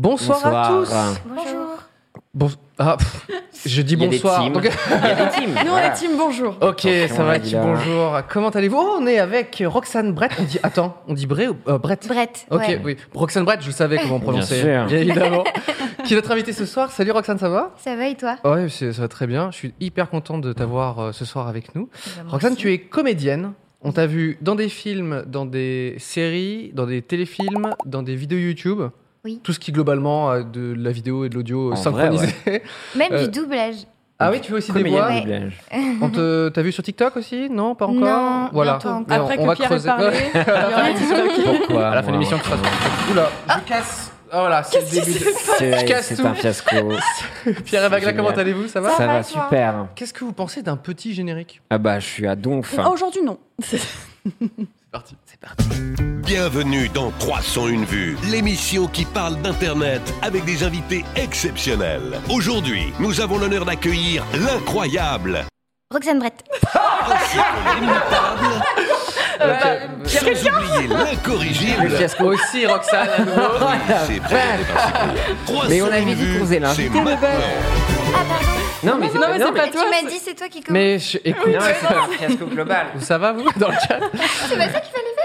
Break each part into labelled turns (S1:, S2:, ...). S1: Bonsoir, à tous.
S2: Bonsoir.
S3: Bonjour.
S1: Bon- ah, pff, je dis
S2: Il y a des
S1: bonsoir.
S2: teams.
S1: donc-
S2: Il y a des teams.
S3: Nous,
S2: Voilà.
S3: la team, bonjour.
S1: Ok,
S2: Attention,
S1: ça va,
S2: la
S1: qui
S2: villa.
S1: bonjour. Comment allez-vous Oh, on est avec Roxane Brett. On dit, attends, on dit Bré ou euh, Brett
S3: Brett.
S1: Ok,
S3: ouais.
S1: oui. Roxane Brett, je le savais comment prononcer.
S2: sûr.
S1: évidemment. qui est notre invitée ce soir. Salut Roxane, ça va
S3: Ça va et toi
S1: Ouais, c'est- ça va très bien. Je suis hyper content de t'avoir euh, ce soir avec nous. Roxane, tu es comédienne. On t'a vu dans des films, dans des séries, dans des téléfilms, dans des vidéos YouTube.
S3: Oui.
S1: Tout ce qui globalement a de la vidéo et de l'audio
S2: En
S1: synchronisé.
S3: Même
S1: Euh,
S3: du doublage.
S1: ah oui, tu fais aussi des
S2: Comédien
S1: voix.
S2: de
S3: Ouais.
S2: doublage.
S1: On te- t'as vu sur TikTok aussi Non, pas encore.
S3: Non,
S1: voilà.
S3: bientôt encore.
S1: Mais on-
S4: Après
S1: on
S4: que
S1: va
S4: Pierre ait
S1: creuser.
S4: parlé, il y aura une histoire qui-
S2: Pourquoi
S1: à la fin de
S2: moi
S1: l'émission, tu seras sur TikTok. Oula, je casse. Oh là, c'est le début. de- Je
S2: C'est
S1: casse
S2: c'est
S1: tout.
S2: un fiasco.
S1: Pierre et Bagla,
S2: Génial.
S1: comment allez-vous Ça va
S2: Ça
S3: va,
S2: va
S3: et toi
S2: super.
S1: Qu'est-ce que vous pensez d'un petit générique
S2: Ah bah, je suis à donf.
S4: Ah, Aujourd'hui, non.
S1: C'est parti. C'est parti.
S5: Bienvenue dans 301 vues, l'émission qui parle d'Internet avec des invités exceptionnels. Aujourd'hui, nous avons l'honneur d'accueillir l'incroyable,
S3: Roxane Brett.
S5: ainsi que l'inimitable,
S1: Ok.
S5: sans oublier
S1: Le
S5: l'incorrigible.
S1: fiasco aussi, Roxane. à nouveau.
S5: C'est vrai, c'est pas si cool.
S2: Mais on
S5: 301
S2: avait dit
S5: vues,
S2: qu'on faisait l'invité,
S5: c'est
S2: le
S5: maintenant.
S3: Ah, pardon.
S2: Non, mais c'est pas,
S1: Ah,
S2: non, mais-
S4: pas
S3: tu
S4: toi,
S3: m'as
S4: c'est-
S3: dit, c'est toi qui commence.
S1: bah, Mais je- écoute,
S2: non, mais c'est un fiasco global.
S1: ça va vous dans le chat
S3: C'est pas ça qu'il fallait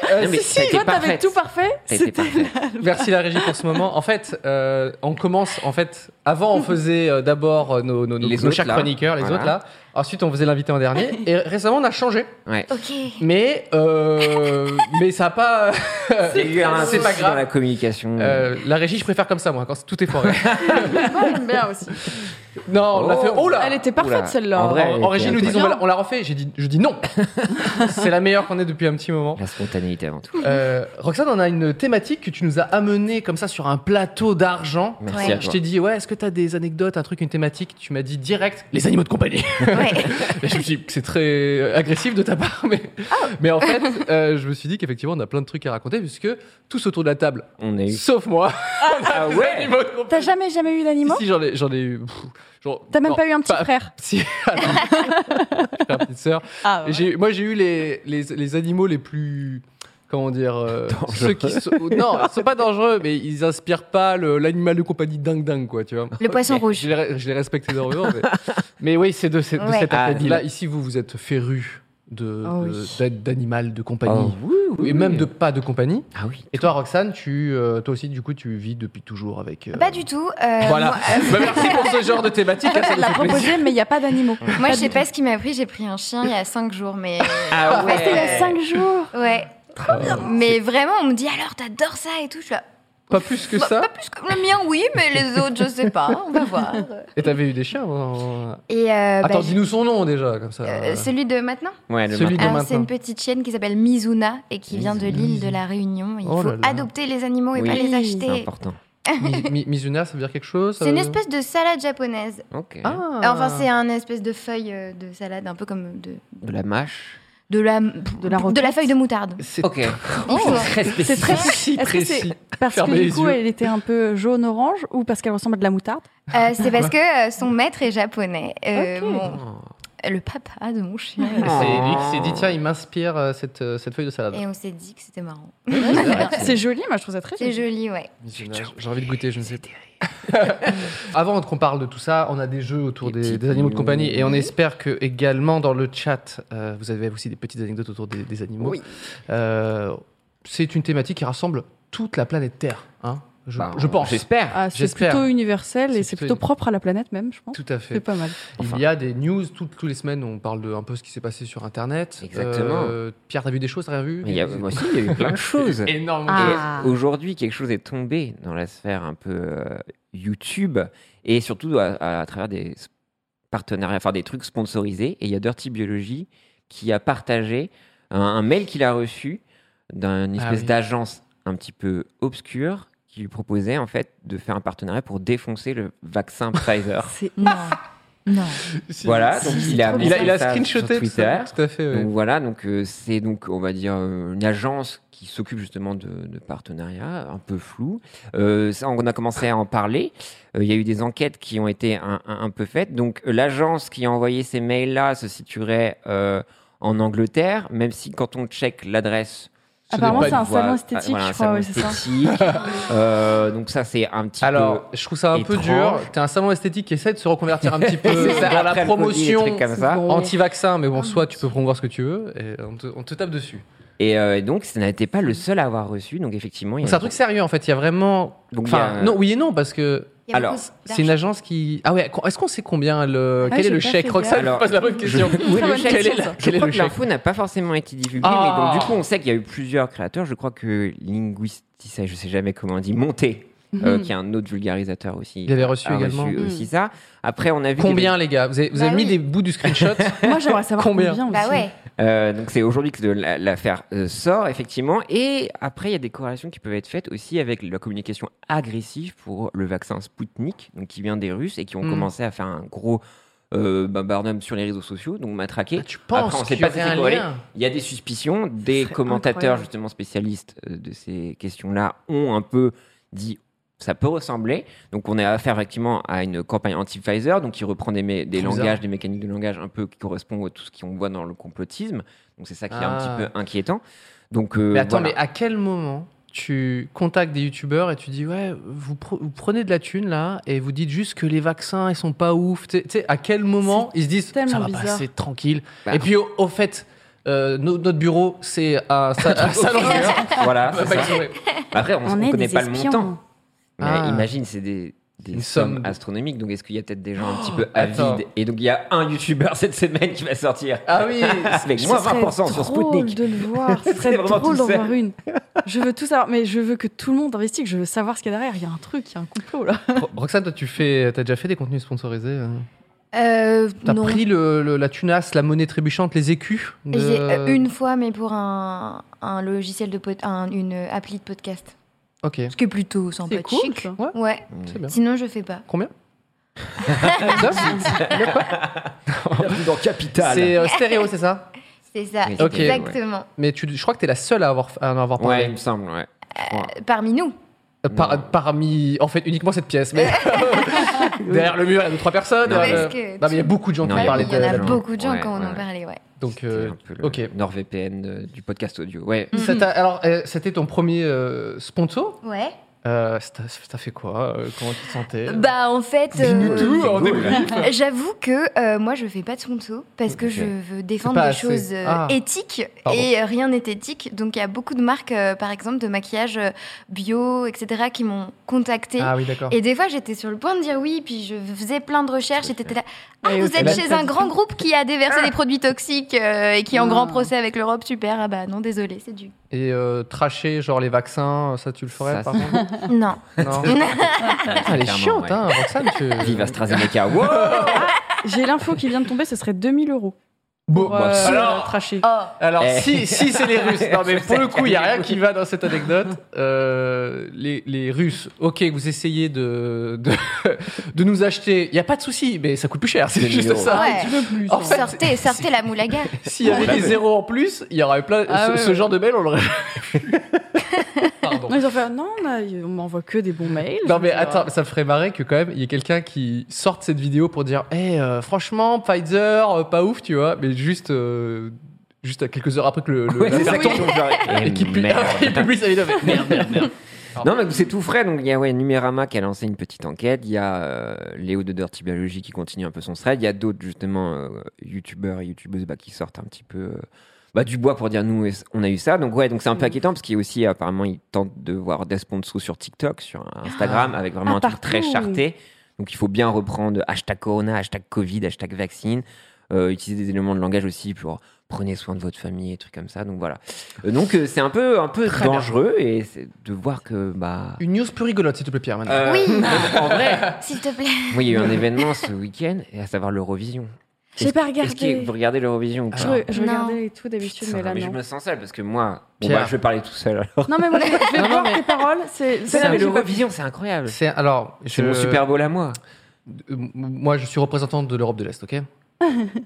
S3: faire.
S2: Non, mais
S4: si,
S2: ça a
S4: si,
S2: été
S4: toi, t'avais
S2: parfait.
S4: tout parfait.
S2: Ça a été
S4: C'était
S2: parfait.
S1: Merci la régie pour ce moment. En fait, euh, on commence. En fait, avant on faisait euh, d'abord euh, nos, nos, nos-
S2: Les
S1: nos
S2: autres,
S1: chers
S2: là.
S1: chroniqueurs, les
S2: Voilà.
S1: autres là. Ensuite, on faisait l'invité en dernier. Et récemment, on a changé.
S3: Ok.
S1: Mais euh, mais ça a pas.
S2: Il y a eu un
S1: C'est pas
S2: souci
S1: grave.
S2: dans la communication.
S1: Euh, la régie, je préfère comme ça moi, quand tout est foiré.
S4: moi, j'aime bien aussi.
S1: non, on l'a
S2: Oh.
S1: fait. Oh là.
S4: Elle était parfaite,
S2: Oula.
S4: celle-là.
S2: En vrai,
S1: En,
S2: elle
S1: en
S2: était
S1: régie, nous disons,
S2: incroyable.
S1: on va la- on l'a refait. J'ai dit, je dis non. C'est la meilleure qu'on ait depuis un petit moment.
S2: La spontanéité avant tout.
S1: Euh, Roxane, on a une thématique que tu nous as amenée comme ça sur un plateau d'argent.
S2: Merci
S3: Ouais.
S2: à
S1: Je
S2: toi.
S1: t'ai dit, ouais, est-ce que t'as des anecdotes, un truc, une thématique Tu m'as dit direct, les animaux de compagnie.
S3: Ouais.
S1: Et je me suis dit, c'est très euh, agressif de ta part, mais, mais en fait, euh, je me suis dit qu'effectivement, on a plein de trucs à raconter, puisque tous autour de la table,
S2: On a eu.
S1: sauf moi,
S2: Ah
S1: les animaux de compagnie.
S4: T'as jamais, jamais eu d'animaux
S1: Si, j'en ai, j'en ai eu. pff, genre-
S4: T'as même
S1: non,
S4: pas eu un petit frère
S1: Si, attends. J'ai une petite sœur.
S4: Ah,
S1: Et j'ai- moi, j'ai eu les, les, les animaux les plus. Comment dire euh, Ceux qui sont. Non, ils sont pas dangereux, mais ils inspirent pas le- l'animal de compagnie dingue-dingue, quoi, tu vois.
S3: Le poisson rouge.
S1: Je les, je les respecte énormément, mais, mais oui, c'est de, c'est de
S3: Ouais. Oh
S1: cette
S2: Ah,
S1: académie.
S2: il-
S1: Là, ici, vous, vous êtes féru de,
S4: Ah oui.
S1: de- d'a- d'animal de
S2: Oh,
S1: compagnie.
S2: oui, oui,
S1: Et même
S2: oui.
S1: de pas de compagnie.
S2: Ah oui.
S1: Et toi, Roxane, tu, euh, toi aussi, du coup, tu vis depuis toujours avec. euh,
S3: Pas du tout. euh,
S1: Voilà.
S3: Moi,
S1: Bah, merci pour ce genre de thématique. hein, ça
S4: Elle
S1: nous
S4: l'a
S1: fait plaisir.
S4: proposé, mais il n'y a pas d'animaux.
S3: moi, je sais pas ce qui m'a pris. J'ai pris un chien il y a 5 jours, mais. euh,
S2: Ah ouais.
S4: C'était il y a 5 jours.
S3: Ouais. Euh, Mais vraiment, on me dit alors, t'adores ça et tout. Je suis là,
S1: Pas plus que
S3: bah,
S1: ça.
S3: Pas plus que le mien, oui, mais les autres, je sais pas. On va voir.
S1: Et t'avais eu des chiens. hein.
S3: Et euh, bah,
S1: Attends,
S3: j'ai-
S1: dis-nous son nom déjà, comme ça.
S3: euh, celui de maintenant
S2: Ouais, le
S1: Celui
S2: matin.
S1: de
S3: Alors, c'est
S1: maintenant.
S3: une petite chienne qui s'appelle Mizuna et qui vient de l'île de la Réunion. Il
S1: Oh
S3: faut
S1: là là.
S3: adopter les animaux et
S2: Oui.
S3: pas les
S2: C'est
S3: acheter.
S2: important.
S1: Mi- mi- Mizuna, ça veut dire quelque chose ça
S3: C'est une
S1: veut-
S3: espèce de salade japonaise.
S2: Ok.
S1: Euh. Ah.
S3: Enfin, c'est un espèce de feuille euh, de salade, un peu comme de,
S2: De la mâche.
S3: de, la, de,
S4: la roquette.
S3: feuille de moutarde.
S1: C'est
S2: Ok. Très
S4: C'est
S2: spécifique.
S4: très
S1: précis,
S4: Est-ce que c'est
S1: précis.
S4: Parce
S1: Fermez
S4: que
S1: les
S4: du coup,
S1: yeux.
S4: elle était un peu jaune-orange ou parce qu'elle ressemble à de la moutarde
S3: Euh, c'est parce que euh, son maître est japonais. Euh,
S4: Ok.
S3: mon- le papa de mon chien.
S1: Et c'est
S2: Oh.
S1: lui qui s'est dit tiens, il m'inspire euh, cette, euh, cette feuille de salade.
S3: Et on s'est dit que c'était marrant.
S4: C'est joli, moi je trouve ça très
S3: C'est
S4: joli.
S3: joli, ouais.
S1: Mizuna, J'ai envie de goûter, je ne sais pas. Avant qu'on parle de tout ça, on a des jeux autour
S2: Des
S1: des,
S2: petits
S1: des animaux de compagnie et on
S2: animaux.
S1: espère que également dans le chat, euh, vous avez aussi des petites anecdotes autour des, des animaux.
S2: Oui.
S1: Euh, c'est une thématique qui rassemble toute la planète Terre, hein, je,
S2: Bah,
S1: je pense.
S2: J'espère.
S4: Ah, c'est
S1: J'espère.
S4: plutôt universel et
S1: C'est
S4: c'est
S1: plutôt
S4: plutôt
S1: une-
S4: propre à la planète même, je pense.
S1: Tout à
S4: C'est
S1: fait.
S4: pas mal.
S2: Enfin.
S1: Il y a des news toutes, toutes les semaines, on parle de un peu ce qui s'est passé sur Internet.
S2: Exactement.
S1: Euh, Pierre, t'as vu des choses, t'as rien vu
S2: Mais il y a, moi aussi, il y a eu plein de choses.
S1: Énorme.
S2: Et
S3: Ah.
S2: Aujourd'hui, quelque chose est tombé dans la sphère un peu euh, YouTube et surtout à, à- à travers des s- partenariats, enfin des trucs sponsorisés. Et il y a Dirty Biology qui a partagé un, un mail qu'il a reçu d'une
S1: Ah
S2: espèce
S1: oui.
S2: d'agence un petit peu obscur qui lui proposait en fait de faire un partenariat pour défoncer le vaccin Pfizer.
S3: C'est... Non. Non.
S2: Voilà,
S3: Si,
S2: donc
S3: c'est
S2: il a,
S3: trop
S2: mis
S1: Il a, il a
S2: ça sur
S1: screenshoté tout
S2: Twitter.
S1: ça. Tout à fait. ouais.
S2: Donc voilà, donc euh, c'est donc on va dire euh, une agence qui s'occupe justement de, de partenariats un peu flou. Euh, ça, on a commencé à en parler. Euh, Il y a eu des enquêtes qui ont été un, un- un peu faites. Donc euh, l'agence qui a envoyé ces mails là se situerait euh, en Angleterre, même si quand on check l'adresse
S1: Ce n'est
S4: Apparemment,
S1: pas
S4: c'est un
S2: on voit-
S4: salon esthétique,
S2: euh, voilà, un
S4: je crois.
S2: salon
S4: ouais, c'est ça.
S2: esthétique. Euh, donc ça c'est un petit
S1: Alors,
S2: peu
S1: je trouve ça un peu
S2: étrange.
S1: dur. T'es un salon esthétique qui essaie de se reconvertir un petit peu
S2: C'est ça,
S1: euh, dans la
S2: après le Covid, des
S1: promotion
S2: trucs comme ça.
S1: anti-vaccin, mais bon, soit tu peux promouvoir ce que tu veux et on te, on te tape dessus.
S2: Et euh, donc, ça n'était pas le seul à avoir reçu. Donc, effectivement, il y
S1: Donc,
S2: a
S1: C'est un truc sérieux en fait. Il y a vraiment.
S2: Donc, il y a
S1: Enfin,
S2: un-
S1: non, oui et non, parce que
S3: Il y a
S2: Alors,
S3: beaucoup
S1: c'est une agence qui. Ah ouais, qu- est-ce qu'on sait combien le.
S4: Ah,
S1: Quel est
S4: j'ai
S1: le
S4: pas
S1: chèque
S4: fait
S1: Roxane,
S2: gaffe.
S1: tu poses la bonne question.
S2: Oui, le chèque.
S1: Quel est la-
S2: Je
S1: quel est
S2: crois
S1: le
S2: que
S1: chèque
S2: l'info n'a pas forcément été divulguée,
S1: Ah.
S2: mais donc du coup on sait qu'il y a eu plusieurs créateurs. Je crois que Linguistica, je sais jamais comment on dit, Monté, euh, qui est un autre vulgarisateur aussi.
S1: Mhm. Il avait reçu
S2: a
S1: également. Mhm.
S2: reçu aussi ça. Après on a vu
S1: Combien, les gars Vous avez, vous
S3: Bah
S1: avez mis
S3: oui.
S1: des bouts du screenshot
S4: Moi, j'aimerais savoir
S1: Combien
S3: d'argent.
S4: combien. aussi.
S3: Bah ouais.
S2: Euh, donc c'est aujourd'hui que de la- l'affaire euh, sort effectivement et après il y a des corrélations qui peuvent être faites aussi avec la communication agressive pour le vaccin Sputnik donc qui vient des Russes et qui ont
S1: Mm.
S2: commencé à faire un gros euh, bombardement sur les réseaux sociaux donc matraquer
S1: Tu penses
S2: Après, on sait
S1: qu'il y
S2: pas si
S1: aurait
S2: c'est
S1: un
S2: corrélé.
S1: lien
S2: Il y a des suspicions, des
S4: serait
S2: commentateurs
S4: incroyable.
S2: justement spécialistes euh, de ces questions-là ont un peu dit ça peut ressembler. Donc on a affaire effectivement à une campagne anti-Pfizer, donc qui reprend des, mé- des
S1: Bizarre.
S2: langages, des mécaniques de langage un peu qui correspondent à tout ce qu'on voit dans le complotisme. Donc c'est ça qui est un
S1: Ah.
S2: petit peu inquiétant. Donc euh,
S1: Mais attends,
S2: voilà.
S1: mais à quel moment tu contactes des youtubeurs et tu dis ouais vous, pre- vous prenez de la thune là et vous dites juste que les vaccins ils sont pas ouf tu sais- tu sais à quel moment ils se disent ça
S4: tellement
S1: va
S4: bizarre.
S1: passer tranquille
S2: Bah.
S1: et puis au, au fait euh, no- notre bureau c'est un, sa- un salon
S2: voilà.
S1: Faut
S2: c'est
S1: pas
S2: ça.
S1: exagérer.
S2: Bah, Après on,
S4: On
S2: ne
S4: est
S2: connaît
S4: des
S2: pas le montant.
S4: espions.
S2: Mais
S1: Ah.
S2: imagine, c'est des, des
S1: Une
S2: sommes
S1: somme de-
S2: astronomiques. Donc, est-ce qu'il y a peut-être des gens un petit
S1: Oh,
S2: peu
S1: attends.
S2: avides Et donc, il y a un youtubeur cette semaine qui va sortir.
S1: Ah oui.
S2: Avec
S4: Ce
S2: moins
S4: serait
S2: 20% sur
S4: drôle
S2: Sputnik.
S4: de le voir. Ce
S2: C'est
S4: serait
S2: vraiment
S4: drôle
S2: tout
S4: d'en
S2: seul.
S4: voir une. Je veux tout savoir, mais je veux que tout le monde investigue. Je veux savoir ce qu'il y a derrière. Il y a un truc, il y a un complot là.
S1: Ro- Roxane toi tu fais t'as déjà fait des contenus sponsorisés euh
S3: Euh,
S1: t'as
S3: non.
S1: pris le, le- la tunasse la monnaie trébuchante les écus de-
S3: J'ai euh, une fois, mais pour un, un logiciel de pod- un- une appli de podcast.
S1: ok
S3: Ce qui est plutôt sympa.
S4: C'est cool.
S3: hein.
S4: ça.
S3: Ouais.
S1: c'est bien
S3: Sinon, je fais pas.
S1: combien Ah,
S2: Dans Capital.
S1: c'est euh, stéréo c'est ça
S3: C'est ça.
S2: Oui,
S1: Ok.
S3: Exactement.
S1: Mais tu, je crois que tu es la seule à, avoir, à en avoir
S2: Ouais,
S1: parlé.
S2: il me semble, ouais. Je crois.
S3: Parmi nous.
S1: Euh, par-
S2: Non.
S1: parmi, en fait, uniquement cette pièce. Mais derrière le mur, il y a deux, trois personnes.
S2: Non,
S1: euh,
S2: parce
S1: Non,
S3: que-
S1: mais il y a beaucoup de gens
S2: Non,
S1: qui
S2: il y a
S3: Ah
S1: parlent
S3: oui, Il
S1: de
S3: y en a
S1: la langue.
S3: beaucoup de gens
S2: Ouais,
S3: quand on
S2: ouais,
S3: en
S2: ouais.
S3: parlait, ouais.
S1: Donc,
S2: C'était
S1: euh,
S2: un peu le
S1: ok.
S2: NordVPN euh, du podcast audio. Ouais.
S1: Ça t'a- alors, euh, c'était ton premier euh, sponsor.
S3: Ouais.
S1: Euh, ça t'a- ça t'a fait quoi euh, Comment tu te sentais
S3: Bah, en fait.
S1: Dis-nous
S3: euh,
S1: tout hein, en
S2: Cool.
S1: débrief.
S3: J'avoue que euh, moi je fais pas de sponsor parce que
S2: Ok.
S3: je veux défendre
S1: pas
S3: des
S1: assez.
S3: choses euh,
S1: Ah.
S3: éthiques
S1: Pardon.
S3: et euh, rien n'est éthique. Donc il y a beaucoup de marques, euh, par exemple de maquillage euh, bio, etc., qui m'ont contacté.
S1: Ah oui, d'accord.
S3: Et des fois j'étais sur le point de dire oui, puis je faisais plein de recherches et t'étais là. Ah,
S4: Et au
S3: vous êtes
S4: final,
S3: chez
S4: pas
S3: un
S4: du
S3: grand
S4: tout.
S3: groupe qui a déversé des produits toxiques euh, et qui est en
S4: Ah.
S3: grand procès avec l'Europe, super. Ah bah non, désolé, c'est du.
S1: Et euh, tracher, genre les vaccins, ça tu le ferais
S2: Ça,
S1: par
S2: c'est-
S1: contre
S3: Non.
S1: Non. Putain, elle est
S2: Clairement,
S1: chiante,
S2: ouais. Ah,
S1: hein, Roxane. Tu...
S2: Vive AstraZeneca. Wow.
S4: J'ai l'info qui vient de tomber. Ce serait 2000 euros
S1: Bon,
S2: Bah,
S4: pour euh,
S1: alors,
S4: tracher.
S3: Oh.
S1: Alors,
S2: Eh.
S1: si, si c'est les Russes, non, mais
S2: Je
S1: pour le
S2: sais
S1: coup, il n'y a rien qui
S2: oui.
S1: va dans cette anecdote. Euh, les, les Russes, ok, vous essayez de, de, de nous acheter, il n'y a pas de souci, mais ça coûte plus cher, c'est
S2: 2000
S1: juste
S2: euros.
S1: ça.
S3: Ouais. Oh,
S4: Tu veux plus
S1: En
S4: hein.
S1: fait,
S3: sortez, sortez la moulaga.
S1: S'il y avait
S2: Ouais.
S1: des zéros en plus, il y aurait plein.
S4: Ah
S1: ce,
S4: ouais,
S1: ce
S4: ouais.
S1: genre de mail, on l'aurait Pardon.
S4: Non, ils ont fait non, on a- on m'envoie que des bons mails.
S1: Non
S4: Je
S1: mais
S4: me dis,
S1: attends, ça me ferait marrer que quand même il y ait quelqu'un qui sorte cette vidéo pour dire "Eh euh, franchement Pfizer euh, pas ouf, tu vois, mais juste euh, juste à quelques heures après que le, le-
S2: Ouais,
S1: la-
S2: c'est ça
S1: tombe.
S2: qui tombe, genre, eh,
S1: et qui pue-
S2: merde.
S1: il publie sa vidéo. mais Merde, merde, merde.
S2: Non, mais c'est tout frais. Donc, il y a ouais, Numérama qui a lancé une petite enquête. Il y a euh, Léo de Dirty Biologie qui continue un peu son thread. Il y a d'autres, justement, euh, youtubeurs et youtubeuses bah, qui sortent un petit peu euh, bah, du bois pour dire nous, on a eu ça. Donc, ouais, donc c'est
S4: Mm.
S2: un peu inquiétant parce qu'il y a aussi, apparemment, ils tentent de voir des sponsors sur TikTok, sur Instagram, avec vraiment
S4: Ah,
S2: un truc très
S4: partout.
S2: charté. Donc, il faut bien reprendre hashtag Corona, hashtag Covid, hashtag vaccine. Euh, utiliser des éléments de langage aussi pour prenez soin de votre famille et trucs comme ça. Donc voilà. Euh, donc euh, c'est un peu un peu
S1: Très bien.
S2: dangereux et c'est de voir que bah
S1: Une news plus rigolote, s'il te plaît, Pierre. Maintenant.
S2: euh,
S3: Oui.
S2: en vrai,
S3: S'il te plaît.
S2: moi, il y a eu un événement ce week-end, et à savoir l'Eurovision.
S4: J'ai
S2: Est-ce-
S4: pas
S2: Est-ce que
S4: regardé.
S2: vous regardez l'Eurovision ou pas
S4: Je, je
S3: Non.
S4: regardais et tout d'habitude,
S2: Putain,
S4: mais là
S2: mais je
S4: non.
S2: me sens seul parce que moi, bon,
S1: Pierre.
S2: bah, je vais parler tout seul. alors.
S4: Non mais voilà, je vais
S1: Non, non,
S4: voir
S1: mais-
S4: tes paroles. C'est
S2: Non,
S4: c'est là
S2: mais
S4: que j'ai pas-
S2: l'Eurovision, c'est incroyable. Euh,
S1: C'est alors,
S2: C'est
S1: je-
S2: mon Super Bowl à moi.
S1: euh, m- moi je suis représentant de l'Europe de l'Est, ok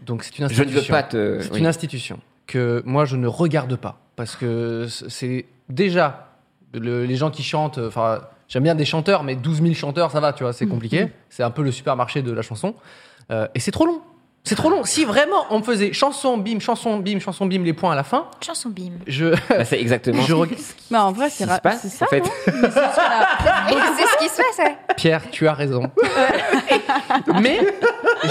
S1: Donc c'est une
S2: Je
S1: institution.
S2: ne veux pas te. euh,
S1: C'est
S2: oui.
S1: une institution que moi je ne regarde pas parce que c'est déjà le- les gens qui chantent. euh, Enfin, j'aime bien des chanteurs, mais 12 000 chanteurs, ça va, tu vois, c'est compliqué. C'est un peu le supermarché de la chanson Euh, et c'est trop long. C'est trop long. Si vraiment on me faisait chanson, bim, chanson, bim, chanson, bim, les points à la fin,
S3: Chanson bim.
S1: je,
S2: Bah, c'est exactement
S1: je re-
S4: Bah en vrai,
S2: ce qui
S4: c'est
S2: se
S4: ra-
S2: passe.
S4: c'est ça.
S2: en fait,
S4: non Mais c'est sur la-
S3: Et c'est ce qui se passe. ouais.
S1: Pierre, tu as raison. Mais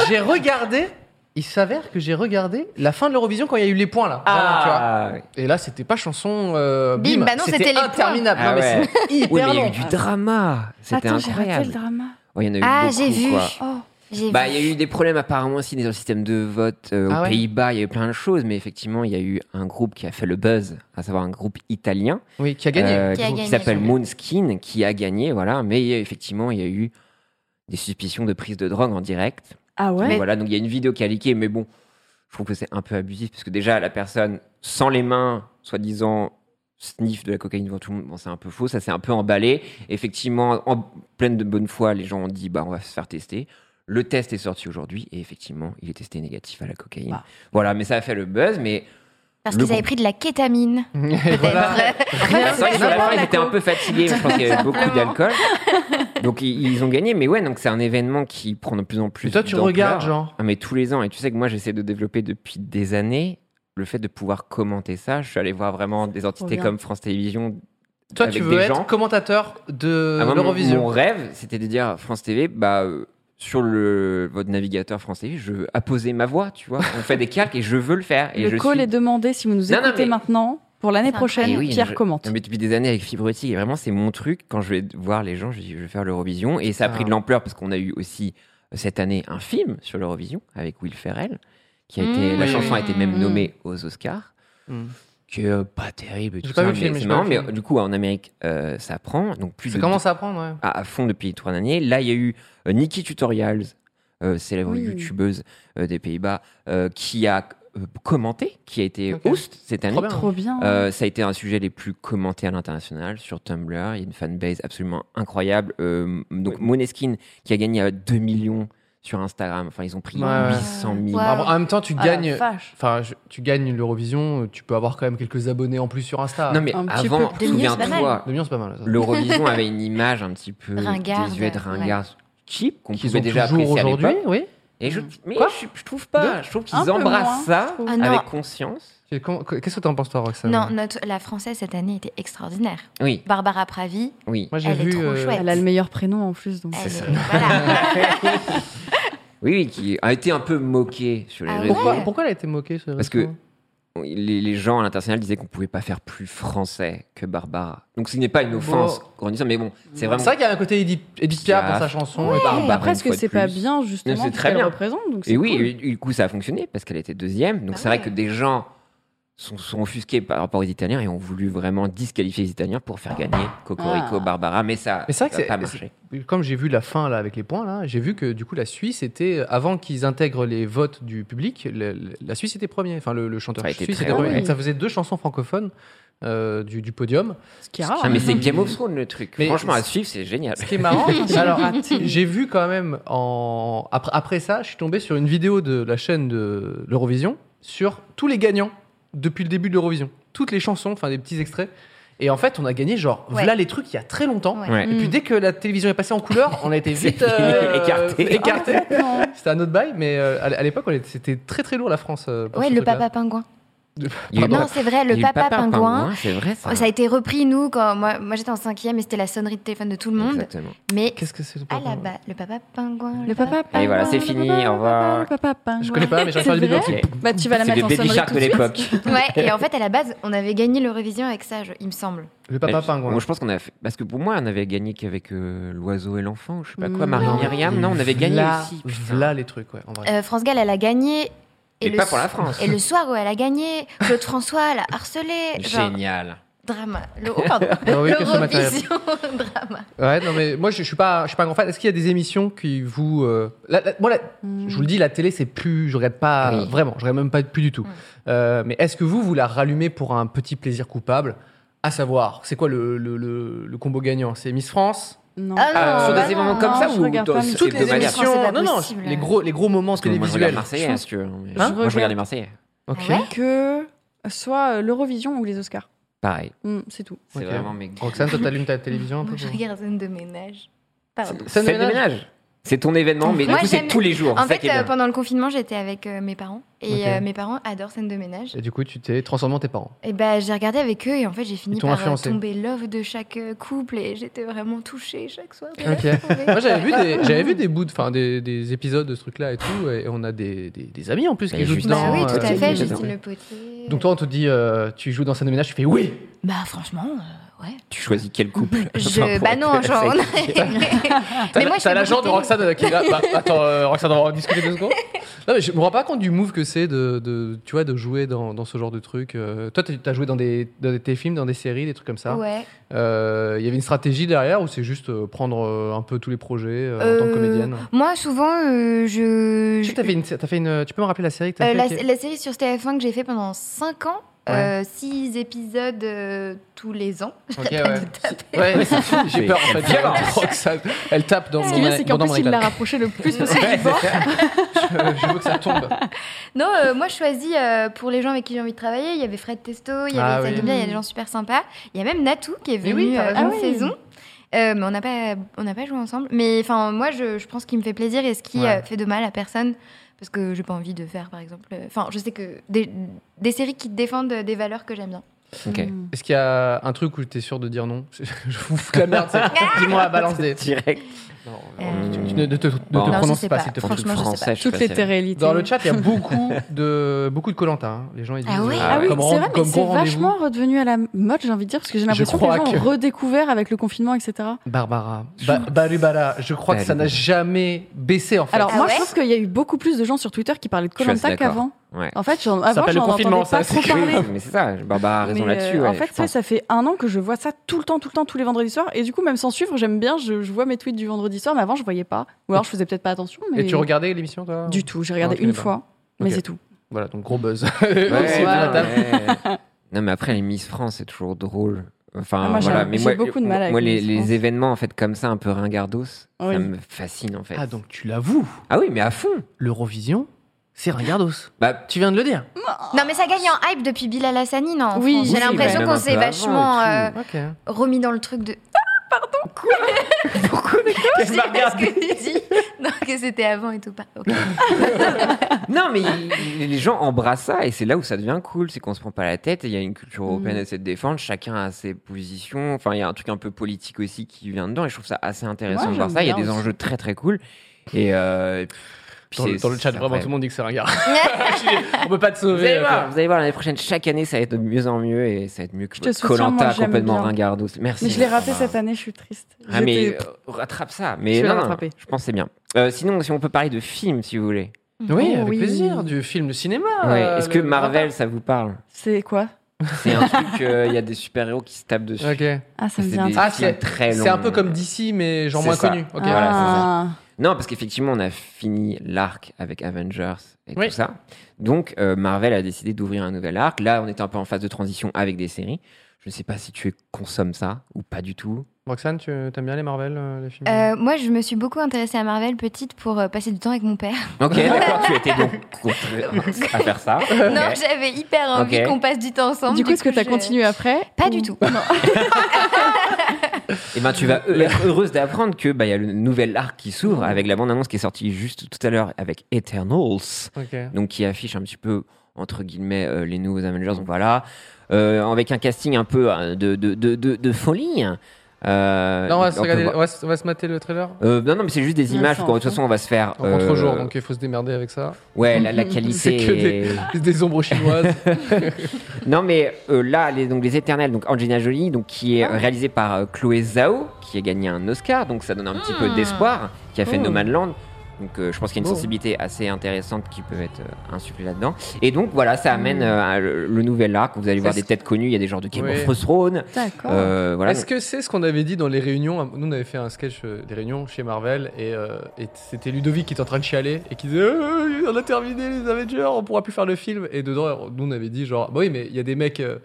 S1: j'ai regardé. Il s'avère que j'ai regardé la fin de l'Eurovision quand il y a eu les points là. Vraiment, tu vois.
S2: ah,
S1: Et là, c'était pas chanson. euh,
S3: Bim, bah non, c'était les points.
S1: interminable.
S2: Ah
S1: Non, mais
S2: ouais.
S1: c'est hyper
S2: oui, mais il y a
S1: long.
S2: eu du drama. C'était
S4: Attends, j'ai raté le
S2: incroyable.
S4: drama.
S2: Oh, il y en a eu
S3: Ah,
S2: beaucoup,
S3: j'ai vu.
S2: quoi.
S3: Oh, j'ai
S2: Bah,
S3: vu.
S2: il y a eu des problèmes apparemment aussi dans le système de vote euh,
S1: Ah
S2: aux
S1: ouais
S2: Pays-Bas. Il y a eu plein de choses, mais effectivement, il y a eu un groupe qui a fait le buzz, à savoir un groupe italien
S1: Oui, qui a gagné.
S2: euh,
S3: Qui a gagné.
S2: s'appelle Moonskin, qui a gagné, voilà. Mais il y a- effectivement, il y a eu des suspicions de prise de drogue en direct.
S4: Ah ouais.
S2: Donc, voilà, donc il y a une vidéo qui a leaké, mais bon, je trouve que c'est un peu abusif parce que déjà la personne sans les mains, soi-disant sniff de la cocaïne devant tout le monde, bon, c'est un peu faux, ça s'est un peu emballé. Effectivement, en pleine de bonne foi, les gens ont dit bah on va se faire tester. Le test est sorti aujourd'hui et effectivement, il est testé négatif à la cocaïne.
S4: Bah.
S2: Voilà, mais ça a fait le buzz, mais
S3: Parce
S2: le
S3: qu'ils
S2: bon-
S3: avaient pris de la kétamine.
S1: Et voilà.
S2: Ouais, c'est vrai que sur la
S4: vraiment
S2: fin, ils
S4: la
S2: étaient un
S4: cause.
S2: peu fatigués, je pense qu'il y avait beaucoup d'alcool. Donc ils, ils ont gagné, mais ouais, donc c'est un événement qui prend de plus en plus.
S1: Mais toi, tu
S2: d'ampleur.
S1: regardes, genre
S2: Ah, mais tous les ans, et tu sais que moi, j'essaie de développer depuis des années le fait de pouvoir commenter ça. Je suis allé voir vraiment des entités
S4: bien.
S2: comme France Télévisions.
S1: Toi,
S2: avec
S1: tu veux
S2: des
S1: être
S2: gens.
S1: commentateur de
S2: Ah, moi, mon- Mon
S1: l'Eurovision.
S2: rêve, c'était de dire France TV, bah. euh, sur le, votre navigateur France TV, je veux apposer ma voix, tu vois. On fait des calques et je veux le faire. Et je
S4: Le call
S2: suis-
S4: est demandé si vous nous
S2: Non, non,
S4: écoutez
S2: mais-
S4: maintenant. Pour l'année
S3: C'est
S4: prochaine,
S2: Eh oui,
S4: Pierre
S2: je-
S4: commente.
S2: Non, mais depuis des années avec Fibretti, et vraiment, c'est mon truc. Quand je vais voir les gens, je dis, je vais faire l'Eurovision. Et ça a
S1: Ah.
S2: pris de l'ampleur parce qu'on a eu aussi euh, cette année un film sur l'Eurovision avec Will Ferrell, qui a été,
S3: Mmh.
S2: la
S1: Oui,
S2: chanson a
S3: oui.
S2: été même
S4: Mmh.
S2: nommée aux Oscars.
S1: Mmh.
S2: Que euh, pas terrible. et
S1: J'ai
S2: tout
S1: pas
S2: ça,
S1: vu le film,
S2: mais
S1: j'ai
S2: c'est
S1: pas
S2: marrant,
S1: vu le
S2: mais
S1: film.
S2: du coup, en Amérique, euh, ça prend. Donc plus
S1: Ça
S2: de
S1: commence à prendre, ouais.
S2: à, à fond depuis trois années. Là, il y a eu euh, Nikki Tutorials, euh, célèbre
S4: Oui.
S2: youtubeuse euh, des Pays-Bas, euh, qui a euh, commenté, qui a été
S1: Ok.
S2: host cette année.
S1: bien.
S4: Trop bien.
S2: Euh, ça a été un sujet les plus commentés à l'international sur Tumblr. Il y a une fanbase absolument incroyable. Euh, donc Moneskin qui a gagné à 2 millions sur Instagram. Enfin, ils ont pris
S1: Ouais, ouais.
S2: 800 000.
S3: Ouais.
S1: Ah, bon, en même temps,
S2: Oh,
S1: tu
S4: Ah, la
S1: gagnes.
S4: vache.
S1: Enfin, je- tu gagnes l'Eurovision, tu peux avoir quand même quelques abonnés en plus sur Insta.
S2: Non mais
S4: Un petit
S2: avant,
S4: peu
S3: plus. 2 millions, c'est pas
S2: souviens-toi,
S1: De million, c'est pas mal. ça.
S2: l'Eurovision avait une image un petit peu
S3: Ringarde,
S2: désuète,
S3: ouais.
S2: ringarde, cheap qu'on
S1: Qu'ils ont
S2: pouvait déjà
S1: toujours
S2: apprécier à
S1: aujourd'hui,
S2: l'époque.
S1: oui.
S2: Et je,
S4: Mm.
S2: mais
S1: Quoi
S2: je, je trouve pas. Je trouve
S4: Un
S2: qu'ils
S4: peu
S2: embrassent
S4: moins,
S2: ça
S4: je trouve.
S3: Ah non.
S2: avec conscience.
S1: Qu'est- comment- Qu'est-ce que t'en penses, toi, Roxane
S3: Non, notre, la française cette année était extraordinaire.
S2: Oui,
S3: Barbara Pravi,
S2: oui,
S1: Moi, j'ai
S3: elle est
S1: vu.
S3: trop
S1: euh,
S3: chouette.
S4: Elle a le meilleur prénom en plus, donc.
S3: elle est-
S2: ça.
S3: voilà.
S2: oui, oui, qui a été un peu moqué sur les
S3: Ah
S2: réseaux.
S1: Pourquoi,
S3: Ouais.
S1: pourquoi elle a été moquée ce
S2: Parce que- les, les gens à l'international disaient qu'on pouvait pas faire plus français que Barbara. Donc ce n'est pas une offense
S1: Bon.
S2: grandissante, mais bon, c'est
S1: C'est
S2: vraiment.
S1: vrai qu'il y a un côté Edith, Edith Piaf dans sa
S2: Piaf.
S1: chanson.
S2: Ouais.
S1: et tout. Bah,
S2: Barbara,
S4: Mais Bah, après,
S2: une
S4: ce
S2: fois
S4: que
S2: de
S4: c'est pas
S2: plus.
S4: bien justement
S2: Non, c'est
S4: ce
S2: très
S4: qu'elle
S2: bien.
S4: représente donc
S2: Et
S4: c'est
S2: oui,
S4: cool.
S2: et du coup ça a fonctionné parce qu'elle était deuxième. Donc c'est vrai que des gens sont, sont offusqués par rapport aux Italiens et ont voulu vraiment disqualifier les Italiens pour faire gagner Cocorico
S4: Ah.
S2: Barbara, mais ça
S1: Mais c'est vrai que
S2: n'a
S1: c'est-
S2: pas marché.
S1: Comme j'ai vu la fin là avec les points là, j'ai vu que du coup la Suisse était euh, avant qu'ils intègrent les votes du public, le- le- la Suisse était premier. Enfin le, le chanteur
S2: Ça a été
S1: suisse
S2: très
S1: était
S4: haut,
S1: premier.
S4: ouais.
S1: Donc, Ça faisait deux chansons francophones euh, du, du podium.
S4: ce qui est
S1: oh,
S4: rare. hein.
S2: Ah, mais c'est Game of Thrones le truc.
S1: Mais
S2: Franchement à
S1: c'est-
S2: suivre c'est génial.
S1: Ce qui est marrant,
S4: J'ai
S1: alors
S4: raté.
S1: j'ai vu quand même en après, après ça, je suis tombé sur une vidéo de la chaîne de l'Eurovision sur tous les gagnants depuis le début de l'Eurovision, toutes les chansons, enfin des petits extraits. Et en fait, on a gagné genre
S3: Ouais.
S1: voilà les trucs il y a très longtemps.
S3: Ouais.
S2: Ouais.
S1: Et puis
S4: Mm.
S1: dès que la télévision est passée en couleur, on a été
S2: C'est
S1: vite
S2: fini,
S1: euh,
S2: écarté.
S1: écarté. C'était un autre bail, mais euh, à l- à l'époque, on était- c'était très très lourd la France. euh, pour
S3: Ouais,
S1: ce
S3: le
S1: truc-là.
S3: papa pingouin.
S2: Il y a eu-
S3: Non, c'est vrai,
S2: il
S3: le
S2: y a eu
S3: papa, pingouin. Oh,
S2: c'est vrai ça.
S3: Ça a été repris, nous, quand moi, moi j'étais en cinquième et c'était la sonnerie de téléphone de tout le monde.
S2: Exactement.
S3: Mais
S1: Qu'est-ce que c'est le
S3: à
S1: papa
S3: Ah, la base, le papa pingouin.
S4: Le papa
S2: Et voilà,
S4: pingouin,
S2: c'est
S4: le
S2: fini,
S4: papa,
S2: au revoir.
S4: Le papa pingouin.
S1: Je connais pas, mais j'ai
S4: C'est
S1: entendu le vidéo.
S4: vrai
S1: c'est-
S4: Bah tu vas la
S2: C'est
S4: mettre
S2: le
S4: en
S2: Baby
S4: sonnerie
S2: Shark
S4: tout
S2: de
S4: de suite.
S2: l'époque.
S3: Ouais, et en fait, à la base, on avait gagné l'Eurovision avec ça, je- il me semble.
S1: Le papa
S2: Mais-
S1: pingouin.
S2: Moi, je pense qu'on a fait. Parce que pour moi, on avait gagné qu'avec euh, l'oiseau et l'enfant, ou je sais pas quoi,
S4: Mm.
S2: Marie
S4: Non.
S2: Myriam. Non, on avait gagné
S1: V'là-
S2: aussi. putain.
S1: V'là les trucs, ouais, en vrai.
S3: Euh, France Gall, elle a gagné.
S2: Mais pas
S3: so-
S2: pour la France.
S3: Et le soir où elle a gagné, Claude François l'a harcelé. Genre,
S2: Génial.
S3: drama. Le, oh, pardon.
S1: Non, oui, qu'est-ce que matériel
S3: L'Eurovision drama.
S1: Ouais, non, mais moi, je, je suis pas, je suis pas un grand fan. Est-ce qu'il y a des émissions qui vous. euh, la- la- moi, la- je vous le dis, la télé, c'est plus. Je regarde pas.
S2: Oui.
S1: Vraiment, je regarde même pas plus du tout. Euh, mais est-ce que vous, vous la rallumez pour un petit plaisir coupable À savoir, c'est quoi le, le- le- le combo gagnant C'est Miss France
S4: Non.
S3: Ah non,
S2: Euh, sur
S3: bah
S2: des
S3: non,
S2: événements comme
S4: non,
S2: ça
S4: je
S2: ou
S4: regarde pas,
S2: dans-
S4: mais
S2: c'est
S4: toutes
S1: Toutes
S4: les
S1: les
S2: hebdomadaire
S3: émissions,
S1: émissions.
S3: c'est pas
S1: Non, non,
S3: possible.
S1: les gros, les gros moments
S2: Parce que moi, je regarde
S1: télévisuels.
S2: Marseillais,
S4: pense-
S2: si tu veux. mais-
S1: Hein
S2: Moi, je regarde les Marseillais.
S1: Ok.
S3: Ah ouais
S4: Que soit euh, l'Eurovision ou les Oscars.
S2: Pareil.
S4: Hmm, c'est tout.
S2: C'est
S1: Ok.
S2: vraiment mes
S1: Roxane, toi, t'allumes ta télévision un peu
S3: Moi, je
S1: pour-
S3: regarde Zone de ménage. Pardon.
S2: C'est le
S1: ménage.
S2: ménage. C'est ton événement, mais du
S3: Moi,
S2: coup, c'est
S3: j'aime-
S2: tous les jours.
S3: En
S2: ça
S3: fait,
S2: qui est
S3: euh,
S2: bien.
S3: pendant le confinement, j'étais avec euh, mes parents et
S1: Ok.
S3: euh, mes parents adorent scène de ménage.
S1: Et du coup, tu t'es transformé en tes parents.
S3: Et ben, j'ai regardé avec eux et en fait, j'ai fini
S1: Ils t'ont
S3: par euh,
S1: influencé.
S3: tomber love de chaque euh, couple et j'étais vraiment touchée chaque soir. de
S1: Ok.
S3: les retrouver.
S1: Moi, j'avais vu des, j'avais vu des bouts, de- enfin des, des épisodes de ce truc-là et tout, et on a des, des, des amis en plus
S2: Et
S1: qui jouent
S2: Justine.
S3: Bah
S1: dans.
S3: oui,
S2: euh,
S3: tout à
S2: Justine
S3: fait,
S2: Lepotier.
S3: Justine Le Potier.
S1: Donc toi, on te dit, euh, tu joues dans scène de ménage, tu fais oui.
S3: Bah franchement, euh, ouais.
S2: Tu choisis quel couple
S3: Je... Bah non, genre. on a-
S1: T'as
S3: Ah. Mais moi, je
S1: t'as
S3: fais
S1: l'agent
S3: beaucoup
S1: de Roxane
S3: télé.
S1: euh, qui est là. Bah, attends, euh, Roxane, on va en discuter deux secondes. Non, mais je me rends pas compte du move que c'est de, de, tu vois, de jouer dans, dans ce genre de truc. Euh, toi, t'as t'as joué dans des, dans des téléfilms, dans des séries, des trucs comme ça. Euh,
S3: Ouais.
S1: Il y avait une stratégie derrière ou c'est juste euh, prendre euh, un peu tous les projets euh, en tant que
S3: Euh,
S1: comédienne
S3: Moi, souvent, euh, je.
S1: Tu sais que t'as fait une- t'as fait une- tu peux me rappeler la série que t'as
S3: Euh,
S1: fait
S3: la,
S1: qui-
S3: la série sur TF1 que j'ai fait pendant 5 ans, 6 épisodes euh, tous les ans.
S1: Ok,
S3: Pas
S1: ouais.
S3: de taper.
S1: Ouais, c'est fou, j'ai
S2: Ah, Mais
S1: peur en fait.
S2: quelle violence.
S1: Elle croque ça- Elle tape dans
S4: Ce
S1: mon
S4: qu'il y a, c'est
S1: bon,
S4: qu'en
S1: dans mon
S4: plus, il l'a
S1: iPad.
S4: rapproché le plus possible
S1: Ouais,
S4: du bord.
S1: c'est ça. je, je veux que ça tombe.
S3: Non, euh, moi je choisis euh, pour les gens avec qui j'ai envie de travailler. Il y avait Fred Testo, il y
S1: Ah
S3: avait Isabelle
S1: oui.
S3: Bien, il y a des gens super sympas. Il y a même Natou qui est
S1: Mais
S3: venu
S1: oui, t'as
S3: euh,
S1: raison.
S3: une
S4: Ah oui.
S3: saison. Euh, mais on n'a pas, on n'a pas joué ensemble. Mais enfin, moi je, je pense ce qui me fait plaisir et ce qui
S1: Ouais.
S3: euh, fait de mal à personne. Parce que j'ai pas envie de faire, par exemple. euh, Enfin, je sais que des, des séries qui défendent euh, des valeurs que j'aime bien.
S2: Ok.
S4: Hmm.
S1: Est-ce qu'il y a un truc où t'es sûr de dire non Je je vous fous la merde,
S4: Ah.
S1: c'est- dis-moi à balancer.
S2: Direct.
S1: Non,
S3: Euh,
S1: tu- tu ne ne te, ne te
S2: Non, je
S1: prononce
S3: sais
S1: pas,
S3: pas.
S1: s'il te plaît.
S3: Franchement, je sais pas.
S2: je suis
S4: Toutes les
S2: sûr.
S4: télé
S1: Dans le chat, il y a beaucoup de beaucoup de Colanta. Les gens ils disent
S3: Ah ouais
S1: euh,
S4: Ah oui,
S1: comme
S4: c'est
S1: rend-
S4: vrai, mais
S1: comme
S4: c'est
S1: bon rendez-vous.
S4: vachement redevenu à la mode, j'ai envie de dire, parce que j'ai l'impression que les
S1: crois
S4: gens
S1: que-
S4: ont redécouvert avec le confinement, etc.
S1: Barbara, Ba- Barubara, je crois que ça n'a
S2: Barubara.
S1: jamais baissé en fait.
S4: Alors
S3: Ah
S4: moi
S3: ouais
S4: je trouve qu'il y a eu beaucoup plus de gens sur Twitter qui parlaient de
S2: Je suis assez
S4: Colanta
S2: d'accord.
S4: qu'avant.
S2: Ouais.
S4: En fait, j'en- avant
S1: s'appelle le
S4: j'en
S1: confinement,
S4: entendais
S1: ça,
S4: pas
S1: c'est que-
S4: trop parler.
S2: Mais c'est ça, Barbara a raison
S4: Mais,
S2: là-dessus.
S4: euh,
S2: ouais,
S4: en fait,
S2: je
S4: tu sais,
S2: pense.
S4: ça fait un an que je vois ça tout le temps, tout le temps, tous les vendredis soirs. Et du coup, même sans suivre, j'aime bien. Je, je vois mes tweets du vendredi soir, mais avant, je voyais pas. Ou alors, je faisais peut-être pas attention. Mais
S1: Et tu regardais l'émission toi
S4: Du tout. J'ai regardé
S1: Ah, ok,
S4: une
S1: bah.
S4: fois, mais
S1: Ok.
S4: c'est tout.
S1: Voilà, donc gros buzz.
S2: Ouais,
S1: Autour de la
S2: ouais,
S1: table.
S2: ouais. Non, mais après, les Miss France, c'est toujours drôle. Enfin,
S4: Ah, moi, j'ai-
S2: voilà. Mais
S4: j'ai
S2: moi, euh,
S4: beaucoup de mal avec
S2: moi, les,
S4: les Miss
S2: les
S4: France.
S2: événements, en fait, comme ça, un peu ringardos,
S4: Oui.
S2: ça me fascine, en fait.
S1: Ah donc tu l'avoues,
S2: Ah oui, mais à fond.
S1: l'Eurovision, c'est Ringardos.
S2: Bah,
S1: Tu viens de le dire.
S3: Non, mais ça gagne en hype depuis Bilal Hassani, non en
S4: Oui,
S3: France.
S4: oui,
S3: j'ai l'impression
S2: même un
S3: qu'on
S2: peu
S3: s'est
S2: avant et
S3: vachement
S2: tout.
S3: euh,
S1: Ok.
S3: remis dans le truc de Ah,
S2: qu'est-ce
S3: Je
S2: que
S3: sais
S2: m'a
S3: pas ce
S2: regardé
S3: que tu dis. Non, que c'était avant et tout pas. Ok.
S2: Non, mais il- il- les gens embrassent ça et c'est là où ça devient cool, c'est qu'on se prend pas la tête. et Il y a une culture
S4: Mm.
S2: européenne à se défendre, chacun a ses positions. Enfin, il y a un truc un peu politique aussi qui vient dedans et je trouve ça assez intéressant
S4: Ouais,
S2: de voir
S4: j'aime
S2: ça. Il y a
S4: bien
S2: des
S4: aussi.
S2: enjeux très très cool. Et euh, puis
S1: Dans le,
S2: c'est-
S1: dans le chat,
S2: c'est
S1: vraiment, tout le
S2: incroyable.
S1: monde dit que c'est Ringard. On peut pas te
S2: Vous allez
S1: sauver.
S2: voir, vous allez voir l'année prochaine, chaque année ça va être de mieux en mieux et ça va être mieux que
S4: Je te soutiens,
S2: Colanta
S4: moi, j'aime
S2: complètement
S4: bien.
S2: ringardos. Merci.
S4: Mais je l'ai raté
S2: Barbara.
S4: cette année, je suis triste.
S2: Ah, mais
S4: J'étais-
S2: euh, rattrape ça. Mais
S4: Je vais
S2: non,
S4: le
S2: non,
S4: rattraper.
S2: je pense que c'est bien. Euh, sinon, si on peut parler de films, si vous voulez.
S1: Oui,
S4: Oh,
S1: avec
S4: oui.
S1: plaisir, du film, du cinéma.
S4: Ah,
S2: Ouais.
S1: euh,
S2: Est-ce que
S1: le-
S2: Marvel, ça vous parle
S4: C'est quoi
S2: C'est un truc, euh, il y a des super-héros qui se tapent dessus.
S1: Ok.
S4: Ah, ça me
S2: C'est
S4: vient. un
S2: des
S4: truc.
S1: Ah,
S2: films
S1: c'est-
S2: très longs.
S1: C'est un peu comme d'ici, mais genre
S2: C'est
S1: moins
S2: ça.
S1: connu. Ok.
S2: voilà, c'est
S4: Ah.
S2: Non, parce qu'effectivement, on a fini l'arc avec Avengers et
S1: Oui.
S2: tout ça. Donc, euh, Marvel a décidé d'ouvrir un nouvel arc. Là, on était un peu en phase de transition avec des séries. Je ne sais pas si tu consommes ça ou pas du tout.
S1: Roxane, tu aimes bien les Marvel, euh, les films
S3: Euh, moi, je me suis beaucoup intéressée à Marvel petite pour euh, passer du temps avec mon père.
S2: Ok, d'accord, tu étais donc contre à faire ça.
S3: Non,
S2: Ok.
S3: j'avais hyper envie
S2: Ok.
S3: qu'on passe du temps ensemble.
S4: Du coup, est-ce que t'as
S3: je-
S4: continué après
S3: Pas
S4: Ou-
S3: du tout.
S2: Eh ben, tu vas euh, être heureuse d'apprendre que bah, il y a le nouvel arc qui s'ouvre avec la bande-annonce qui est sortie juste tout à l'heure avec Eternals.
S1: Ok.
S2: donc qui affiche un petit peu entre guillemets euh, les nouveaux Avengers. Donc voilà, Euh, avec un casting un peu hein, de, de, de, de, de folie. hein. Euh,
S1: Là, on va,
S2: on
S1: se
S2: peut
S1: regarder-
S2: voir-
S1: on va se- on va se mater le trailer
S2: Euh, non, non, mais c'est juste des
S4: Ouais,
S2: images.
S4: ça,
S2: quoi. De toute façon, on va se faire.
S1: en contre-jour,
S2: euh,
S1: donc il faut se démerder avec ça.
S2: Ouais, la, la
S1: C'est
S2: qualité.
S1: que des, des ombres chinoises.
S2: Non, mais euh, là, les, donc les Éternels, donc Angelina Jolie, donc qui
S1: Ah
S2: est réalisée par euh, Chloé Zhao, qui a gagné un Oscar, donc ça donne un petit peu d'espoir, qui a fait No Man Land. Donc euh, je pense qu'il y a une
S1: Ah. Oh.
S2: sensibilité assez intéressante qui peut être euh, insufflée là-dedans. Et donc voilà, ça amène euh, à le, le nouvel arc. Vous allez voir
S1: Hmm. Est-ce-
S2: des têtes connues, il y a des genres de Game
S1: Oui.
S2: of Thrones.
S4: D'accord.
S2: Euh, voilà.
S1: Est-ce que c'est ce qu'on avait dit dans les réunions Nous, on avait fait un sketch euh, des réunions chez Marvel et, euh, et c'était Ludovic qui était en train de chialer et qui disait Euh, On a terminé les Avengers, on pourra plus faire le film. Et dedans, nous, on avait dit genre Bah oui, mais il y a des mecs, euh,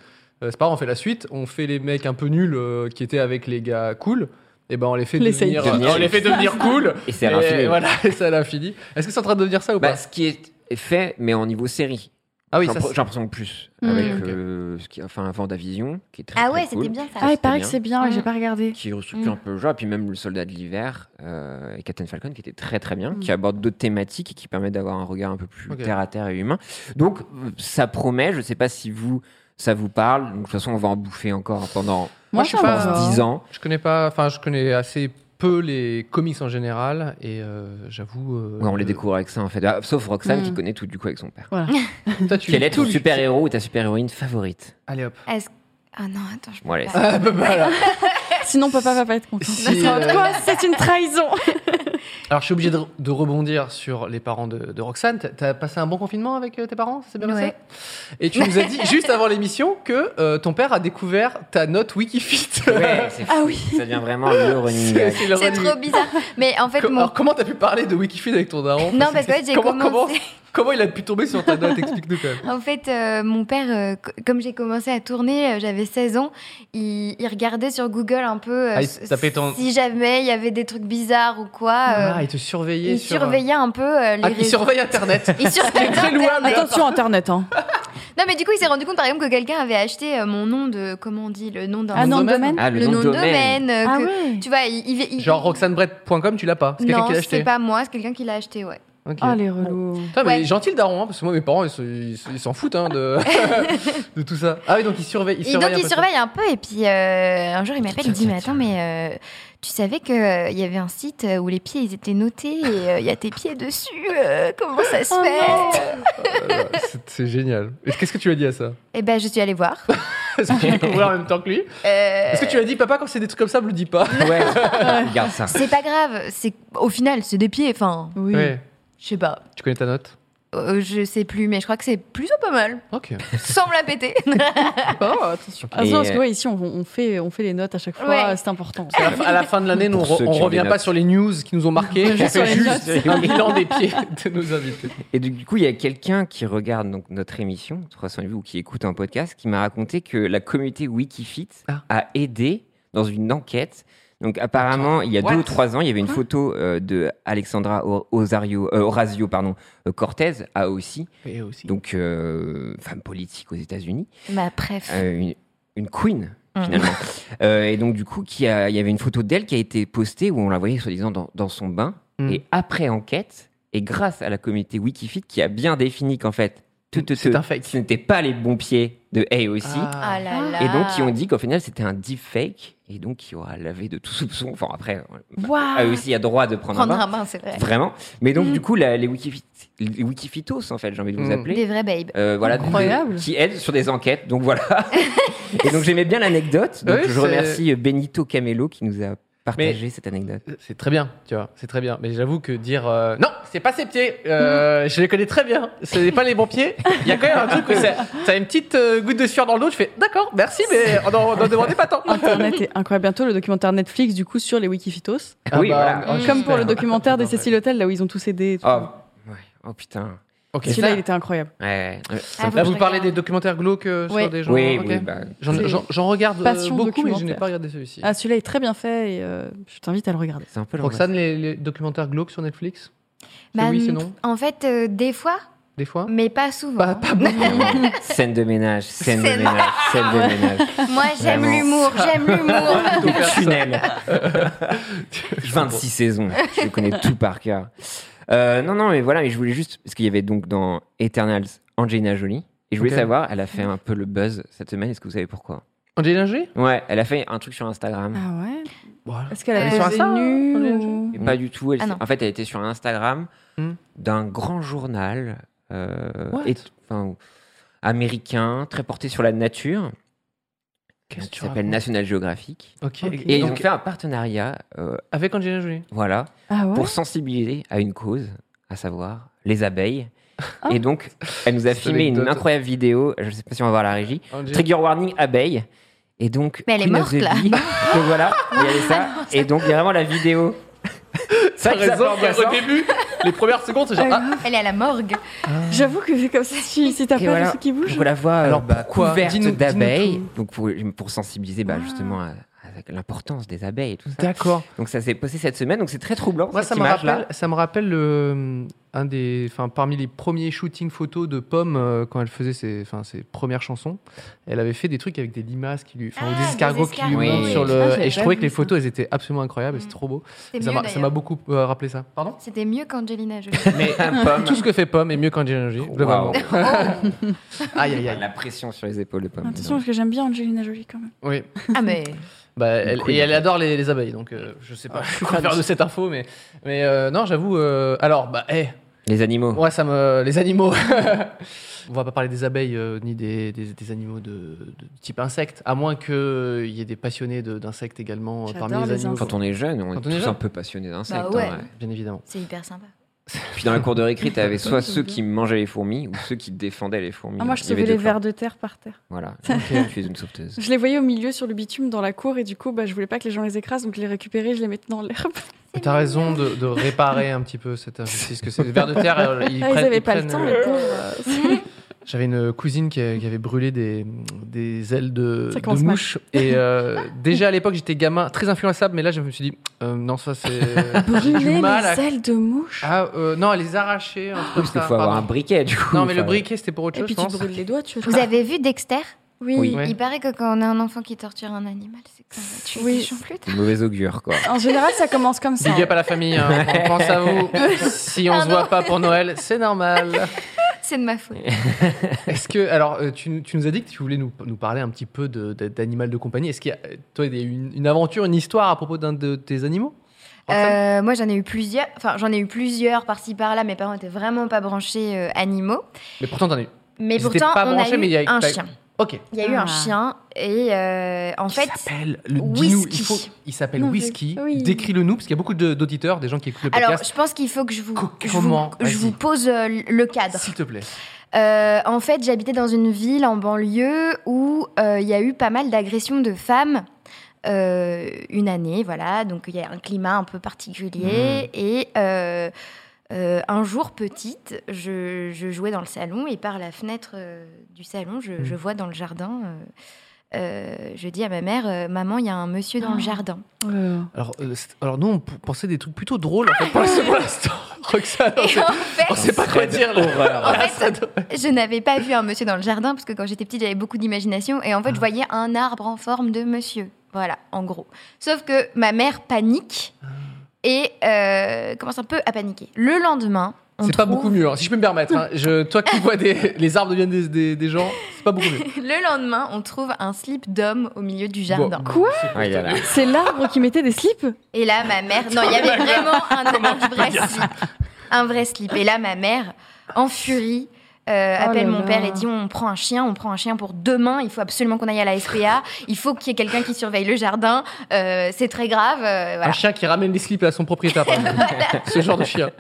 S1: euh, c'est pas grave, on fait la suite, on fait les mecs un peu nuls euh, qui étaient avec les gars cool. Et ben on les fait
S4: Les
S1: devenir,
S2: Saiyans.
S1: on les fait devenir cool.
S2: Et c'est à l'infini.
S1: Voilà, et c'est à l'infini. Est-ce que c'est en train de devenir ça ou
S2: Bah,
S1: pas
S2: ce qui est fait, mais en niveau série.
S1: Ah oui,
S2: J'en
S1: ça.
S2: pr-
S1: c'est- Hmm.
S2: J'ai l'impression que plus.
S4: Mm.
S2: Avec
S1: Ok.
S2: euh, ce qui, enfin, Vendavision, qui est très
S3: Ah
S2: très
S3: ouais,
S2: cool.
S3: c'était bien ça.
S4: Ah, il
S2: c'était
S4: paraît
S2: bien.
S4: que c'est bien, mais j'ai pas regardé.
S2: qui restructure
S4: Mm.
S2: un peu le genre, et puis même le soldat de l'hiver euh, et Captain Falcon qui était très très bien, qui aborde d'autres thématiques et qui permet d'avoir un regard un peu plus
S1: Ok.
S2: terre à terre et humain. Donc euh, ça promet, je sais pas si vous ça vous parle, donc de toute façon on va en bouffer encore pendant
S4: Moi,
S1: je
S4: je
S1: suis
S4: suis
S1: pas-
S4: pas.
S2: 10 ans.
S1: Je connais pas, enfin, je connais assez peu les comics en général et euh, j'avoue. euh,
S2: Ouais, on les
S1: le-
S2: découvre avec ça en fait, Ah, sauf Roxane
S4: Mm.
S2: qui connaît tout du coup avec son père.
S1: Toi, tu
S2: Quel
S1: lis
S2: est ton
S1: tout, lui.
S2: super-héros ou ta super-héroïne favorite
S1: Allez hop.
S3: Est-ce- Ah non, attends, je
S2: Bon, allez,
S3: pas.
S1: Ah, bah, bah, alors.
S4: Eh, Sinon, papa va pas être content.
S1: Si, euh,
S4: Quoi C'est une trahison
S1: Alors, je suis obligé de, de rebondir sur les parents de, de Roxane. T'as- T'as passé un bon confinement avec euh, tes parents C'est bien passé
S3: Ouais.
S1: Et tu nous as dit juste avant l'émission que euh, ton père a découvert ta note Wikifit.
S2: Ouais, c'est fou.
S4: Ah oui.
S2: ça devient vraiment le running gag.
S1: le
S3: C'est
S1: running-
S3: trop bizarre. Mais en fait,
S1: Co-
S3: mon...
S1: Alors, comment t'as pu parler de Wikifit avec ton daron
S3: Non, parce que ouais, j'ai
S1: comment, comment,
S3: commencé-
S1: comment il a pu tomber sur ta note Explique-nous quand même.
S3: en fait, euh, mon père, euh, co- comme j'ai commencé à tourner, euh, j'avais 16 ans, il, il regardait sur Google un peu euh,
S1: Ah, il
S3: s-
S1: tapait ton-
S3: si jamais il y avait des trucs bizarres ou quoi. euh,
S1: Ah, il te surveillait.
S3: il
S1: sur, euh,
S3: surveillait un peu euh, les
S1: Ah, il
S3: réseaux.
S1: surveille Internet.
S3: Il surveillait
S1: très louable.
S3: Internet.
S4: Attention, Internet, hein.
S3: Non, mais du coup, il s'est rendu compte, par exemple, que quelqu'un avait acheté euh, mon nom de, comment on dit, le nom d'un
S4: Ah, nom de domaine Ah
S2: Ah,
S3: le, nom de domaine. euh, que-
S4: ouais
S3: Tu vois, il, il- il-
S1: Genre roxanebrett.com, tu l'as pas C'est quelqu'un
S3: Non,
S1: qui l'a
S3: c'est
S1: acheté.
S3: pas Oh, moi, c'est quelqu'un qui l'a acheté, ouais.
S1: Ok.
S4: Ah, les relous.
S1: Putain, mais
S3: Ouais.
S1: il est gentil le daron, hein, parce que moi mes parents ils se- ils se- ils s'en foutent hein, de... de tout ça. Ah oui, donc ils surveillent. Ils
S3: Et donc
S1: surveillent un
S3: il
S1: peu
S3: surveille un peu et puis euh, un jour il m'appelle il dit
S2: Tiens,
S3: mais
S2: tiens,
S3: attends mais euh, tu savais que euh, il y avait un site euh, où les pieds ils étaient notés et euh, il y a tes pieds dessus euh, comment ça se
S4: Oh
S3: fait
S1: ça. Euh, c'est- C'est génial. Et Qu'est-ce que tu as dit à ça
S3: Et ben je suis allée voir.
S1: Est-ce que tu as découvert en même temps que lui
S3: Euh,
S1: Est-ce que tu lui as dit papa quand c'est des trucs comme ça, me le dis pas
S2: Ouais, regarde ça.
S3: Euh, c'est pas grave, c'est au final c'est des pieds enfin
S4: Oui.
S1: Ouais.
S3: je sais pas,
S1: Tu connais ta note
S3: Euh, je sais plus mais je crois que c'est plutôt pas mal
S1: Ok.
S3: sans me la péter.
S4: Oh, attention. Ah,
S2: Et,
S4: non, parce que
S2: euh,
S4: ouais, ici, on, on fait, on fait les notes à chaque fois,
S3: Ouais.
S4: c'est important.
S1: À la, à la fin de l'année, nous on,
S2: Pour
S1: re-
S2: ceux
S1: on
S2: qui ont
S1: revient
S2: des
S1: pas
S2: notes.
S1: sur les news qui nous ont marqués. On
S4: Juste
S1: fait
S4: sur les
S1: juste
S2: notes.
S1: un bilan des pieds de nos invités.
S2: Et du coup, il y a quelqu'un qui regarde donc notre émission 300 vues ou qui écoute un podcast qui m'a raconté que la communauté Wikifit
S1: Ah.
S2: a aidé dans une enquête. Donc apparemment, il y a
S1: what
S2: deux ou trois ans, il y avait une
S1: Quoi
S2: photo euh, de Alexandra O- Osario, euh, Orazio pardon, euh, Cortez à aussi,
S1: Et aussi.
S2: donc euh, femme politique aux États-Unis,
S3: bah bref.
S2: euh, une, une queen
S3: Mm.
S2: finalement. Euh, et donc du coup, qui a- il y avait une photo d'elle qui a été postée où on la voyait soi-disant dans- dans son bain
S1: Mm.
S2: et après enquête, et grâce à la communauté Wikifit qui a bien défini qu'en fait, tout, tout,
S1: C'est
S2: tout,
S1: un fake.
S2: ce n'étaient pas les bons pieds de Hay aussi.
S1: Ah.
S3: Ah là là.
S2: Et donc, qui ont dit qu'au final, c'était un deep fake, et donc qui aura lavé de tout soupçon. Enfin, après, Hay
S4: Waouh
S2: aussi a droit de prendre,
S3: Ah. prendre
S2: un
S3: un
S2: bain.
S3: bain, c'est vrai.
S2: Vraiment. Mais donc,
S3: Mm.
S2: du coup, la- les, Wikifit, les Wikifitos, en fait, j'ai envie de vous
S1: Mm.
S2: appeler.
S3: Des vrais babes.
S2: euh, voilà,
S4: Incroyable.
S2: de- qui aident sur des enquêtes, donc voilà. et donc j'aimais bien l'anecdote. Donc
S1: Oui,
S2: je
S1: c'est-
S2: remercie Benito Camelo qui nous a partagé cette anecdote.
S1: C'est très bien, tu vois, c'est très bien. Mais j'avoue que dire euh, non, c'est pas ses pieds, euh,
S4: Mhm.
S1: je les connais très bien, ce n'est pas les bons pieds. Il y a quand même un truc où ça, ça a une petite euh, goutte de sueur dans le dos, je fais d'accord, merci, mais on n'en on n'en demandait pas tant.
S4: Internet est incroyable. Bientôt, le documentaire Netflix, du coup, sur les Wikifitos.
S1: Ah
S2: oui,
S1: bah,
S2: voilà.
S1: oh, j'espère.
S4: Comme pour le documentaire des Cécile Hotel, là où ils ont tous aidé. et tout.
S2: Oh, ouais. oh putain.
S1: Ok.
S4: Celui-là, il était incroyable.
S2: Ouais. Euh, ouais.
S3: Ah,
S1: Là, vous
S3: Je
S1: parlez
S3: regarde.
S1: des documentaires glauques euh,
S4: Ouais.
S1: sur des gens.
S2: Oui,
S1: ok.
S2: oui, bah,
S1: J'en-
S4: C'est-
S1: J'en j'en regarde euh,
S4: Passion
S1: beaucoup, mais je n'ai
S4: documentaire.
S1: pas regardé celui-ci.
S4: Ah, celui-là est très bien fait et euh, je t'invite à le regarder.
S2: c'est un peu l'angoisse.
S1: Roxane, les, les documentaires glauques sur Netflix C'est
S3: Bah,
S1: oui, c'est non
S3: En fait, euh, des fois,
S1: Des fois
S3: mais pas souvent.
S1: Pas- pas
S2: Scène de ménage, scène de
S3: Scène-
S2: ménage, scène de ménage.
S3: Moi, j'aime
S2: Vraiment.
S3: l'humour, j'aime l'humour.
S2: Tunnel. 26 saisons, je le connais tout par cœur. Euh, non, non, mais voilà, mais je voulais juste. Parce qu'il y avait donc dans Eternals Angelina Jolie. Et je voulais
S1: Ok.
S2: savoir, elle a fait un peu le buzz cette semaine, est-ce que vous savez pourquoi
S1: Angelina Jolie
S2: Ouais, elle a fait un truc sur Instagram.
S4: Ah ouais
S1: Voilà.
S4: Est-ce qu'elle
S3: Euh,
S4: a
S3: sur
S4: posé
S1: Insta,
S4: nue
S2: hein,
S1: Angelina
S4: ou-
S2: Mais Pas du tout. elle
S3: Ah
S2: s'est-
S3: non.
S2: en fait, elle était sur un Instagram
S1: Hmm.
S2: d'un grand journal euh,
S1: What
S2: et- enfin, américain, très porté sur la nature.
S1: Qu'est-ce que tu
S2: qui s'appelle
S1: racontes
S2: National Geographic.
S1: Ok.
S4: Ok.
S2: Et ils ont
S1: donc,
S2: fait un partenariat, euh,
S1: avec Angelina Jolie.
S2: voilà,
S4: Ah ouais
S2: pour sensibiliser à une cause, à savoir les abeilles.
S4: Ah.
S2: Et donc, elle nous a
S1: Cette
S2: filmé une
S1: anecdote.
S2: incroyable vidéo. Je ne sais pas si on va voir la régie.
S1: Angelina-
S2: Trigger warning abeilles. Et donc,
S3: Mais elle est
S2: Queen of
S3: morte,
S2: the
S3: là. Ah
S2: Bee. donc voilà, il y avait ça. Et donc, il y a vraiment la vidéo.
S1: T'as
S2: Ça, ça
S1: raison,
S2: porte à
S1: au
S2: ça.
S1: début, les premières secondes, c'est genre. ah,
S3: Elle est à la morgue.
S4: J'avoue que c'est comme ça si, si t'as
S2: Et
S4: pas
S2: voilà.
S4: le truc qui bouge.
S2: Donc on la voit euh,
S1: Alors,
S2: bah,
S1: pourquoi
S2: couverte
S1: Dis-nous- dis-nous
S2: d'abeilles,
S1: tout.
S2: donc pour, pour sensibiliser bah, justement à, à l'importance des abeilles et tout ça.
S1: D'accord.
S2: Donc ça s'est passé cette semaine, donc c'est très troublant
S1: Moi,
S2: cette
S1: ça me
S2: image-là.
S1: rappelle, ça me rappelle le- un des, enfin, parmi les premiers shootings photos de Pomme euh, quand elle faisait ses, enfin, ses premières chansons. Elle avait fait des trucs avec des limaces qui lui, enfin, ou
S3: Ah,
S1: des
S3: des
S1: escargots qui lui
S3: escargots.
S1: montent
S2: Oui.
S1: sur
S4: Ah,
S1: le.
S4: j'avais
S1: et je
S4: pas
S1: trouvais
S4: vu
S1: que les
S4: ça.
S1: photos, elles étaient absolument incroyables. et C'est
S3: Mm.
S1: trop beau.
S3: C'était
S1: Ça
S3: mieux,
S1: m'a- ça m'a
S3: d'ailleurs.
S1: beaucoup euh, rappelé ça. Pardon.
S3: C'était mieux qu'Angelina Jolie.
S2: Mais un pomme.
S1: Tout ce que fait Pomme est mieux qu'Angelina Jolie. globalement.
S2: Waouh.
S1: Aïe aïe aïe.
S2: La pression sur les épaules de pomme.
S4: Attention, parce que j'aime bien Angelina Jolie quand même.
S1: Oui.
S3: ah, mais.
S1: Bah, elle-
S2: Queen.
S1: et elle adore les, les abeilles, donc euh, je sais pas quoi faire de cette info, mais mais euh, non, j'avoue. euh, alors bah, eh,
S2: Les animaux.
S1: Moi, ça me. Les animaux. On va pas parler des abeilles euh, ni des, des- des animaux de, de type insecte, à moins qu'il y ait des passionnés de- d'insectes également euh, parmi
S4: J'adore
S1: les
S4: les
S1: animaux.
S2: Quand on est jeune, on est
S1: Quand on
S2: tous
S1: est jeune.
S2: un peu passionné d'insectes.
S3: Bah ouais.
S2: hein, ouais.
S1: Bien évidemment.
S3: C'est hyper sympa.
S2: Puis dans la cour de récré, t'avais soit ceux qui mangeaient les fourmis ou ceux qui défendaient les fourmis.
S4: Ah, moi, je
S2: Il y avait
S4: sauvais les
S2: deux clans.
S4: vers de terre par terre.
S2: Voilà, je suis une sauveteuse.
S4: Je les voyais au milieu sur le bitume dans la cour et du coup, bah, je voulais pas que les gens les écrasent, donc je les récupérais, je les mettais dans l'herbe.
S1: T'as raison de, de réparer un petit peu cette injustice que c'est. Les vers de terre, euh, ils,
S4: Ah,
S1: prennent-
S4: ils avaient
S1: ils
S4: pas le
S1: prennent,
S4: temps,
S1: euh,
S4: les pauvres. euh,
S1: J'avais une cousine qui, a- qui avait brûlé des, des ailes de,
S4: Ça
S1: de
S4: commence mal.
S1: mouche. Et euh, déjà à l'époque, j'étais gamin, très influençable, mais là, je me suis dit, euh, non, ça c'est. J'ai
S4: Brûler
S1: du mal à.
S4: les ailes de mouche.
S1: Ah, euh, non, à les arracher, un truc
S2: Ah Parce qu'il
S1: ça.
S2: faut avoir un
S1: pardon.
S2: briquet, du coup.
S1: Non, mais le
S2: Enfin,
S1: briquet, c'était pour autre
S4: Et
S1: chose,
S4: puis
S1: je
S4: tu
S1: pense.
S4: brûles les doigts, tu vois.
S3: Vous avez vu Dexter
S4: Oui.
S2: Oui.
S1: Ouais.
S3: Il paraît que quand on a un enfant qui torture un animal, c'est que ça va tuer
S4: Oui.
S3: des gens plus tard.
S2: c'est Mauvais augure, quoi.
S4: En général, ça commence comme ça.
S1: Big up à la famille, hein. on pense à vous. Si on se
S3: Pardon.
S1: voit pas pour Noël, c'est normal.
S3: C'est de ma faute.
S1: Est-ce que, alors, euh, tu, tu nous as dit que tu voulais nous, nous parler un petit peu de- de- d'animal de, compagnie. Est-ce qu'il y a, euh, toi, des- une, une aventure, une histoire à propos d'un de tes animaux Roxane
S3: Euh, moi, j'en ai eu plusieurs. Enfin, j'en ai eu plusieurs par-ci par-là. Mes parents étaient vraiment pas branchés euh, animaux.
S1: Mais pourtant, t'en as eu.
S3: Mais
S1: Ils étaient
S3: pourtant,
S1: pas
S3: on
S1: branchés,
S3: a eu
S1: mais il y a-
S3: un
S1: t'as-
S3: chien.
S1: Ok.
S3: Il y a eu
S4: Ah.
S3: un chien et euh, en
S1: il
S3: fait,
S1: s'appelle le
S3: Whisky.
S1: dis-nous, il, faut- il s'appelle
S4: Non, mais-
S1: Whisky.
S4: oui.
S1: Décris-le nous, parce qu'il y a beaucoup de- d'auditeurs, des gens qui écoutent le
S3: alors
S1: podcast.
S3: je pense qu'il faut que je vous,
S1: Co-
S3: je vous,
S1: comment
S3: que je
S1: Vas-y.
S3: vous pose euh, le cadre.
S1: S'il te plaît.
S3: Euh, en fait, j'habitais dans une ville en banlieue où euh, il y a eu pas mal d'agressions de femmes euh, une année, voilà. Donc il y a un climat un peu particulier. Et euh, euh, un jour, petite, je, je jouais dans le salon et par la fenêtre euh, du salon, je,
S1: Mhm.
S3: je vois dans le jardin. euh, euh, je dis à ma mère, euh, maman, il y a un monsieur dans le jardin.
S4: Euh,
S1: Alors, euh, c'est- alors, nous, on p- pensait des trucs plutôt drôles, en fait, pour pour l'instant. Roxane, on
S3: Et
S1: sait-
S3: en fait,
S1: on sait pas quoi dire, là.
S3: En
S2: Horreur.
S3: fait, je n'avais pas vu un monsieur dans le jardin parce que quand j'étais petite, j'avais beaucoup d'imagination et en
S1: Ah.
S3: fait, je voyais un arbre en forme de monsieur. Voilà, en gros. Sauf que ma mère panique
S1: Ah.
S3: et euh, commence un peu à paniquer. Le lendemain, on
S1: C'est pas
S3: trouve-
S1: beaucoup mieux, hein, si je peux me permettre. hein. Je, toi qui vois des, les arbres deviennent des, des, des gens, c'est pas beaucoup mieux.
S3: Le lendemain, on trouve un slip d'homme au milieu du jardin.
S1: Bon.
S4: Quoi
S2: Ah, il y a là.
S4: C'est l'arbre qui mettait des slips
S3: Et là, ma mère. Non, il y avait vraiment un, un vrai slip. Un vrai slip. Et là, ma mère, en furie, euh,
S4: Oh
S3: appelle
S4: là
S3: mon
S4: là.
S3: père et dit On prend un chien, on prend un chien pour demain, il faut absolument qu'on aille à la SPA, il faut qu'il y ait quelqu'un qui surveille le jardin, euh, c'est très grave. euh,
S1: Un
S3: voilà.
S1: chien qui ramène les slips à son propriétaire, par exemple. Ce genre de chien.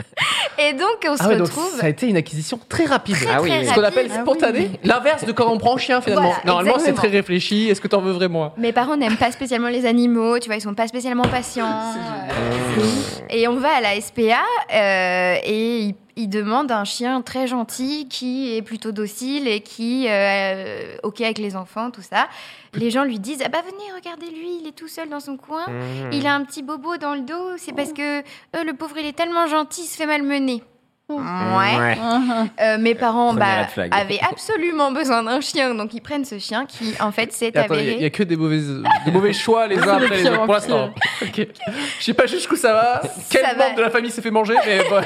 S3: Et donc, on se
S1: Ah ouais, donc
S3: retrouve.
S1: ça a été une acquisition très rapide.
S3: très,
S2: Ah oui,
S3: très
S2: oui.
S1: Ce qu'on
S3: rapide.
S1: appelle spontané, l'inverse de quand on prend un chien finalement.
S3: Voilà,
S1: Normalement, c'est
S3: exactement.
S1: très réfléchi. Est-ce que t'en veux vraiment
S3: Mes parents n'aiment pas spécialement les animaux, tu vois, ils sont pas spécialement patients. euh, et on va à la SPA euh, et ils ils demandent un chien très gentil qui est plutôt docile et qui euh, ok avec les enfants, tout ça. Les gens lui disent ah bah venez regardez lui, il est tout seul dans son coin. Il a un petit bobo dans le dos, c'est parce que euh, le pauvre il est tellement gentil, il se fait malmener. Ouais.
S4: Uh-huh.
S3: Euh, mes parents
S2: Premier
S3: bah,
S2: red flag.
S3: avaient absolument besoin d'un chien, donc ils prennent ce chien qui en fait s'est
S1: Attendez, il
S3: avéré.
S1: n'y a que des, mauvaises, des mauvais choix les uns
S4: C'est
S1: après
S4: de
S1: les
S4: pire
S1: autres
S4: en
S1: pour l'instant. Ok. Je sais pas jusqu'où ça va, quel
S3: Ça
S1: membre
S3: va. Oh
S1: de la famille s'est fait manger, mais bon.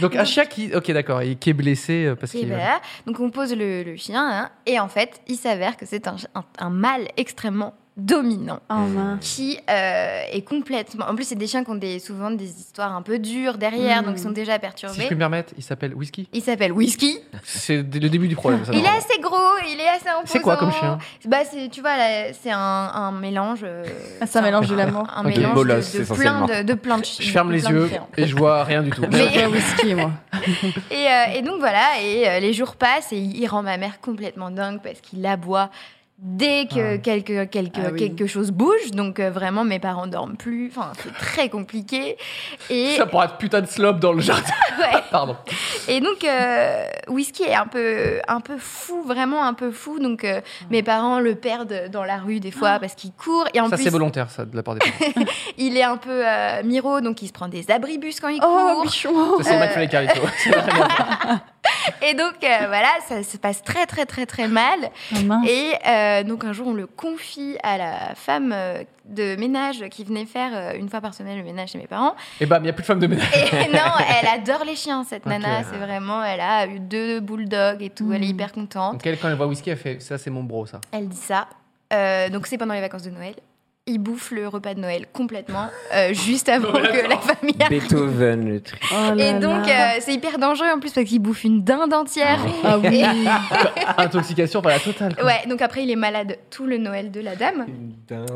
S1: Donc un chien qui, ok d'accord, et qui est blessé euh, parce
S3: Et
S1: qu'il.
S3: voilà. donc on pose le, le chien hein, et en fait il s'avère que c'est un, un- un mâle extrêmement dominant
S4: Oh mince.
S3: qui euh, est complètement. En plus, c'est des chiens qui ont des, souvent des histoires un peu dures derrière,
S4: Mm.
S3: donc ils sont déjà
S1: Hmm. euh, Si je
S3: perturbés.
S1: peux me permettre, il s'appelle Whisky.
S3: Il s'appelle Whisky.
S1: C'est d- le début du problème. ça,
S3: Il est
S1: normalement.
S3: assez gros, il est assez imposant.
S1: Ah C'est quoi comme chien
S3: Bah, c'est, tu vois, là, c'est un, un mélange. euh,
S4: Ah, c'est un mélange de l'amour.
S3: Un
S1: Ok.
S3: mélange
S2: Bolos,
S3: de, de
S2: essentiellement.
S3: plein de, de plein de chi-
S1: Je ferme
S3: de
S1: les
S3: plein de
S1: yeux
S3: chiens.
S1: et je vois rien du tout.
S4: Je
S3: Mais-
S4: vais au whisky, moi.
S3: Et, euh, et donc voilà, et euh, les jours passent et il il rend ma mère complètement dingue parce qu'il aboie dès que
S1: Ah.
S3: quelque, quelque,
S4: Ah oui.
S3: quelque chose bouge. Donc euh, vraiment, mes parents dorment plus. Enfin, c'est très compliqué. Et,
S1: Ça pourrait être putain de slope dans le jardin.
S3: ouais.
S1: Pardon.
S3: et donc, euh, Whisky est un peu, un peu fou, vraiment un peu fou. Donc euh,
S1: Ah.
S3: mes parents le perdent dans la rue des fois parce qu'il court. Et en
S1: ça,
S3: plus,
S1: c'est volontaire, ça, de la part des parents.
S3: il est un peu euh, miro, donc il se prend des abribus quand il
S4: Oh,
S3: court.
S4: bichon.
S1: Ça, c'est
S3: Euh,
S1: McFly et Carlito. C'est vraiment-
S3: Et donc euh, voilà, ça se passe très très très très mal.
S4: Oh, mince.
S3: Et euh, donc un jour, on le confie à la femme euh, de ménage qui venait faire euh, une fois par semaine le ménage chez mes parents.
S1: Et bam, il n'y a plus de femme de ménage.
S3: Et non, elle adore les chiens, cette
S1: Ok.
S3: nana. C'est vraiment, elle a eu deux bulldogs et tout. Elle est
S4: Mm.
S3: hyper contente.
S1: Donc, elle, quand elle voit Whisky, elle fait Ça, c'est mon bro, ça.
S3: Elle dit ça. Euh, donc c'est pendant les vacances de Noël. Il bouffe le repas de Noël complètement, euh, juste avant que la famille arrive.
S2: Beethoven, le truc.
S4: Oh là
S3: Et donc
S4: là.
S3: euh, c'est hyper dangereux en plus parce qu'il bouffe une dinde entière.
S4: Ah oui.
S1: Ah, Intoxication par la totale. quoi.
S3: Ouais, donc après il est malade tout le Noël de la dame.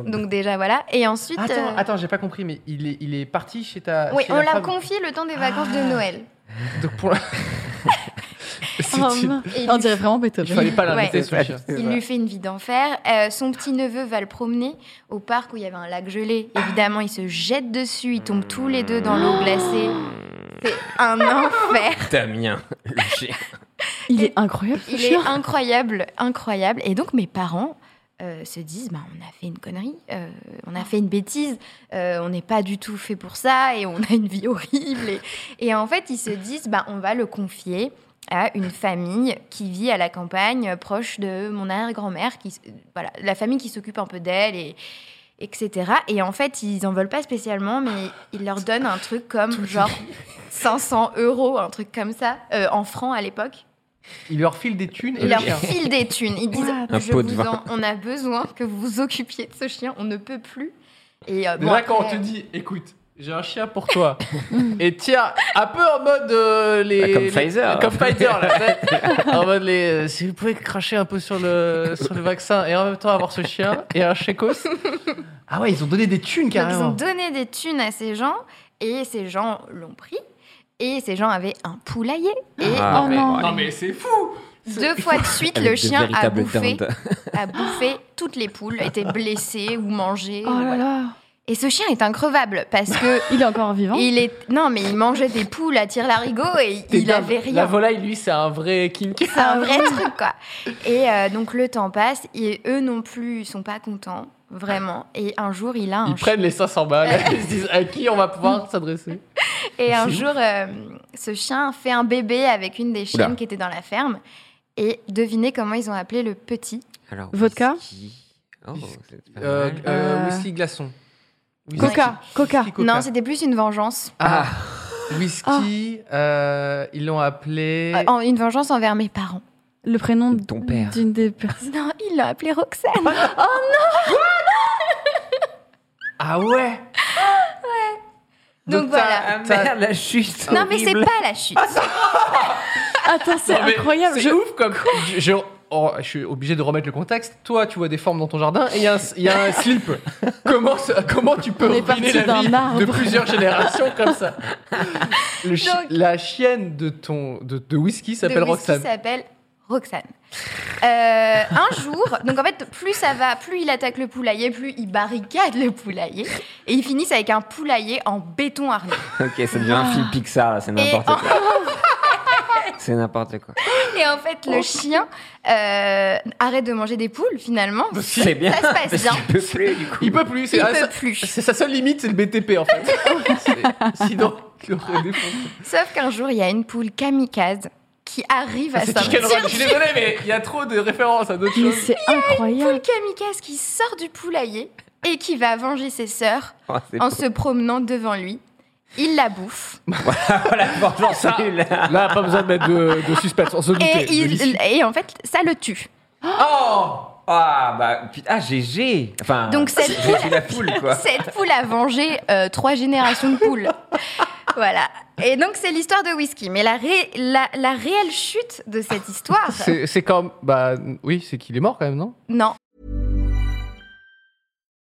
S3: Donc déjà voilà. Et ensuite...
S1: Attends,
S3: euh,
S1: attends, j'ai pas compris, mais il est, il est parti chez ta.
S3: Oui,
S1: chez
S3: on
S1: la
S3: l'a
S1: femme. Ah.
S3: confié le temps des vacances de Noël.
S1: Donc, pour la- C'est-
S4: Oh,
S1: c'est-
S4: mince.
S3: Et
S4: On
S3: lui-
S4: dirait vraiment
S1: Il
S4: Beethoven.
S1: fallait pas l'inviter,
S3: Ouais.
S1: ce chien.
S3: Il lui fait une vie d'enfer. Euh, son petit neveu va le promener au parc où il y avait un lac gelé. Évidemment, ils se jettent dessus, ils tombent tous les deux dans l'eau glacée. C'est un enfer.
S2: Damien, le chien.
S4: Il est incroyable, ce
S3: Il est
S4: chien.
S3: incroyable, incroyable. Et donc mes parents euh, se disent, bah, on a fait une connerie, euh, on a fait une bêtise, euh, on n'est pas du tout fait pour ça et on a une vie horrible. Et, et en fait, ils se disent, bah, on va le confier à une famille qui vit à la campagne, euh, proche de mon arrière-grand-mère, qui, s- euh, voilà, la famille qui s'occupe un peu d'elle et etc. Et en fait, ils en veulent pas spécialement, mais ils leur donnent un truc comme genre 500 euros, un truc comme ça, euh, en francs à l'époque.
S1: Il leur file des thunes et
S3: Il
S1: le
S3: leur
S1: chien.
S3: file des thunes. Ils disent
S2: Un
S3: Je
S2: pot de
S3: vous
S2: vin.
S3: en- On a besoin que vous vous occupiez de ce chien, on ne peut plus. Et euh, bon,
S1: Déjà, quand on te
S3: après-
S1: dit Écoute, j'ai un chien pour toi. et tiens, un peu en mode euh, les.
S2: Bah, comme
S1: les-
S2: Pfizer.
S1: Comme Pfizer, là. t'sais. en mode les. euh, si vous pouvez cracher un peu sur le, sur le vaccin et en même temps avoir ce chien et un chécos. Ah ouais, ils ont donné des thunes
S3: donc, ils ont
S1: carrément.
S3: donné des thunes à ces gens et ces gens l'ont pris. Et ces gens avaient un poulailler. Et
S2: Ah,
S4: Oh
S2: mais-
S4: non.
S1: Non, mais c'est fou
S3: deux fois de suite,
S2: Avec de
S3: le chien a
S2: véritables
S3: bouffé,
S2: dindes.
S3: a bouffé toutes les poules, était blessé ou mangé.
S4: Oh
S3: ou
S4: là
S3: voilà.
S4: là.
S3: Et ce chien est increvable parce que
S4: Il est encore vivant.
S3: il est. Non, mais il mangeait des poules à tire-larigot et
S1: T'es
S3: il
S1: dingue.
S3: avait rien.
S1: La volaille, lui, c'est un vrai kink.
S3: C'est un vrai truc, quoi. Et euh, donc, le temps passe, et eux non plus sont pas contents, vraiment. Et un jour, il a un
S1: Ils
S3: chien.
S1: prennent les 500 balles, ils se disent à qui on va pouvoir s'adresser.
S3: Et un
S1: C'est
S3: jour, euh, ce chien fait un bébé avec une des chiennes
S2: Oula.
S3: qui était dans la ferme. Et devinez comment ils ont appelé le petit
S2: Alors,
S4: Vodka
S2: whisky. Oh, c'est pas
S1: Euh,
S2: mal.
S1: euh,
S4: Euh.
S1: Whisky glaçon. Whisky-
S4: Coca, Coca.
S1: whisky
S3: Non, c'était plus une vengeance.
S1: Ah. Whisky, euh, ils l'ont appelé.
S3: Euh, Ah. en- une vengeance envers mes parents.
S4: Le prénom
S2: De ton père.
S4: d'une des personnes.
S3: Non, il l'a appelé Roxane.
S1: Ah ouais
S3: Donc, voilà.
S2: Ah, merde, la
S1: Ah,
S2: chute.
S3: Non, mais c'est
S2: horrible.
S3: pas la chute.
S4: Attends, c'est
S1: Non, mais
S4: incroyable.
S1: C'est
S4: Je...
S1: ouf comme. Je, je- oh, je suis obligé de remettre le contexte. Toi, tu vois des formes dans ton jardin et il y a un- il y, a un slip. comment, ça- comment tu peux
S4: On est
S1: ruiner
S4: parti
S1: la
S4: d'un
S1: vie
S4: arbre.
S1: de plusieurs générations comme ça Le chi-
S3: Donc-
S1: La chienne de ton de, de whisky
S3: de
S1: s'appelle
S3: whisky
S1: Roxane.
S3: s'appelle Roxane. Euh, un jour, donc en fait, plus ça va, plus il attaque le poulailler, plus il barricade le poulailler, et ils finissent avec un poulailler en béton armé.
S2: Ok, ça devient un film Pixar, là, c'est
S3: Ah. Et
S2: n'importe
S3: en,
S2: quoi. C'est n'importe quoi.
S3: et en fait,
S1: Oh.
S3: le chien euh, arrête de manger des poules finalement.
S2: C'est bien.
S3: Ça se passe
S2: parce
S3: bien.
S2: qu'il peut plus, du coup.
S1: Il peut plus. C'est
S3: Il
S1: ah,
S3: peut
S1: ça-
S3: plus.
S1: c'est sa seule limite, c'est le BTP en fait. C'est- Sinon, il aurait défoncé.
S3: Sauf qu'un jour, il y a une poule kamikaze qui
S4: Ah,
S3: arrive à
S1: Ah, C'est Chicken
S3: sortir.
S1: Run. Je suis désolé, mais il y a trop de références à d'autres
S4: Mais
S1: choses.
S4: c'est
S3: Une
S4: incroyable.
S3: poule kamikaze qui sort du poulailler et qui va venger ses sœurs
S2: Oh, c'est
S3: en se promenant devant lui. Il la bouffe.
S2: pas genre celui-là.
S1: Là, pas besoin de mettre de, de suspense, on se doutait
S3: Et,
S1: de
S3: il-
S1: l'issue.
S3: et en fait, ça le tue.
S1: Oh
S2: Ah, bah, putain, ah, GG Enfin,
S3: Donc, cette
S2: j'ai fait la poule, quoi.
S3: Cette poule a vengé euh, trois générations de poules. voilà. Et donc, c'est l'histoire de Whisky. Mais la, ré- la, la réelle chute de cette histoire,
S1: C'est c'est comme. Bah oui, c'est qu'il est mort quand même, non
S3: non.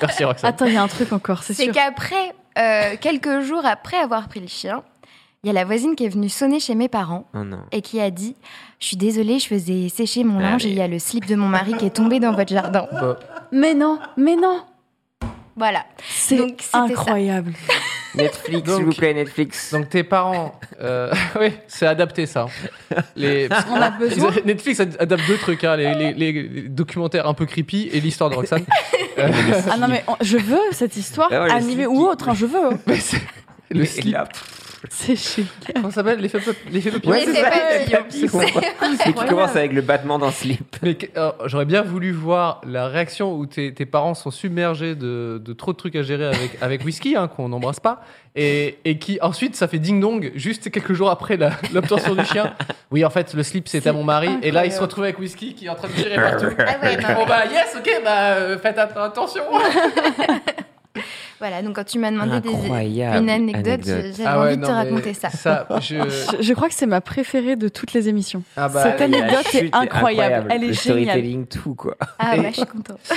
S1: Merci Roxane.
S4: Attends, il y a un truc encore, c'est
S3: C'est
S4: sûr.
S3: qu'après, euh, quelques jours après avoir pris le chien, il y a la voisine qui est venue sonner chez mes parents
S2: Oh non.
S3: et qui a dit Je suis désolée, je faisais sécher mon
S2: Allez.
S3: linge et il y a le slip de mon mari qui est tombé dans votre jardin.
S1: Bah,
S4: Mais non, mais non,
S3: Voilà.
S4: c'est
S3: Donc, c'était ça.
S4: incroyable.
S2: Netflix,
S1: Donc-
S2: s'il vous plaît, Netflix.
S1: donc tes parents. euh, oui, c'est adapté ça. hein. Les,
S4: On a besoin.
S1: Ils- Netflix ad- adapte deux trucs hein, les, les- les documentaires un peu creepy et l'histoire de Roxane. Euh,
S4: Ah non, mais on- je veux cette histoire
S2: Ah ouais, le
S4: animée
S2: slip
S4: ou
S2: qui-
S4: autre, hein, je veux.
S1: mais c'est-
S2: Et
S1: le slip.
S2: là,
S4: C'est chic.
S1: Comment ça s'appelle L'effet pop- l'effet papillon
S2: Ouais,
S3: Mais
S2: c'est
S3: c'est
S2: ça,
S3: pas
S2: les
S3: mignon.
S2: tapis,
S3: C'est
S2: ouais.
S3: incroyable.
S2: Et qui commence avec le battement d'un slip.
S1: Mais que- euh, j'aurais bien voulu voir la réaction où tes, tes parents sont submergés de, de trop de trucs à gérer avec, avec whisky, hein, qu'on n'embrasse pas, et, et qui ensuite ça fait ding-dong juste quelques jours après la- l'obtention du chien. Oui, en fait, le slip c'était à mon mari, et là ils se retrouvent avec whisky qui est en train de tirer partout.
S3: Ah ouais, non.
S1: Bon bah yes, ok, bah euh, faites att- attention.
S3: Voilà, donc quand tu m'as demandé des-
S2: Incroyable
S3: une anecdote, euh,
S2: anecdote.
S3: j'avais
S1: Ah ouais,
S3: envie de te
S1: non, mais
S3: raconter ça.
S1: je-
S4: Je, je crois que c'est ma préférée de toutes les émissions.
S1: ah bah,
S4: Cette année-
S2: La
S4: anecdote est
S2: chute
S4: incroyable, elle est
S2: le
S4: géniale.
S2: storytelling, tout, quoi.
S3: Ah
S1: Et-
S3: ouais, je suis contente.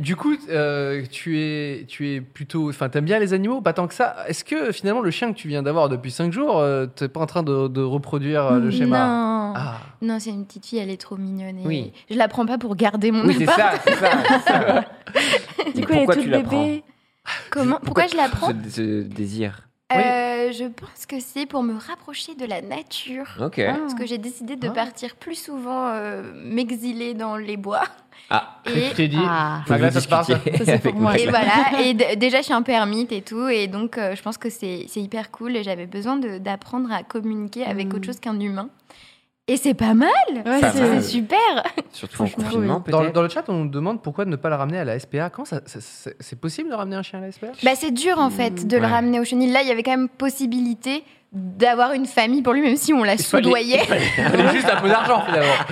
S1: Du coup, euh, tu es, tu es plutôt, enfin, t'aimes bien les animaux, pas tant que ça. Est-ce que finalement le chien que tu viens d'avoir depuis 5 jours, euh, t'es pas en train de, de reproduire euh, le schéma
S3: Non,
S1: Ah.
S3: non c'est une petite fille, elle est trop mignonne. et
S2: Oui.
S3: Je la prends pas pour garder mon
S2: Oui, c'est
S3: appart.
S2: ça, c'est ça. c'est ça.
S4: Du
S2: Mais
S4: coup, elle est
S2: pourquoi
S4: toute
S2: tu la prends
S4: bébé.
S3: Comment Pourquoi je la prends
S2: ce, ce désir.
S3: Euh, Je pense que c'est pour me rapprocher de la nature.
S2: Ok.
S3: Parce que j'ai décidé de
S1: Ah.
S3: partir plus souvent euh, m'exiler dans les bois.
S2: Ah.
S1: Qu'est-ce que
S3: Et,
S1: je t'ai dit
S4: Ah.
S1: Magla, ça te parle, ça
S2: Discuter
S4: Ça, c'est pour
S2: avec
S4: moi.
S2: Magla.
S3: et voilà, et d- déjà je suis un peu ermite et tout, et donc euh, je pense que c'est c'est hyper cool. Et j'avais besoin de- d'apprendre à communiquer avec
S4: Mm.
S3: autre chose qu'un humain. Et c'est pas mal,
S4: Ouais,
S2: Ça
S4: c'est-
S3: c'est
S2: mal.
S3: super.
S2: Surtout en
S4: Franchement,
S2: confinement,
S4: oui.
S1: dans,
S2: peut-être.
S1: le- dans le chat, on nous demande pourquoi ne pas le ramener à la SPA. Comment ça, ça- c'est c'est possible de ramener un chien à la SPA
S3: Bah, c'est dur en fait de
S2: Ouais.
S3: le ramener au chenil. Là, il y avait quand même possibilité d'avoir une famille pour lui, même si on la
S1: Il fallait-
S3: soudoyait.
S1: Il fallait juste un peu d'argent finalement.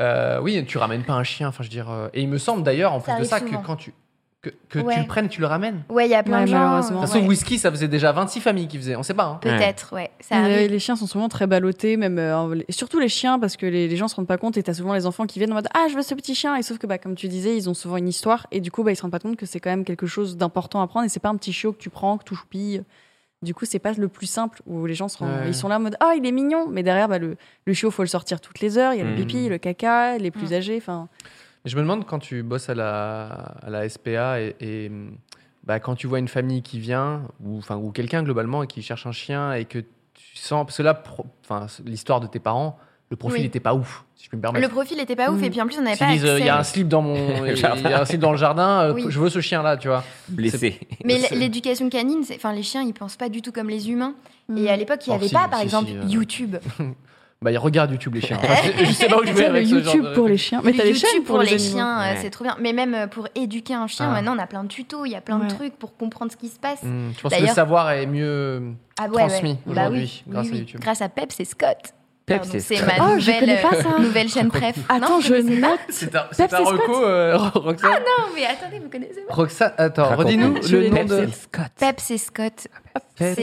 S1: Euh, oui, tu ramènes pas un chien. Enfin, je veux dire. euh, Et il me semble d'ailleurs, en
S3: Ça
S1: plus de
S3: arrive
S1: ça,
S3: souvent.
S1: que quand tu que, que
S3: Ouais.
S1: tu le prennes, tu le ramènes.
S3: Ouais, il y a plein
S4: Ouais,
S3: de gens.
S4: malheureusement.
S3: euh,
S1: De toute façon,
S3: ouais.
S1: whisky, ça faisait déjà 26 familles qui faisaient. On sait pas. hein.
S3: Peut-être, ouais. Ça
S4: Mais, euh,
S3: arrive.
S4: les chiens sont souvent très ballottés, même euh, les- surtout les chiens, parce que les, les gens se rendent pas compte et t'as souvent les enfants qui viennent en mode Ah, je veux ce petit chien. Et sauf que, bah, comme tu disais, ils ont souvent une histoire et du coup, bah, ils se rendent pas compte que c'est quand même quelque chose d'important à prendre et c'est pas un petit chiot que tu prends, que tu choupilles. Du coup, c'est pas le plus simple où les gens sont,
S1: Ouais.
S4: ils sont là en mode Ah, il est mignon. Mais derrière, bah, le, le chiot, faut le sortir toutes les heures. Il y a le
S2: Mhm.
S4: pipi, le caca, les plus âgés. Enfin,
S1: Je me demande quand tu bosses à la, à la SPA et, et, bah, quand tu vois une famille qui vient ou, enfin, ou quelqu'un globalement et qui cherche un chien et que tu sens. Parce que là, pro- enfin, l'histoire de tes parents, le profil
S3: Oui.
S1: n'était pas ouf, si je puis me
S3: Le
S1: permettre.
S3: profil était pas ouf,
S4: Mm.
S3: et puis en plus, on n'avait
S1: S'ils
S3: pas
S1: disent, euh, il y a un
S3: accès.
S1: slip dans mon, il y a un slip dans le jardin, euh,
S3: Oui.
S1: je veux ce chien-là, tu vois.
S2: Blessé.
S3: Mais
S1: Bah, C'est-
S3: l'éducation canine, c'est- enfin, les chiens, ils pensent pas du tout comme les humains.
S4: Mm.
S3: Et à l'époque, il n'y
S1: Or,
S3: avait
S1: si,
S3: pas, par
S1: si,
S3: exemple,
S1: si, euh,
S3: YouTube.
S1: Bah, ils regardent YouTube, les chiens. Enfin, je, je sais pas où je vais
S4: Tiens, le
S1: avec ce genre
S4: YouTube
S1: de-
S4: pour les chiens. Mais
S3: Le
S4: t'as les
S3: YouTube
S4: chaînes pour, les, animaux.
S3: chiens, euh,
S2: Ouais.
S3: c'est trop bien. Mais même euh, pour éduquer un chien,
S1: Ah.
S3: maintenant, on a plein de tutos, il y a plein
S4: Ouais.
S3: de trucs pour comprendre ce qui se passe.
S1: Hmm, je pense que le
S3: D'ailleurs-
S1: savoir est mieux.
S3: Ah
S1: Transmis
S3: Bah
S1: aujourd'hui, grâce à YouTube.
S3: Grâce à Peps et Scott.
S2: Pep,
S3: Pardon,
S2: c'est
S3: c'est
S2: ça.
S3: ma
S4: Oh, je
S3: nouvelle, euh,
S4: connais pas ça.
S3: nouvelle chaîne préf.
S4: Attends,
S3: Non,
S4: je
S3: connaissais pas.
S4: note.
S1: C'est un,
S4: c'est un
S1: reco, euh,
S4: Scott.
S1: Roxane.
S3: Non, mais attendez, vous connaissez pas.
S1: attends,
S2: Raconte-nous.
S1: redis-nous
S4: Je
S1: le
S4: l'ai
S1: nom de.
S4: noté.
S2: Pep, c'est Scott.
S3: Peps et Scott,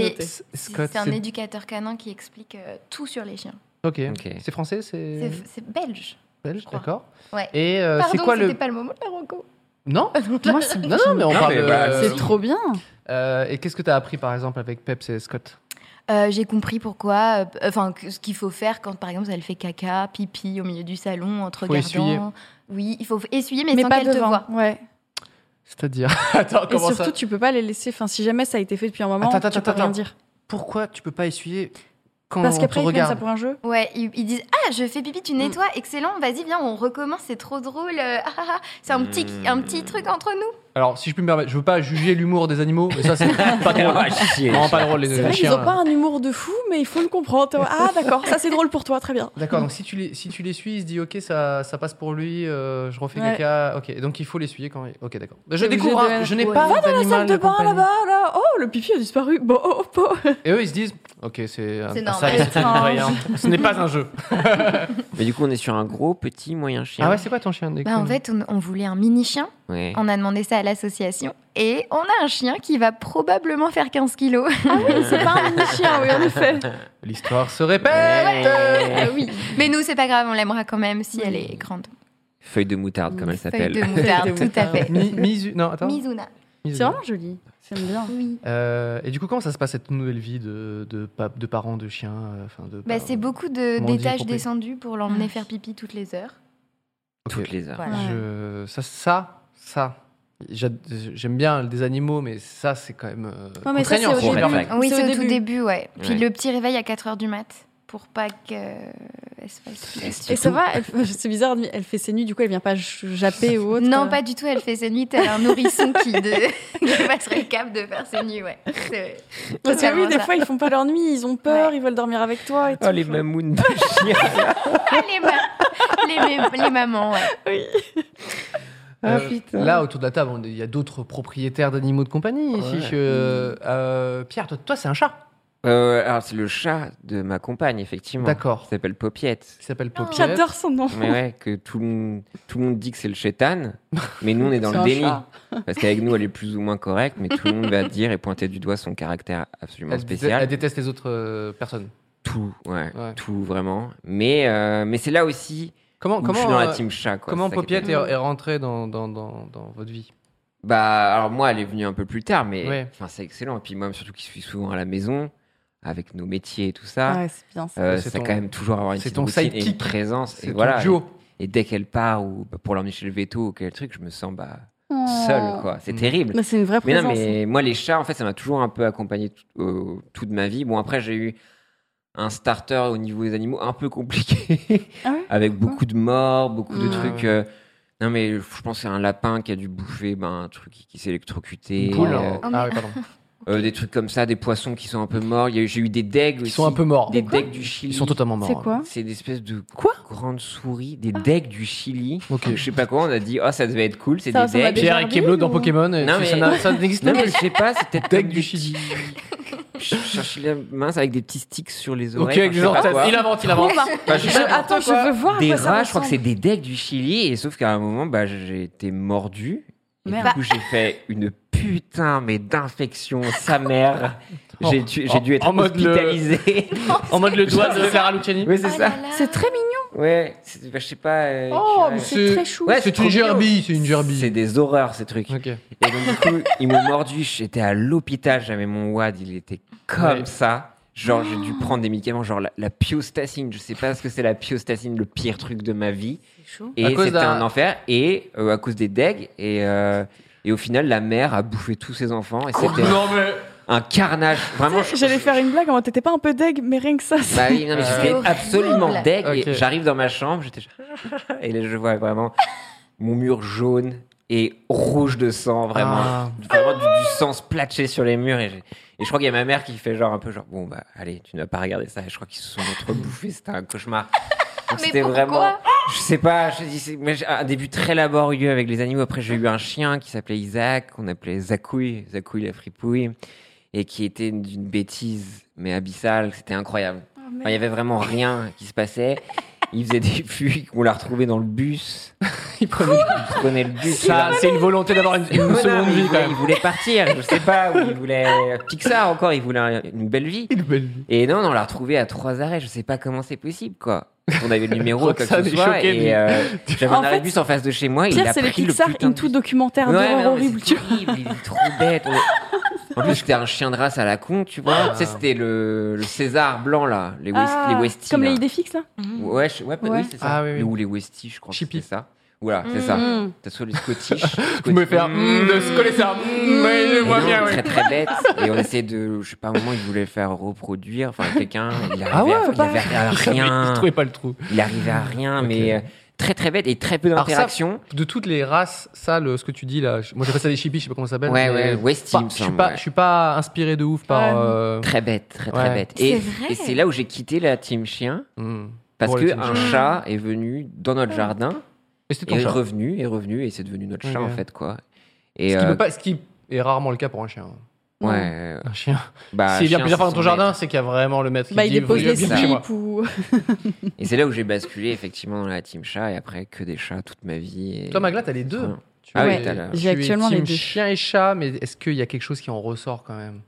S1: Pep-
S3: C'est-
S1: Scott,
S3: c'est un
S1: c'est-
S3: éducateur canin qui explique euh, tout sur les chiens.
S1: Ok.
S2: Ok.
S1: C'est français, c'est
S3: C'est- C'est belge.
S1: belge,
S3: crois.
S1: d'accord.
S3: Ouais.
S1: Et euh, c'est
S3: Pardon,
S1: quoi
S3: c'était
S1: le
S3: pas le moment de la rencontre.
S1: Non,
S4: Moi, c'est-
S1: non, non, mais on
S2: Non,
S1: parle.
S2: mais bah,
S1: euh,
S4: c'est trop bien.
S1: euh, et qu'est-ce que t'as appris par exemple avec Peps et Scott
S3: Euh, J'ai compris pourquoi, euh, enfin, que- ce qu'il faut faire quand, par exemple, elle fait caca, pipi au milieu du salon, entre
S1: Faut essuyer.
S3: regardant. Oui, il faut essuyer, mais,
S4: Mais
S3: sans
S4: pas
S3: qu'elle te
S4: devant.
S3: voie.
S4: Ouais.
S1: C'est-à-dire Attends,
S4: Et
S1: comment
S4: surtout,
S1: ça
S4: tu peux pas les laisser. Enfin, si jamais ça a été fait depuis un moment,
S1: Attends,
S4: tu
S1: attends,
S4: peux rien
S1: attends.
S4: dire.
S1: Pourquoi tu peux pas essuyer quand
S4: Parce
S1: on
S4: qu'après,
S1: te
S4: ils prennent
S1: regarde.
S4: ça pour un jeu.
S3: Ouais, ils, ils disent Ah, je fais pipi,
S1: Mm.
S3: tu nettoies, excellent, vas-y, viens, on recommence, c'est trop drôle. euh, ah, ah, ah. c'est un petit,
S1: Mm.
S3: un petit truc entre nous.
S1: Alors, si je peux me permettre, je veux pas juger l'humour des animaux, mais ça, c'est pas drôle. Non, pas drôle, les,
S4: C'est
S1: les
S4: vrai qu'ils
S1: chiens.
S4: n'ont pas un humour de fou, mais il faut le comprendre. T'es- Ah, d'accord, ça c'est drôle pour toi, très bien.
S1: D'accord, donc si tu, les, si tu les suis, il se dit ok, ça, ça passe pour lui, euh, je refais
S4: Ouais.
S1: caca. Ok, donc il faut l'essuyer quand il- Ok, d'accord. Bah, je
S4: T'es
S1: découvre,
S4: obligé
S1: hein,
S4: de-
S1: je n'ai
S4: ouais.
S1: pas
S4: Va dans la
S1: d'animal
S4: salle de bain
S1: compagnie.
S4: là-bas, là. Oh, le pipi a disparu. Bon, oh, oh, oh.
S1: Et eux, ils se disent ok, c'est un,
S3: C'est
S1: un
S3: normal.
S1: service
S3: C'est
S1: citoyen. Ah ce n'est pas un jeu.
S2: Mais du coup, on est sur un gros, petit, moyen chien.
S1: Ah ouais, c'est quoi ton chien des
S3: Bah, en fait, on, on voulait un mini chien,
S2: Ouais.
S3: on a demandé ça à l'association, et on a un chien qui va probablement faire 15 kilos.
S4: Ah oui, c'est pas un mini chien, oui, en effet.
S1: L'histoire se répète
S3: Ah oui. Mais nous, c'est pas grave, on l'aimera quand même si elle est grande.
S2: Feuille de moutarde, comme elle
S3: Feuille de
S2: s'appelle.
S3: moutarde,
S4: Feuille de
S3: tout à fait.
S1: Mi- Mizu. Non, attends.
S3: Mizuna.
S1: Mizu.
S4: C'est vraiment joli. C'est bien.
S3: Oui.
S1: Euh, et du coup, comment ça se passe cette nouvelle vie de, de, pa- de parents, de chiens euh, enfin, de
S3: Bah,
S1: parents
S3: c'est beaucoup de
S1: Comment on dit
S3: d'étages
S1: pour payer
S3: descendus pour
S4: Ah.
S3: l'emmener faire pipi toutes les heures.
S1: Ok.
S2: Toutes les heures.
S3: Voilà.
S1: Je- Ça, ça, ça. J'ad- J'aime bien des animaux, mais ça, c'est quand même. euh,
S4: Non, mais ça,
S1: contraignant,
S4: c'est au
S1: faut
S2: début.
S1: faire avec.
S2: Ah,
S3: Oui,
S4: C'est
S3: c'est
S4: au
S3: au tout début, ouais. Puis
S2: Ouais.
S3: le petit réveil à 4h du mat pour pas qu'elle se fasse pipi.
S4: Et ça va, elle- c'est bizarre, elle fait ses nuits, du coup elle vient pas ch- japper ou autre. euh.
S3: Non, pas du tout, elle fait ses nuits, elle a un nourrisson qui, de... qui passerait le cap de faire ses nuits, ouais. C'est-
S4: Parce que oui,
S3: totalement
S4: des
S3: ça.
S4: fois ils font pas leur nuit, ils ont peur, ils veulent dormir avec toi et tout.
S2: Oh, les mamounes de chien.
S3: Ah, les, ma- les, ma- les mamans, ouais.
S2: Ah,
S1: Euh,
S2: putain.
S1: Là, autour de la table, on- il y a d'autres propriétaires d'animaux de compagnie. ici.
S2: Ouais.
S1: Euh, euh, Pierre, toi, toi, c'est un chat.
S2: Euh, alors, c'est le chat de ma compagne, effectivement.
S1: D'accord.
S2: Il s'appelle Popiette.
S1: Qui s'appelle Popiette.
S4: Ah, J'adore son nom.
S2: Mais ouais, que tout le monde, tout le monde dit que c'est le chétan, mais nous on est dans
S4: C'est
S2: le
S4: un
S2: déni.
S4: chat.
S2: Parce qu'avec nous elle est plus ou moins correcte, mais tout le monde va dire et pointer du doigt son caractère absolument
S1: Elle,
S2: spécial.
S1: elle déteste les autres euh, personnes.
S2: Tout, ouais,
S1: Ouais.
S2: tout vraiment. Mais, euh, mais c'est là aussi
S1: Comment,
S2: où je suis dans
S1: comment,
S2: la
S1: euh,
S2: team chat. Quoi.
S1: comment
S2: C'est ça qui est
S1: Popiette est,
S2: bien.
S1: est rentrée dans, dans, dans, dans votre vie
S2: Bah alors moi elle est venue un peu plus tard, mais
S1: Ouais.
S2: enfin c'est excellent. Et puis moi surtout qui suis souvent à la maison avec nos métiers et tout
S1: Ah.
S2: ça.
S4: Ouais, c'est bien ça.
S2: euh,
S1: C'est
S2: ça
S1: ton-
S2: quand même toujours avoir une
S1: c'est
S2: petite
S1: ton
S2: routine et une
S1: sidekick.
S2: présence
S1: C'est
S2: et
S1: ton
S2: voilà
S1: duo.
S2: et dès qu'elle part ou bah, pour l'emmener chez le veto ou quel truc je me sens bah
S4: Oh.
S2: seul quoi c'est
S1: Mm.
S2: terrible
S4: Mais Bah, c'est une vraie
S2: Mais
S4: présence. hein.
S2: non, mais moi, les chats, en fait, ça m'a toujours un peu accompagné tout- euh, toute ma vie. Bon, après, j'ai eu un starter au niveau des animaux un peu compliqué,
S4: Ah ouais
S2: avec beaucoup de morts, beaucoup de
S1: Ah
S4: Mm.
S2: trucs. euh, non, mais je pense que c'est un lapin qui a dû bouffer ben, un truc qui, qui s'est électrocuté,
S1: Cool.
S2: euh,
S3: Oh,
S1: Ah oui,
S3: mais-
S1: pardon.
S2: euh, des trucs comme ça, des poissons qui sont un peu morts. Il y a eu- J'ai eu des degs
S1: Mmh. Ils
S2: aussi.
S1: sont un peu morts.
S2: Des degs du Chili.
S1: Ils sont totalement morts.
S4: C'est quoi
S2: C'est des espèces de quoi grandes souris,
S4: Ah.
S2: des degs du Chili.
S1: Ok.
S2: Je sais pas quoi, on a dit, oh, ça devait être cool, c'est
S4: Ça
S2: des
S4: ressemble à
S2: degs.
S4: des-
S1: Pierre et
S4: Jarvis
S1: Keblo dans
S4: ou-
S1: Pokémon, et
S2: Non,
S1: ça-
S2: mais-
S1: ça n'a- ça n'existe
S2: Non,
S1: plus.
S2: mais je sais pas, c'est peut-être
S1: Deck
S2: comme
S1: du
S2: des
S1: Chili.
S2: petits- Je cherchais la mince avec des petits sticks sur les
S1: Ok,
S2: oreilles.
S1: avec
S2: enfin, je
S1: des
S2: sais pas quoi.
S1: orteils. Il invente, il invente.
S2: Enfin, je sais
S4: bah, Je-
S2: pas,
S4: attends, je veux voir. à
S2: bah, des
S4: quoi ça
S2: rats, je crois que c'est
S4: ressemble.
S2: des decks du Chili. Et sauf qu'à un moment, bah, j'ai été mordu. Et
S4: Merde.
S2: du coup, j'ai fait une putain, mais d'infection, sa mère. J'ai dû, j'ai dû être
S1: En mode le-
S2: hospitalisé.
S1: En mode le doigt de Clara Luciani.
S2: oui, c'est
S3: Oh
S2: ça.
S3: là là.
S4: C'est très mignon.
S2: Ouais, c'est- bah, je sais pas. euh,
S4: Oh,
S2: je-
S4: mais
S1: Ouais,
S4: c'est très chou.
S2: Ouais,
S1: C'est
S2: trop
S1: une
S2: mignon.
S1: gerbille, c'est une gerbille.
S2: C'est des horreurs, ces trucs.
S1: Ok.
S2: Et donc, du coup, ils m'ont mordu. J'étais à l'hôpital, j'avais mon WAD, il était comme
S1: Ouais.
S2: ça. Genre, j'ai dû prendre des médicaments, genre la, la piostacine. Je sais pas ce que c'est la piostacine, le pire truc de ma vie. Et
S1: À cause
S2: c'était
S1: d'un-
S2: un enfer. Et euh, à cause des degs. Et, euh, et au final, la mère a bouffé tous ses enfants. Et c'était
S1: Non mais.
S2: un carnage. Vraiment, je-
S4: J'allais faire une blague en mode t'étais pas un peu deg, mais rien que ça. c'est-
S2: bah oui, non, mais
S1: C'est
S2: j'étais
S3: horrible.
S2: absolument deg. et
S1: Ok.
S2: J'arrive dans ma chambre, j'étais. Et là, je vois vraiment mon mur jaune et rouge de sang, vraiment.
S1: Ah.
S2: Vraiment du, du sang splatché sur les murs. Et, j'ai- et je crois qu'il y a ma mère qui fait genre un peu genre, bon, bah, allez, tu n'as pas regardé ça. Et je crois qu'ils se sont rebouffés, c'était un cauchemar. Donc,
S3: Mais
S2: C'était
S3: pourquoi
S2: vraiment. Je sais pas, je dis, c'est- moi, j'ai un début très laborieux avec les animaux. Après, j'ai eu un chien qui s'appelait Isaac, qu'on appelait Zacouille, Zacouille la fripouille, et qui était d'une bêtise, mais abyssale. C'était incroyable.
S3: Oh,
S2: Enfin, Il y avait vraiment rien qui se passait. Il faisait des fuites, on l'a retrouvé dans le bus.
S1: Il prenait-
S2: Il prenait le bus. il
S1: Ça, c'est une volonté d'avoir une, une
S2: Ouais,
S1: seconde
S2: non, mais
S1: vie
S2: il,
S1: quand
S2: voulait, il
S1: même.
S2: voulait partir, je sais pas, ou il voulait euh, Pixar encore, il voulait un- une belle vie.
S1: Une belle vie.
S2: Et non, non, on l'a retrouvé à trois arrêts, je sais pas comment c'est possible quoi. On avait le numéro ou quoi que
S1: Roxane
S2: ce
S1: est
S2: soit,
S1: choquée, lui.
S2: et euh, j'avais
S4: En
S2: un arrêt
S4: fait,
S2: de bus en face de chez moi, il
S4: Pierre,
S2: a
S4: c'est les
S2: pris le
S4: Pixar
S2: putain de
S4: Into
S2: bus.
S4: documentaire
S2: Ouais, mais non,
S4: d'horreur
S2: mais
S4: horrible.
S2: c'est
S4: tu vois.
S2: horrible, il est trop bête. on est- En plus, c'était un chien de race à la con, tu
S1: Ah.
S2: vois. Tu sais, c'était le, le César blanc là, les, West,
S4: Ah,
S2: les Westies,
S4: Comme
S2: là.
S4: les idées fixes là
S2: Ouais, je- ouais, bah
S4: Ouais.
S2: oui, c'est ça.
S1: Ah, oui, oui.
S2: Ou les Westies, je crois que
S1: Chippy.
S2: c'était ça. Voilà, c'est ça.
S4: Mm.
S2: T'as soit les Scottish.
S1: Vous me faire mm, de se coller ça. Mm, ouais, je vois bien,
S2: très
S1: ouais.
S2: très bête. Et on essayait de. Je sais pas, à un moment, il voulait faire reproduire. Enfin, quelqu'un. Il arrivait,
S1: Ah ouais,
S2: à, il
S1: bah.
S2: arrivait à
S1: Je
S2: rien.
S1: trouvais pas le trou.
S2: Il arrivait à rien, mais euh, très très bête et très peu
S1: Alors ça,
S2: d'interaction.
S1: De toutes les races, ça, le- ce que tu dis là, je- moi j'appelle ça des chippies, ben, je sais pas comment ça s'appelle.
S2: Ouais,
S1: mais
S2: ouais, Westie,
S1: pas-
S2: il me
S1: je suis
S2: semble,
S1: pas,
S2: ouais.
S1: je suis pas inspiré de ouf par.
S4: Ouais.
S1: euh,
S2: Très bête, très
S1: Ouais.
S2: très bête.
S3: C'est
S2: Et
S3: vrai.
S2: et c'est là où j'ai quitté la team chien
S1: hmm.
S2: parce
S1: Pour
S2: que
S1: les team
S2: un
S1: chiens.
S2: chat est venu dans notre jardin
S1: Mais c'était
S2: et
S1: Ah, ton
S2: est
S1: chat.
S2: revenu et revenu et c'est devenu notre chat
S1: Ok.
S2: en fait quoi. Et
S1: Ce qui,
S2: euh,
S1: peut pas- ce qui est rarement le cas pour un chien.
S2: ouais,
S1: Un chien.
S2: bah,
S1: S'il vient
S2: chien,
S1: plusieurs fois
S2: c'est
S1: dans ton
S2: son
S1: jardin,
S2: maître.
S1: c'est qu'il y a vraiment le maître qui
S4: Bah, il
S1: dit
S4: dépose
S1: Vous voulez
S4: les
S2: c'est
S1: bien
S2: ça.
S1: chez moi.
S4: slips ou.
S2: Et c'est là où j'ai basculé effectivement dans la team chat et après que des chats toute ma vie. Et...
S1: Toi, Magla, t'as les deux.
S2: Voilà.
S1: Tu
S2: Ah
S1: vois,
S2: oui,
S1: les-
S2: t'as la-
S1: tu
S4: J'ai
S1: es
S4: actuellement les
S1: team
S4: deux.
S1: Chien et chat, mais est-ce qu'il y a quelque chose qui en ressort quand même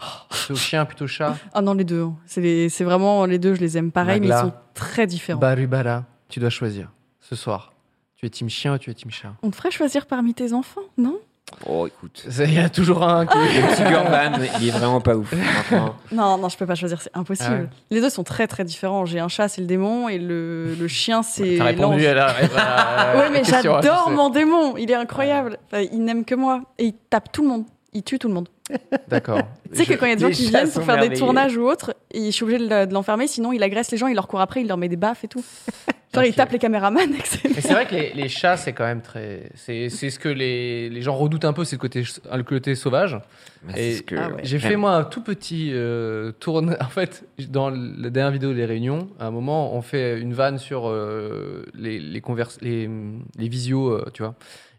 S4: Oh.
S1: Plutôt chien, plutôt chat
S4: Ah non, les deux. hein. C'est les- c'est vraiment les deux, je les aime pareil,
S1: Magla.
S4: mais ils sont très différents.
S2: Bah.
S1: Barubara, Bah, tu dois choisir ce soir. Tu es team chien ou tu es team chat
S4: On te ferait choisir parmi tes enfants, non
S2: Oh écoute,
S1: C'est- Il y a toujours un
S4: Ah,
S1: qui.
S2: le petit Gurban, il est vraiment pas ouf. franchement.
S4: Non, non, je peux pas choisir, c'est impossible.
S1: Ah ouais.
S4: Les deux sont très très différents. J'ai un chat, c'est le démon, et le, le chien, c'est.
S1: T'as répondu
S4: l'ange.
S1: à la. à la
S4: Ouais, mais
S1: question, hein,
S4: j'adore
S1: je sais.
S4: mon démon, il est incroyable. Enfin, il n'aime que moi, et il tape tout le monde. Il tue tout le monde.
S1: D'accord.
S4: Tu sais que quand il y a des gens
S2: les
S4: qui
S2: chats
S4: viennent
S2: sont
S4: pour faire des
S2: merveilleux.
S4: tournages ou autre, et je suis obligée de la- de l'enfermer, sinon il agresse les gens, il leur court après, il leur met des baffes et tout. Genre il
S1: Ok.
S4: tape les caméramans, etc.
S1: Mais c'est vrai que les, les chats, c'est quand même très. C'est c'est ce que les, les gens redoutent un peu, c'est le côté, le côté sauvage.
S2: Mais
S1: Et-
S2: c'est ce que
S4: Ah ouais.
S1: J'ai fait moi un tout petit euh, tourne. En fait, dans la dernière vidéo des réunions, à un moment, on fait une vanne sur euh, les, les, convers- les, les visios, euh, tu vois.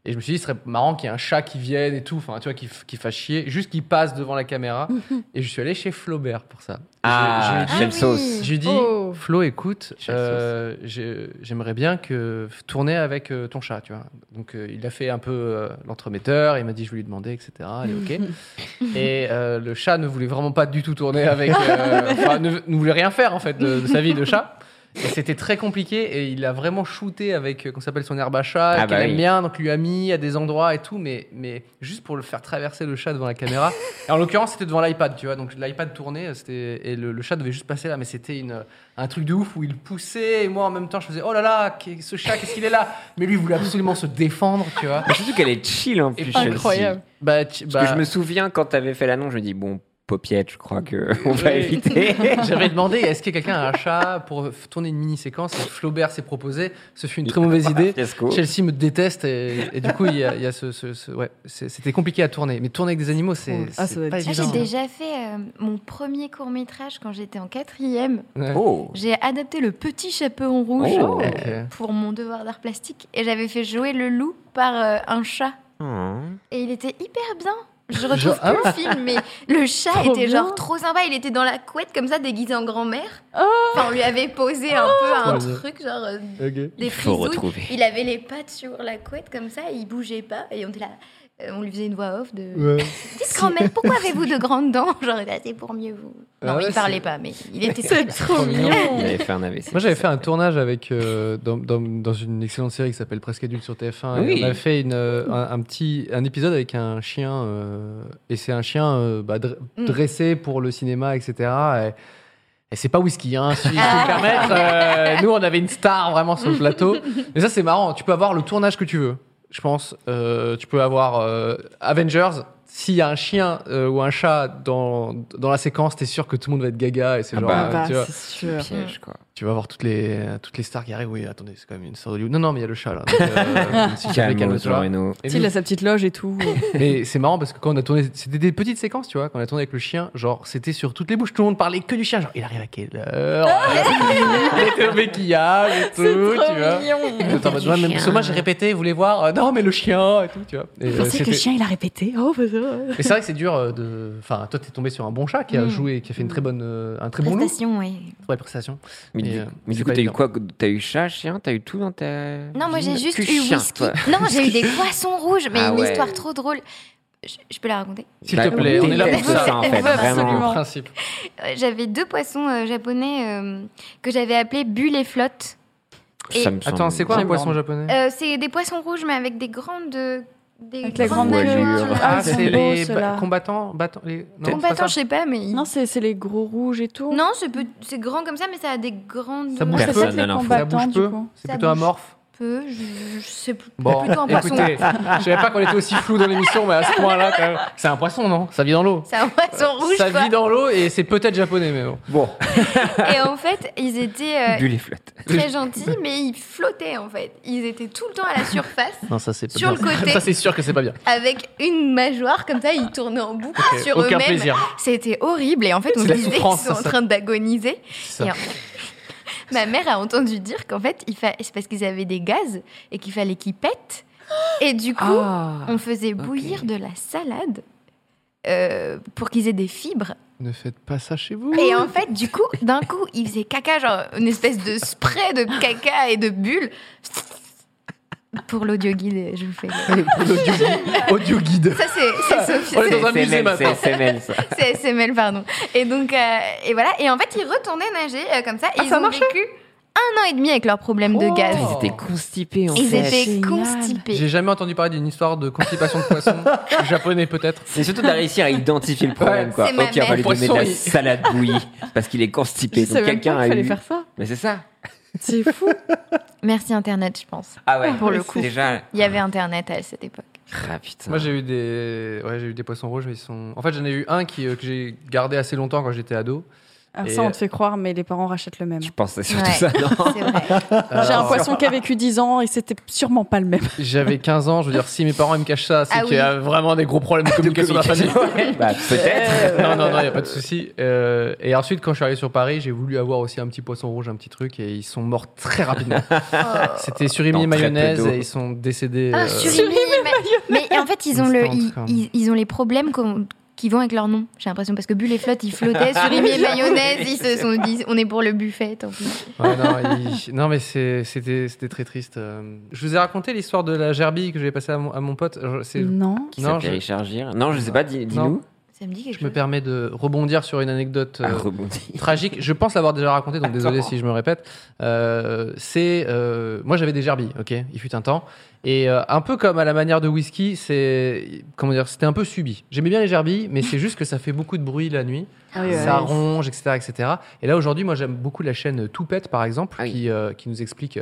S1: Et je me suis dit, ce serait marrant qu'il y ait un chat qui vienne et tout, enfin, tu vois, qui, f- qui fasse chier, juste qu'il passe devant la caméra. et je suis allé chez Flaubert pour ça.
S2: Ah,
S1: Je- je lui ai
S2: j'aime
S1: dit-
S2: sauce.
S1: je lui ai dit,
S4: Oh.
S1: Flo, écoute,
S2: Chat
S1: euh, j'ai- j'aimerais bien que tourner avec euh, ton chat, tu vois. Donc euh, il a fait un peu euh, l'entremetteur, il m'a dit je vais lui demander, etc. Et ok. Et euh, le chat ne voulait vraiment pas du tout tourner avec, euh, enfin ne, ne voulait rien faire en fait de, de sa vie de chat. Et c'était très compliqué et il a vraiment shooté avec euh, qu'on s'appelle son herbe à chat
S2: Ah bah
S1: qu'elle aime
S2: oui.
S1: bien, donc lui a mis à des endroits et tout, mais mais juste pour le faire traverser le chat devant la caméra. Et en l'occurrence c'était devant l'iPad, tu vois, donc l'iPad tournait, c'était et le, le chat devait juste passer là, mais c'était une un truc de ouf où il poussait et moi en même temps je faisais oh là là qu'est- ce chat qu'est-ce qu'il est là mais lui il voulait absolument se défendre tu vois
S2: Mais Surtout qu'elle est chill en
S1: Et
S2: plus.
S1: pas-
S4: Incroyable.
S1: bah, tu-
S2: Parce
S1: bah,
S2: que je me souviens quand t'avais fait l'annonce, je me dis bon, Popiette, je crois que on va
S1: Oui.
S2: éviter.
S1: j'avais demandé est-ce que quelqu'un a un chat pour f- tourner une mini séquence et Flaubert s'est proposé ce fut une très mauvaise idée
S2: Let's go.
S1: Chelsea me déteste et, et du coup il y a, il y a ce, ce- ce- ouais c'est- c'était compliqué à tourner mais tourner avec des animaux c'est
S4: Ah, ça
S1: c'est
S4: doit être
S1: pas
S4: difficile.
S3: J'ai
S1: évident
S4: des-
S3: déjà fait euh, mon premier court métrage quand j'étais en quatrième.
S1: Ouais.
S2: Oh.
S3: J'ai adapté le petit chaperon rouge
S2: Oh.
S3: euh,
S1: Ok.
S3: pour mon devoir d'art plastique et j'avais fait jouer le loup par euh, un chat. Et il était hyper bien. Je retrouve
S1: Genre- ah
S3: plus le film, mais le chat
S4: Trop
S3: était
S4: bien.
S3: genre trop sympa. Il était dans la couette comme ça, déguisé en grand-mère. Enfin, on lui avait posé un peu un
S1: Trop bien.
S3: truc, genre euh,
S1: Ok.
S3: des
S2: faut
S3: frisouilles.
S2: retrouver.
S3: Il avait les pattes sur la couette comme ça, et il bougeait pas. Et on était là, euh, on lui faisait une voix off de.
S1: Ouais.
S3: Dites grand-mère, pourquoi avez-vous de grandes dents Genre, ah, c'est pour mieux vous. Non,
S1: Ah ouais,
S3: il parlait
S1: c'est-
S3: pas, mais il était très
S4: C'est
S3: bien.
S4: trop mignon.
S2: Il avait fait un AVC.
S1: Moi, j'avais fait un tournage avec euh, dans, dans- dans une excellente série qui s'appelle Presque adulte sur TF1.
S2: Oui.
S1: Et on a fait une, euh, un, un petit un épisode avec un chien euh, et c'est un chien euh, bah, dre-
S3: Mm.
S1: dressé pour le cinéma, etc. Et, et c'est pas whisky, hein, si je peux me permettre. Euh, nous, on avait une star vraiment sur le plateau. Mais ça, c'est marrant. Tu peux avoir le tournage que tu veux. Je pense, Euh, tu peux avoir euh, Avengers. S'il y a un chien euh, ou un chat dans, dans la séquence, t'es sûr que tout le monde va être gaga et c'est
S2: Ah
S1: genre.
S2: bah,
S1: euh,
S4: Ah bah,
S1: tu vois
S4: c'est sûr.
S3: Hmm.
S2: piège quoi.
S1: tu vas voir toutes les, euh, toutes les stars qui arrivent. Oui, attendez, c'est quand même une star de Hollywood. Non, non, mais il y a le chat là. Donc, euh, si tu avais calme,
S2: Calme,
S1: tu vois.
S2: Torino.
S1: Et
S4: Il
S1: nous-
S4: a sa petite loge et tout.
S1: mais c'est marrant parce que quand on a tourné, c'était des petites séquences, tu vois. Quand on a tourné avec le chien, genre, c'était sur toutes les bouches. Tout le monde parlait que du chien. Genre, il arrive à quelle heure Il était au maquillage et tout, tu vois. T'es en mode, ouais, mais parce que moi j'ai répété, vous voulez voir Euh, Non, mais le chien et tout, tu vois. Et, euh, c'était-
S4: il a répété. Oh, bah, ça.
S1: Mais c'est vrai que c'est dur euh, de. Enfin, toi t'es tombé sur un bon chat qui a
S3: Mm.
S1: joué, qui a fait une très bonne, euh, un très bon loup.
S3: Prestation, oui.
S1: Ouais, prestation.
S2: Mais,
S1: Et,
S2: du-
S1: euh,
S2: mais du
S1: c'est
S2: coup,
S1: pas
S2: t'as eu
S1: évident.
S2: quoi T'as eu chat, chien T'as eu tout dans ta.
S3: Non, moi j'ai
S2: vie
S3: juste
S2: Que
S3: eu
S2: chien,
S3: whisky.
S2: toi.
S3: Non, j'ai eu des poissons rouges, mais
S2: Ah
S3: une
S2: ouais.
S3: histoire trop drôle. Je, je peux la raconter
S1: S'il
S2: Bah,
S1: te plaît,
S2: oui,
S1: on est là pour
S2: déteste
S1: ça.
S2: ça, en
S4: On
S2: fait,
S4: veut absolument.
S2: vraiment.
S1: Le principe.
S3: Euh, J'avais deux poissons euh, japonais euh, que j'avais appelés Bulle et Flotte. Et-
S2: Ça me semble-
S1: Attends, c'est quoi un
S4: J'aime
S1: poisson
S4: bien.
S1: japonais
S3: Euh, c'est des poissons rouges, mais avec des grandes. euh, Des
S4: Avec la
S3: grandes
S4: grande
S2: grande
S3: nageoires.
S2: voilure.
S4: Ah,
S1: Ah,
S4: ils sont
S1: c'est
S4: beaux,
S1: les ba-
S4: ceux-là.
S1: combattants, battants, les... non, c'est pas
S3: Combattant, bah, je
S1: ça.
S3: sais pas, mais.
S4: Non, c'est c'est les gros rouges et tout.
S3: Non, c'est pe- c'est grand comme ça, mais ça a des grandes.
S1: Ça bouge
S4: Moi,
S3: Ça
S4: je
S1: peu.
S4: sais que
S2: Personne
S4: les
S2: n'a l'info.
S1: Ça
S4: combattants,
S1: bouge
S4: du
S1: peu.
S4: coup.
S1: C'est
S3: Ça
S1: plutôt
S3: bouge
S1: amorphe.
S3: peu. Je, je sais plus.
S1: Bon,
S3: plutôt un poisson.
S1: écoutez, je savais pas qu'on était aussi flou dans l'émission, mais à ce point-là, quand même, c'est un poisson, non Ça vit dans l'eau.
S3: C'est un poisson rouge.
S1: Ça
S3: quoi.
S1: vit dans l'eau et c'est peut-être japonais, mais bon.
S2: Bon,
S3: Et en fait, ils étaient euh,
S2: du les flotte.
S3: très gentils, mais ils flottaient en fait. Ils étaient tout le temps à la surface
S1: Non, ça c'est pas
S3: Sur
S1: bien.
S3: le côté.
S1: Ça c'est sûr que c'est pas bien.
S3: avec une mâchoire comme ça. Ils tournaient en boucle
S1: Ok,
S3: sur
S1: Aucun
S3: eux-mêmes.
S1: plaisir.
S3: C'était horrible. Et en fait,
S1: C'est
S3: on
S1: la
S3: se disait qu'ils
S1: souffrance,
S3: sont en
S1: ça, ça.
S3: train d'agoniser.
S1: Ça.
S3: Et en- Ma mère a entendu dire qu'en fait, il fa- c'est parce qu'ils avaient des gaz et qu'il fallait qu'ils pètent. Et du coup,
S1: Ah,
S2: Ah.
S3: on faisait bouillir de la salade euh, pour qu'ils aient des fibres.
S1: Ne faites pas ça chez vous.
S3: Et en fait, du coup, d'un coup, ils faisaient caca, genre une espèce de spray de caca et de bulles. Pour l'audio guide, je vous fais. le-
S1: audio, audio guide.
S3: Ça, c'est c'est Sophie.
S1: On est
S3: c'est-
S1: dans un musée
S2: SML,
S1: maintenant.
S2: C'est SML, ça.
S3: C'est SML, pardon. Et donc, euh, et voilà. Et en fait, ils retournaient nager euh, comme ça. Et ils ont vécu un an et demi avec leur problème de
S1: Oh.
S3: gaz.
S2: Ils étaient constipés en
S3: Ils
S2: fait.
S3: étaient
S4: génial.
S3: constipés.
S1: J'ai jamais entendu parler d'une histoire de constipation de poisson japonais peut-être.
S2: C'est surtout de réussir à identifier le problème,
S1: Ouais.
S2: quoi.
S3: C'est ma
S2: Ok, on va
S3: mère.
S2: lui donner de la
S1: Poisson, il-
S2: salade bouillie parce qu'il est
S4: Je
S2: constipé. Donc
S4: savais même
S2: quelqu'un
S4: pas
S2: a
S4: qu'il fallait
S2: eu.
S4: faire ça.
S2: Mais c'est ça.
S4: C'est fou.
S3: Merci Internet, je pense.
S2: Ah ouais.
S4: Pour le
S2: c'est
S4: coup.
S2: Déjà.
S3: Il y avait Internet à cette époque.
S2: Ah putain.
S1: Moi j'ai eu des ouais, j'ai eu des poissons rouges mais ils sont En fait, j'en ai eu un qui euh, que j'ai gardé assez longtemps quand j'étais ado.
S4: Alors
S1: Et-
S4: Ah, ça, on te fait croire, mais les parents rachètent le même.
S2: Je pensais surtout
S3: Ouais.
S2: ça, non
S3: C'est vrai.
S2: Euh,
S4: J'ai un poisson qui a vécu 10 ans et c'était sûrement pas le même.
S1: J'avais 15 ans, je veux dire si mes parents ils me cachent ça, c'est
S3: Ah
S1: qu'il y a vraiment des gros problèmes de communication dans la famille.
S2: Ouais, bah, peut-être.
S1: non, non, non, il n'y a pas de souci. Euh, et ensuite, quand je suis arrivé sur Paris, j'ai voulu avoir aussi un petit poisson rouge, un petit truc, et ils sont morts très rapidement. C'était surimi et
S2: Dans très peu
S1: mayonnaise,
S2: d'eau.
S1: et ils sont décédés.
S3: Ah,
S1: euh,
S3: surimi, mais, mais en fait, ils ont,
S1: Instant
S3: le, ils,
S1: train.
S3: ils- ils ont les problèmes qu'on- qui vont avec leur nom. J'ai l'impression parce que Bulle et Flotte, ils flottaient.
S2: Ah,
S3: Surimi et Mayonnaise, ils se sont dit on est pour le buffet, tant pis.
S1: ouais, non, ils- non, mais c'est- c'était c'était très triste. Euh, Je vous ai raconté l'histoire de la gerbille que j'ai passée à mon, à mon pote. Je- c'est-
S4: Non.
S2: Qui
S1: Non,
S2: s'appelait
S1: je-
S2: Richard Gere Non, je sais pas, dis- dis-nous.
S3: Ça me dit quelque
S1: Je me
S3: chose.
S1: permets de rebondir sur une anecdote.
S2: Ah,
S1: euh,
S2: rebondis.
S1: tragique. Je pense l'avoir déjà raconté, donc désolé
S2: Attends.
S1: si je me répète. Euh, c'est euh, moi j'avais des gerbilles, ok, il fut un temps, et euh, un peu comme à la manière de whisky, c'est comment dire, c'était un peu subi. J'aimais bien les gerbilles, mais c'est juste que ça fait beaucoup de bruit la nuit,
S2: Ah,
S4: Ah
S1: ça ronge, etc., etc. Et là aujourd'hui, moi j'aime beaucoup la chaîne Toupette par exemple,
S2: Ah oui.
S1: qui, euh, qui nous explique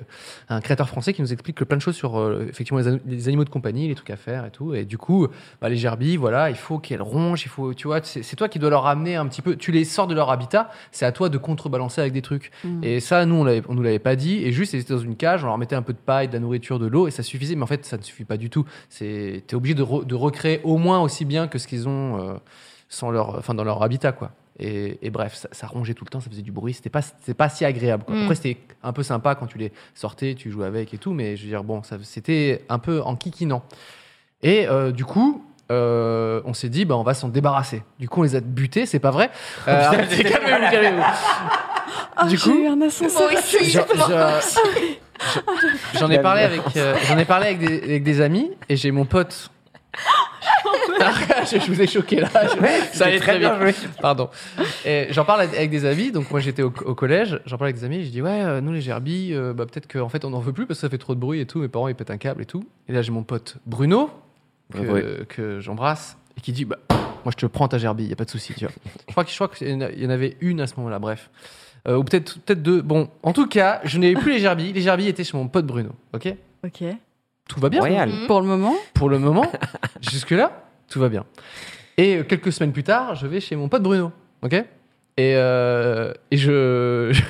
S1: un créateur français qui nous explique que plein de choses sur euh, effectivement les, an- les animaux de compagnie, les trucs à faire et tout. Et du coup, bah, les gerbilles, voilà, il faut qu'elles rongent, il faut, tu vois, c'est c'est toi qui dois leur amener un petit peu. Tu les sors de leur habitat, c'est à toi de contrebalancer avec des trucs. Et ça, nous, on, l'avait- on nous l'avait pas dit. Et juste, ils étaient dans une cage, on leur mettait un peu de paille, de la nourriture, de l'eau, et ça suffisait. Mais en fait, ça ne suffit pas du tout. C'est, t'es obligé de, re- de recréer au moins aussi bien que ce qu'ils ont euh, sans leur, enfin, dans leur habitat, quoi. Et, et bref, ça, ça rongeait tout le temps, ça faisait du bruit, c'était pas, c'était pas si agréable. quoi.
S3: Mm.
S1: Après, c'était un peu sympa quand tu les sortais, tu jouais avec et tout, mais je veux dire, bon, ça- c'était un peu en kikinant. Et euh, du coup, euh, on s'est dit, bah, on va s'en débarrasser. Du coup, on les a butés, c'est pas vrai. Euh, arrêtez, calmez-vous, calmez-vous.
S4: Ah,
S1: Du
S4: j'ai
S1: coup-
S4: eu un
S3: Moi
S4: ascenseur.
S3: aussi,
S1: Je-
S3: moi
S1: je- je- J'en ai
S2: La
S1: parlé
S2: vie.
S1: avec, euh, j'en ai parlé avec des, avec des amis et j'ai mon pote. Ah, je, je vous ai choqué là. Je- ça allait très bien. Pardon. Et j'en parle avec des amis. Donc moi j'étais au, au collège, j'en parle avec des amis. Je dis ouais, euh, nous les gerbilles, euh, bah, peut-être qu'en fait on n'en veut plus parce que ça fait trop de bruit et tout. Mes parents ils pètent un câble et tout. Et là j'ai mon pote Bruno que,
S2: Bravo.
S1: que j'embrasse et qui dit bah moi je te prends ta gerbille, y a pas de souci. Tu vois. je crois que- je crois qu'il y en a- il y en avait une à ce moment-là. Bref. Euh, ou peut-être peut-être deux. Bon, en tout cas, je n'avais plus les gerbilles. Les gerbilles étaient chez mon pote Bruno. Ok,
S4: Ok.
S3: Hmm.
S1: tout va bien.
S2: Royal.
S3: Mm.
S4: Pour le moment,
S1: Pour le moment, jusque-là, tout va bien. Et euh, quelques semaines plus tard, je vais chez mon pote Bruno. OK Et, euh, et je, je-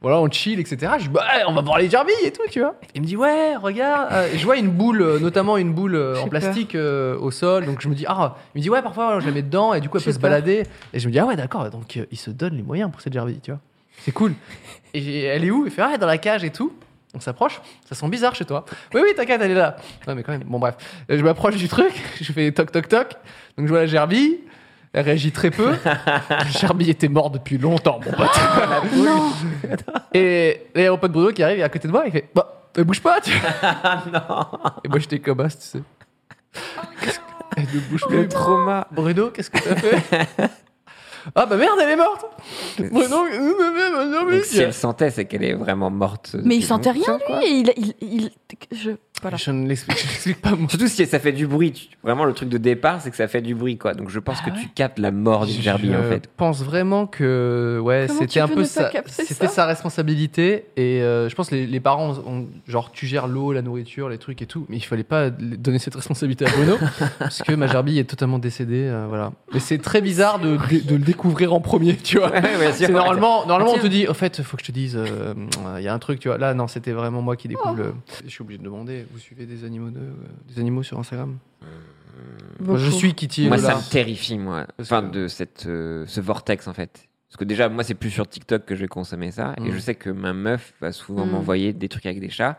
S1: Voilà, on chill, etc. Je dis, bah, on va voir les gerbilles et tout, tu vois. Il me dit, ouais, regarde. euh, et je vois une boule, euh, notamment une boule euh, en
S4: J'ai
S1: plastique euh, au sol. Donc je me dis, ah, il me dit, ouais, parfois, je la mets dedans et du coup, elle peut
S4: J'ai
S1: se
S4: peur.
S1: balader. Et je me dis, ah ouais, d'accord. Donc euh, il se donne les moyens pour cette gerbille, tu vois. C'est cool. Et j'ai- elle est où Il fait, ah, elle est dans la cage et tout. On s'approche, ça sent bizarre chez toi. Oui, oui, t'inquiète, elle est là. Non, mais quand même, bon, bref. Euh, Je m'approche du truc, je fais toc toc toc. Donc je vois la gerbille, elle réagit très peu. la gerbille était morte depuis longtemps, mon pote. et et mon pote Bruno qui arrive il est à côté de moi, il fait Bah, elle bouge pas, tu vois. Et moi j'étais comme as, tu sais. Qu'est-ce que- Elle ne bouge plus.
S2: Le trauma.
S1: Oh, Bruno, qu'est-ce que t'as fait Ah bah merde, elle est morte Bruno, euh, non, mais- euh,
S2: Donc, si elle sentait, c'est qu'elle est vraiment morte. euh,
S4: mais
S2: depuis
S4: il sentait rien
S2: longtemps,
S4: lui.
S2: quoi.
S4: Il, il, il- je- pas là.
S1: Je ne l'explique je l'explique pas moi.
S2: Surtout si ça fait du bruit. tu- Vraiment, le truc de départ, c'est que ça fait du bruit, quoi. Donc je pense
S4: Bah
S2: que
S4: ouais.
S2: tu captes la mort du gerbille, en
S1: Je
S2: fait.
S1: pense vraiment que ouais,
S4: Comment tu
S1: c'était un
S4: peux
S1: peu
S4: ne pas
S1: sa,
S4: capter
S1: c'était
S4: ça
S1: sa responsabilité et euh, je pense les, les parents ont, ont- genre tu gères l'eau, la nourriture, les trucs et tout, mais il fallait pas donner cette responsabilité à Bruno parce que ma gerbille est totalement décédée, euh, voilà. Mais c'est très bizarre de, de, de le découvrir en premier, tu vois.
S2: Ouais, ouais, bien sûr.
S1: C'est normalement, normalement on
S4: Tiens.
S1: te dit, au fait, faut que je te dise, euh, il y a un truc, tu vois. Là, non, c'était vraiment moi qui découvre. le-
S4: Oh.
S1: Je suis obligé de demander. Vous suivez des animaux de, euh, des animaux sur Instagram Moi, Je
S4: Beaucoup.
S1: suis Kitty. et
S2: Moi,
S1: Lola.
S2: ça me terrifie, moi.
S1: Parce
S2: Enfin,
S1: que-
S2: de cette, euh, ce vortex, en fait. Parce que déjà, moi, c'est plus sur TikTok que je vais consommer ça. Et
S1: Mm.
S2: je sais que ma meuf va souvent
S4: Mm.
S2: m'envoyer des trucs avec des chats.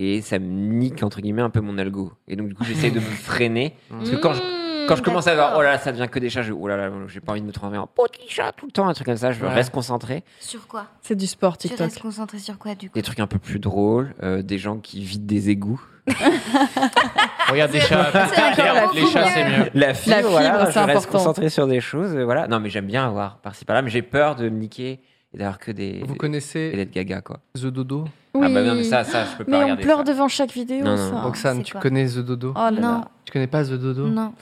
S2: Et ça me nique, entre guillemets, un peu mon algo. Et donc, du coup, j'essaie de me freiner. Parce que quand
S3: Mm.
S2: je,
S3: Mmh,
S2: quand je commence à voir, oh là là, ça devient que des chats, je, oh là là, j'ai pas envie de me trouver un petit chat tout le temps, un truc comme ça. Je
S1: Ouais.
S2: reste concentré.
S3: Sur quoi
S4: C'est du sport
S3: Tu
S4: TikTok.
S3: restes concentré sur quoi du coup
S2: Des trucs un peu plus drôles, euh, des gens qui vident des égouts.
S1: Regarde les chats.
S3: C'est
S1: Regarde,
S3: encore
S1: les chats,
S3: beaucoup
S1: c'est
S3: mieux.
S1: mieux.
S2: La fibre,
S4: fibre,
S2: voilà,
S4: c'est
S2: je reste
S4: important.
S2: concentré sur des choses, euh, voilà. Non, mais j'aime bien avoir par-ci par-là, mais j'ai peur de me niquer et d'avoir que des.
S1: Vous
S2: et
S1: connaissez
S2: d'être gaga, quoi.
S1: The Dodo
S2: Ah bah non, mais ça, ça, je peux pas
S4: Mais on
S2: regarder.
S4: pleure
S2: ça.
S4: devant chaque vidéo.
S2: Non, non.
S4: ça.
S1: Roxane,
S3: Ah. c'est
S1: tu
S3: quoi
S1: connais The Dodo
S4: Oh là
S3: Non,
S4: là.
S1: Tu connais pas The Dodo
S3: non.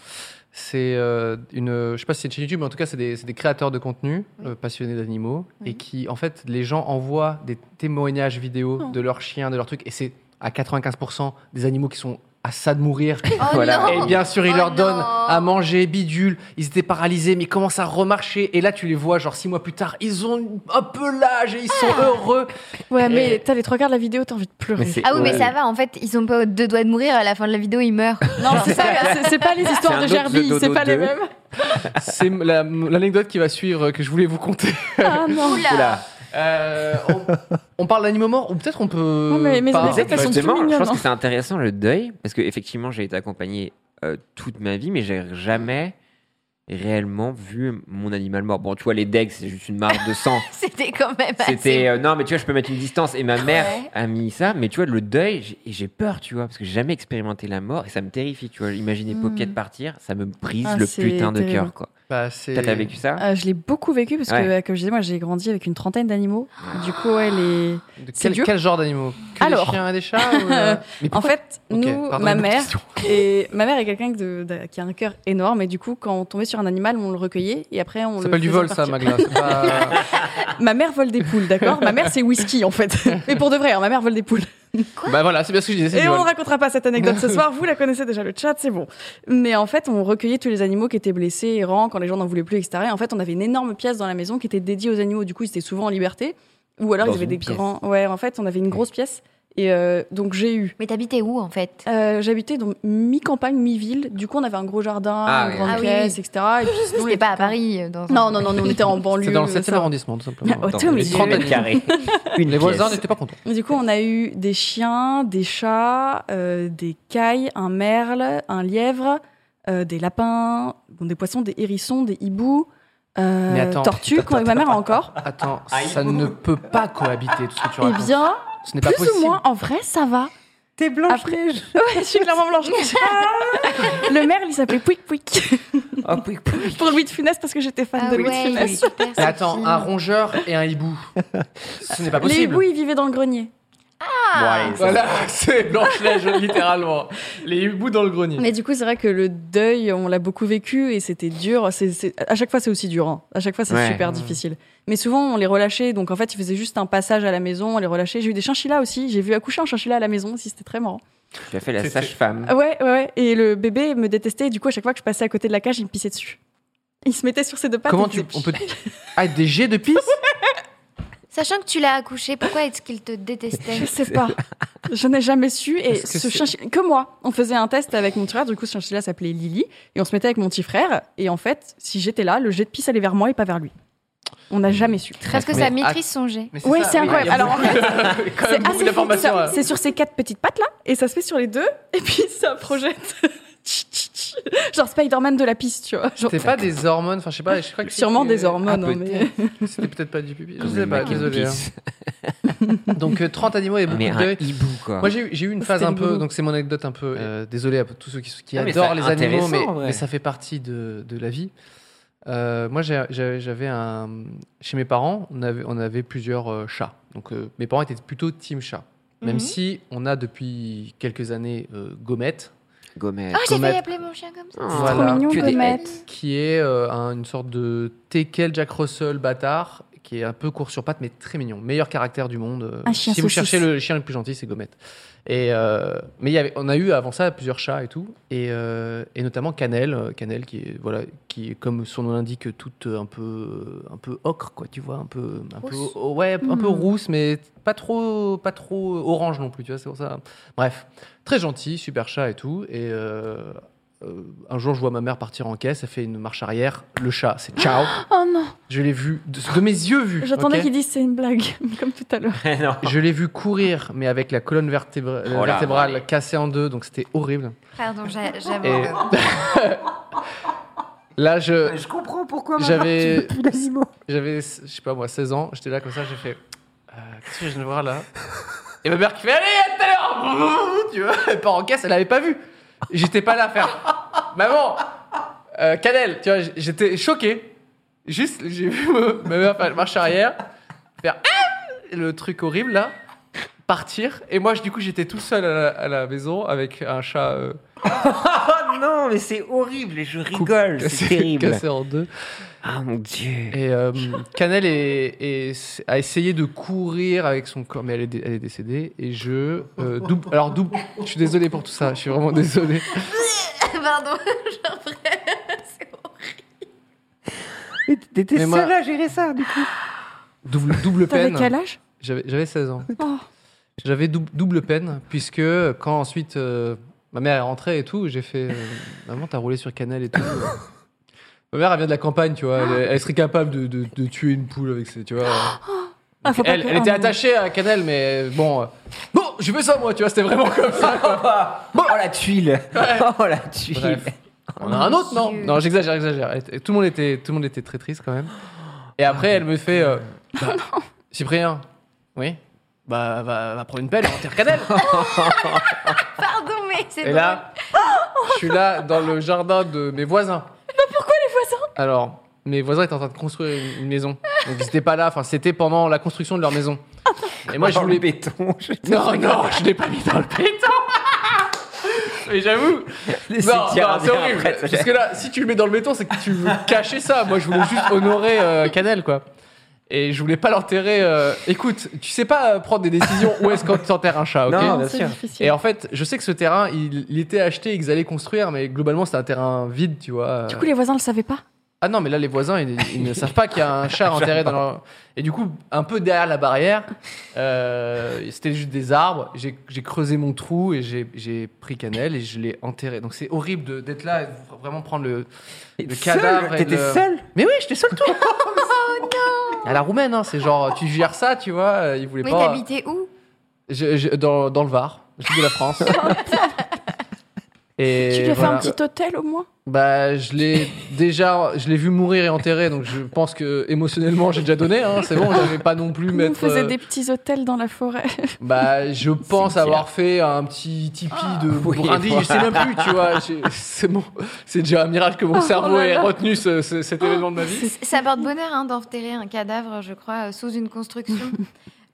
S1: C'est euh, une, je sais pas si c'est une chaîne YouTube, mais en tout cas, c'est des, c'est des créateurs de contenu
S3: Oui.
S1: euh, passionnés d'animaux
S3: Oui.
S1: et qui, en fait, les gens envoient des témoignages vidéo
S4: Oh.
S1: de leurs chiens, de leurs trucs, et c'est à 95% des animaux qui sont à ça de mourir.
S3: Oh
S2: Voilà.
S3: non
S1: Et bien sûr, ils
S3: Oh
S1: leur
S3: non.
S1: donnent à manger, bidule. Ils étaient paralysés, mais ils commencent à remarcher. Et là, tu les vois, genre six mois plus tard, ils ont un peu l'âge et ils sont
S3: Ah.
S1: heureux.
S4: Ouais, mais
S1: Et-
S4: t'as les trois quarts de la vidéo, t'as envie de pleurer.
S2: Mais c'est-
S3: Ah oui, mais
S2: Ouais.
S3: ça va, en fait, ils sont pas aux deux doigts de mourir, à la fin de la vidéo, ils meurent.
S4: Non, c'est ça, c'est- c'est pas les
S2: C'est un
S4: histoires de
S2: autre
S4: Gerby,
S2: Dodo
S4: c'est pas les
S2: deux.
S4: mêmes.
S1: C'est la- l'anecdote qui va suivre euh, que je voulais vous conter.
S4: Ah non.
S3: Oula
S2: Oula.
S1: Euh, on, on parle d'animaux morts ou peut-être on peut.
S4: Non, mais mes
S1: pas-
S4: anecdotes, elles sont toutes
S2: Justement, je
S4: mignonnes.
S2: pense que
S4: hein.
S2: c'est intéressant le deuil, parce que effectivement, j'ai été accompagné euh, toute ma vie, mais j'ai jamais réellement vu mon animal mort. Bon, tu vois, les decks, c'est juste une marque de sang.
S3: C'était quand même
S4: Bah,
S3: assez...
S2: C'était euh, non, mais tu vois, je peux mettre une distance. Et ma mère
S3: Ouais.
S2: a mis ça, mais tu vois, le deuil, j'ai- et j'ai peur, tu vois, parce que j'ai jamais expérimenté la mort et ça me terrifie, tu vois. Imaginer
S4: Hmm.
S2: Pocket partir, ça me brise
S4: Ah,
S2: le
S4: c'est
S2: putain de
S4: terrible.
S2: cœur, quoi.
S1: Bah, c'est-
S2: Toi, t'as vécu ça
S4: Euh, je l'ai beaucoup vécu parce que,
S2: Ouais.
S4: euh, comme je disais, moi j'ai grandi avec une trentaine d'animaux. Du coup, ouais, les.
S1: de
S4: c'est
S1: quel,
S4: dur.
S1: quel genre d'animaux Que
S4: Alors.
S1: des chiens et des chats ou, euh, mais
S4: En
S1: pourquoi-
S4: fait,
S1: Ok,
S4: nous,
S1: pardon,
S4: ma
S1: une autre
S4: mère,
S1: question.
S4: et ma mère est quelqu'un de- de- qui a un cœur énorme. Et du coup, quand on tombait sur un animal, on le recueillait et après
S1: Ça
S4: on le.
S1: s'appelle du
S4: faisait
S1: vol, ça, Bah,
S4: partir.
S1: Magla. c'est pas-
S4: Ma mère vole des poules, d'accord Ma mère, c'est whisky en fait. Mais pour de vrai, hein, ma mère vole des poules.
S1: bah voilà, c'est bien ce que je disais. c'est
S4: Et
S1: du
S4: on ne
S1: vol.
S4: racontera pas cette anecdote ce soir, vous la connaissez déjà, le chat, c'est bon. Mais en fait, on recueillait tous les animaux qui étaient blessés, errants, quand les gens n'en voulaient plus, etc. Et en fait, on avait une énorme pièce dans la maison qui était dédiée aux animaux, du coup, ils étaient souvent en liberté. Ou alors,
S2: Dans
S4: ils avaient
S2: une
S4: des
S2: pièce.
S4: grands. Ouais, en fait, on avait une grosse pièce. Et euh, donc, j'ai eu.
S3: Mais t'habitais où, en fait
S4: euh, J'habitais dans mi-campagne, mi-ville. Du coup, on avait un gros jardin,
S2: Ah
S4: une
S2: oui.
S4: grande
S3: Ah oui.
S4: pièce, etc. Et puis, sinon, les-
S3: C'était pas à Paris, euh, dans un-
S4: Non, non, non, non, on était en banlieue. euh,
S1: C'est dans le
S4: ça
S1: 7 e
S4: va.
S1: arrondissement, tout simplement.
S4: Ah,
S2: Dans
S4: t'es au
S2: les
S4: milieu.
S2: 30 mètres carrés. Une
S1: Les voisins
S2: pièce.
S1: n'étaient pas contents.
S4: Du coup, on a eu des chiens, des chats, euh, des cailles, un merle, un lièvre, euh, des lapins, bon, des poissons, des hérissons, des hiboux,
S1: Mais
S4: euh,
S1: attends,
S4: tortues, quand ma mère a encore.
S1: Attends, ça ne peut pas cohabiter tout ce que tu
S4: Eh
S1: racontes.
S4: bien,
S1: ce n'est pas
S4: plus
S1: possible.
S4: ou moins, en vrai, ça va.
S2: T'es
S4: Blanche-Neige. Ouais, je suis clairement Blanche-Neige. Ah. Le merle, il s'appelait Pouic Pouic.
S2: Oh, pouic, pouic.
S4: Pour Louis de Funès, parce que j'étais fan
S3: Ah
S4: de
S3: ouais,
S4: Louis de
S3: il est
S4: Funès.
S3: super, ce
S1: Mais attends,
S3: film.
S1: un rongeur et un hibou. ce n'est pas
S4: Les
S1: possible.
S4: hiboux, ils vivaient dans le grenier. Ah.
S2: Bon, allez, ça,
S1: Voilà, c'est Blanche-Neige, littéralement. Les hiboux dans le grenier.
S4: Mais du coup, c'est vrai que le deuil, on l'a beaucoup vécu et c'était dur. C'est- c'est- À chaque fois, c'est aussi dur. hein. À chaque fois, c'est
S2: Ouais.
S4: super
S1: Ouais.
S4: difficile. Mais souvent, on les relâchait. Donc, en fait, ils faisaient juste un passage à la maison. On les relâchait. J'ai eu des chinchillas aussi. J'ai vu accoucher un chinchilla à la maison aussi. C'était très marrant.
S2: Tu as fait la sage-femme.
S4: Ah Ouais, ouais, ouais. Et le bébé me détestait. Du coup, à chaque fois que je passais à côté de la cage, il me pissait dessus. Il se mettait sur ses deux pattes.
S1: Comment
S4: et
S1: tu.
S4: il faisait
S1: On peut. Ah, des jets de pisse
S3: Sachant que tu l'as accouché, pourquoi est-ce qu'il te détestait
S4: Je sais pas. Je n'ai jamais su. Et
S1: Est-ce que
S4: ce
S1: c'est-
S4: chinchilla, que moi, on faisait un test avec mon petit frère. Du coup, ce chinchilla s'appelait Lily. Et on se mettait avec mon petit frère. Et en fait, si j'étais là, le jet de pisse allait vers moi et pas vers lui. On
S1: Hmm.
S4: n'a jamais su.
S3: Parce que
S1: Mais
S3: ça
S1: att-
S3: maîtrise son jet.
S1: Mais
S4: Ouais,
S1: ça,
S4: c'est
S1: oui,
S4: incroyable.
S1: il y a
S4: Alors, en
S1: beaucoup de- quand même
S4: C'est
S1: beaucoup
S4: assez fou.
S1: d'informations,
S4: Ça-
S1: hein.
S4: C'est sur ces quatre petites pattes là, et ça se fait sur les deux, et puis ça projette. Genre Spider-Man de la piste, tu vois. Genre-
S1: C'était pas des hormones, enfin je sais pas, je crois que
S4: Sûrement
S1: c'était-
S4: des hormones,
S1: Ah,
S4: hein,
S1: peut-être. C'était peut-être pas du pupille, je sais
S2: Le
S1: pas,
S2: mec qui
S1: désolé.
S2: pisse.
S1: hein. Donc euh, 30 animaux et beaucoup
S2: Mais
S1: de
S2: un
S1: deuil.
S2: hibou, quoi.
S1: Moi j'ai eu- j'ai eu une phase
S4: Oh, C'était
S1: un peu,
S4: rigolo.
S1: donc c'est mon anecdote un peu, euh, désolé à tous ceux qui, qui
S2: Ah, mais
S1: adorent
S2: c'est
S1: les animaux,
S2: intéressant,
S1: mais,
S2: en vrai.
S1: mais ça fait partie de, de la vie. Euh, moi j'ai- j'ai- j'avais un... Chez mes parents, on avait, on avait plusieurs euh, chats. Donc euh, mes parents étaient plutôt team chat. Même
S4: Mhm.
S1: si on a depuis quelques années euh, Gomette,
S2: Gommet.
S3: Oh, j'ai
S1: Comète.
S3: failli appeler mon chien comme ça.
S2: Oh,
S4: Ah, C'est
S1: Voilà.
S4: trop mignon,
S2: Que des
S4: Comète.
S1: qui est euh, un- une sorte de Tekel Jack Russell bâtard, qui est un peu court sur pattes, mais très mignon. Meilleur caractère du monde. euh,
S4: Un chien
S1: si vous
S4: saucisse.
S1: cherchez le chien le plus gentil, c'est Gomette. Et, euh, mais il y avait- on a eu avant ça plusieurs chats et tout, et, euh, et notamment Cannelle, euh, Cannelle qui est, voilà, qui est, comme son nom l'indique, toute euh, un peu, un peu ocre, quoi, tu vois, un peu, un peu,
S3: Rousse.
S1: oh, ouais, un peu
S4: Hmm.
S1: rousse, mais pas trop, pas trop orange non plus, tu vois, c'est pour ça. Bref, très gentil, super chat et tout, et euh, euh, un jour, je vois ma mère partir en caisse, elle fait une marche arrière, le chat, c'est ciao.
S4: Oh non,
S1: Je l'ai vu, de, de mes yeux vu.
S4: j'attendais
S1: ok
S4: qu'ils disent c'est une blague, comme tout à l'heure.
S2: non.
S1: Je l'ai vu courir, mais avec la colonne vertébra-
S2: Oh là.
S1: vertébrale cassée en deux, donc c'était horrible.
S3: Pardon, j'a- j'avoue.
S1: Et-
S3: euh,
S1: Là, je,
S2: Je comprends pourquoi
S1: j'avais, j'avais, je sais pas moi, 16 ans, j'étais là comme ça, j'ai fait, Euh, qu'est-ce que je viens de voir là Et ma mère qui fait, allez, à tout à l'heure Tu vois, elle part en caisse, elle l'avait pas vu. J'étais pas là à faire, maman, euh, Canel, tu vois, j- j'étais choqué. Juste, j'ai vu ma ma mère faire marche arrière, faire Ah le truc horrible là, partir. Et moi, je- du coup, j'étais tout seul à la, à la maison avec un chat. euh,
S2: Oh non, mais c'est horrible et je rigole, c'est
S1: cassé-
S2: terrible.
S1: Cassé en deux.
S2: Ah mon dieu.
S1: Et euh, Canel est- est- a essayé de courir avec son corps, mais elle est, dé- elle est décédée. Et je. euh, double, alors, double. Je suis désolé pour tout ça, je suis vraiment désolé.
S3: Pardon, genre vrai, c'est horrible.
S2: T'étais
S1: Mais moi- seule
S2: à gérer ça, du coup.
S1: Double, double
S4: T'avais
S1: peine.
S4: quel âge
S1: J'avais j'avais 16 ans.
S4: Oh.
S1: J'avais dou- double peine, puisque quand ensuite euh, ma mère est rentrée et tout, j'ai fait euh, Maman, t'as roulé sur Canal et tout. ma mère, elle vient de la campagne, tu vois. Elle, elle serait capable de, de- de tuer une poule avec ses. Tu vois.
S4: Ah, faut pas
S1: elle,
S4: que-
S1: elle
S4: ah,
S1: était
S4: non.
S1: attachée à Canal, mais bon. euh, bon, je fais ça, moi, tu vois. C'était vraiment comme ça, quoi.
S2: Oh la tuile. Oh la tuile.
S1: Bref. On a un autre, non
S3: Dieu.
S1: Non, j'exagère, j'exagère. Elle était- Tout le monde était, tout le monde était très triste quand même. Et après, elle me fait, euh, Bah, Cyprien, oui, bah va, va prendre une pelle, et enterre Canel.
S3: Pardon, mais c'est
S1: Et là, je suis là dans le jardin de mes voisins. Bah, pourquoi les voisins Alors, mes voisins étaient en train de construire une- une maison, donc ils n'étaient pas là. Enfin, c'était pendant la construction de leur maison. Et moi, je
S2: Dans Oh, le
S1: voulais
S2: béton. je-
S1: non, non, je l'ai pas mis dans le béton. Mais j'avoue,
S2: Laissez
S1: non, non, c'est
S2: dire un bien
S1: horrible.
S2: après, ça-
S1: Parce que là, si tu le mets dans le béton, c'est que tu veux cacher ça. Moi, je voulais juste honorer euh, Canel, quoi. Et je voulais pas l'enterrer. euh, Écoute, tu sais pas euh, prendre des décisions où est-ce qu'on t'enterre un chat, ok
S2: Non, bien
S4: Oh, c'est
S2: sûr.
S4: difficile.
S1: Et en fait, je sais que ce terrain, il, il était acheté et qu'ils allaient construire, mais globalement, c'était un terrain vide, tu vois. euh.
S4: Du coup, les voisins le savaient pas.
S1: Ah non, mais là, les voisins, ils, ils ne savent pas qu'il y a un chat enterré dans leur. Et du coup, un peu derrière la barrière, euh, c'était juste des arbres. J'ai j'ai creusé mon trou et j'ai- j'ai pris Canel et je l'ai enterré. Donc c'est horrible de- d'être là et de vraiment prendre le.
S2: Et
S1: Le
S2: seul,
S1: cadavre et
S2: T'étais
S1: le-
S2: seul
S1: Mais oui, j'étais seul tout À la roumaine, hein, c'est genre, tu gères ça, tu vois. euh, Ils voulaient
S3: Mais
S1: pas.
S3: t'habitais où
S1: Je- je- dans, dans le Var, le sud de la France. Et
S4: tu lui as fait
S1: voilà.
S4: un petit hôtel au moins
S1: Bah, je l'ai déjà, je l'ai vu mourir et enterrer, donc je pense que émotionnellement j'ai déjà donné. Hein, c'est bon,
S3: Ah.
S1: j'avais pas non plus
S4: On
S1: mettre.
S4: faisait
S1: euh,
S4: des petits hôtels dans la forêt.
S1: Bah, je pense
S2: Cimetière.
S1: avoir fait un petit tipi
S3: Ah.
S1: de
S2: oui,
S1: brindilles, je sais même plus, tu vois. j'ai- C'est bon, c'est déjà un miracle
S3: Oh
S1: que mon cerveau
S4: là
S1: ait
S4: là.
S1: retenu ce- ce- cet événement de ma vie.
S3: C- Ça porte bonheur hein, d'enterrer un cadavre, je crois, euh, sous une construction.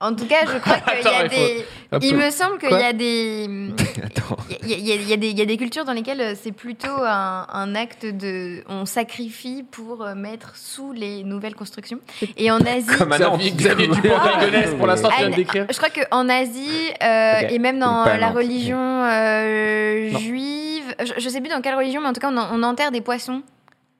S3: En tout cas, je crois qu'il y
S1: Attends,
S3: a
S1: il faut-
S3: des.
S1: Un
S3: Il
S1: peu.
S3: me semble qu'il
S1: Quoi
S3: y a des.
S2: Attends.
S3: Il y, a- il y a- il y a des- il y a des cultures dans lesquelles euh, c'est plutôt un, un acte de. On sacrifie pour euh, mettre sous les nouvelles constructions. Et en Asie.
S2: Comme un
S1: Xavier-
S2: ordi.
S1: Xavier Dupont-Dalgonès, pour l'instant, tu viens de
S3: Ah,
S1: décrire.
S3: Je crois qu'en Asie, euh,
S2: Ok.
S3: et même dans
S2: Ou pas,
S3: la
S2: non.
S3: religion euh,
S1: Non.
S3: juive, je, je sais plus dans quelle religion, mais en tout cas, on, en- on enterre des poissons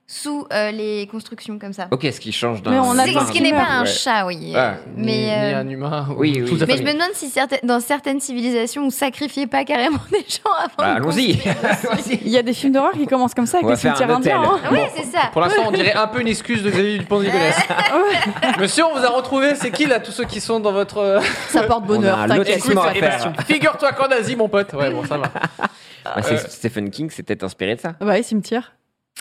S3: sous euh, les constructions comme ça.
S2: Ok, ce qui change d'un.
S4: Mais on
S3: C'est-
S4: attend
S3: ce
S4: un
S3: qui n'est
S4: meurt,
S3: pas un
S2: Ouais.
S3: chat, oui.
S2: Ah,
S1: Ni-
S3: mais.
S1: ni
S3: euh,
S1: un humain. ou
S2: oui, oui.
S1: toute sa
S3: mais je
S1: famille.
S3: me demande si certaines- dans certaines civilisations, on sacrifiait pas carrément des gens avant.
S2: Bah,
S3: de
S2: Allons-y.
S4: Il y a des films d'horreur qui commencent comme ça avec
S2: On va
S4: les
S2: faire un
S4: cimetières
S2: hôtel.
S4: indiens. hein.
S3: construire. Oui, Ah c'est ça.
S1: Pour l'instant, on dirait un peu une excuse de Xavier Dupont-Nicolas. Monsieur, on vous a retrouvé. C'est qui là, tous ceux qui sont dans votre. euh,
S4: Ça porte
S2: On a
S4: bonheur,
S2: un
S4: t'inquiète.
S2: lotissement à
S4: c'est
S2: faire.
S4: pas-
S1: Figure-toi qu'en Asie, mon pote. Ouais, bon, ça va.
S2: Bah, c'est- Stephen King s'est peut-être inspiré de ça.
S4: Ah Bah oui, cimetière.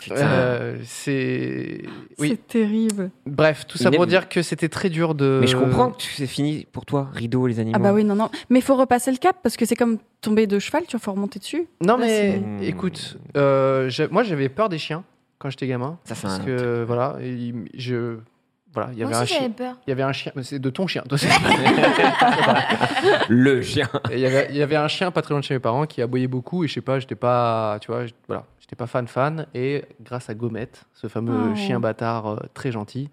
S1: Euh, c'est. Oui.
S4: C'est terrible.
S1: Bref, tout ça
S2: Il
S1: pour
S2: est-
S1: dire que c'était très dur de.
S2: Mais je comprends que tu- c'est fini pour toi, rideau, les animaux.
S4: Ah bah oui, non, non. Mais il faut repasser le cap parce que c'est comme tomber de cheval, tu vois, faut remonter dessus.
S1: Non,
S4: Là,
S1: mais
S2: c'est-
S1: écoute,
S2: Ah,
S1: euh, j'ai- moi j'avais peur des chiens quand j'étais gamin.
S2: Ça, c'est
S1: Parce
S2: un
S1: que voilà, il- je. Voilà, il y
S3: Moi
S1: avait un
S3: aussi, j'avais
S1: chien.
S3: peur.
S1: Il y avait un chien, mais c'est de ton chien. toi, c'est-
S2: Le chien.
S1: Et il, y avait, il y avait un chien pas très loin de chez mes parents qui aboyait beaucoup et je sais pas, j'étais pas, tu vois, j- voilà, j'étais pas fan fan. Et grâce à Gomette, ce fameux
S4: Oh.
S1: chien bâtard euh, très gentil,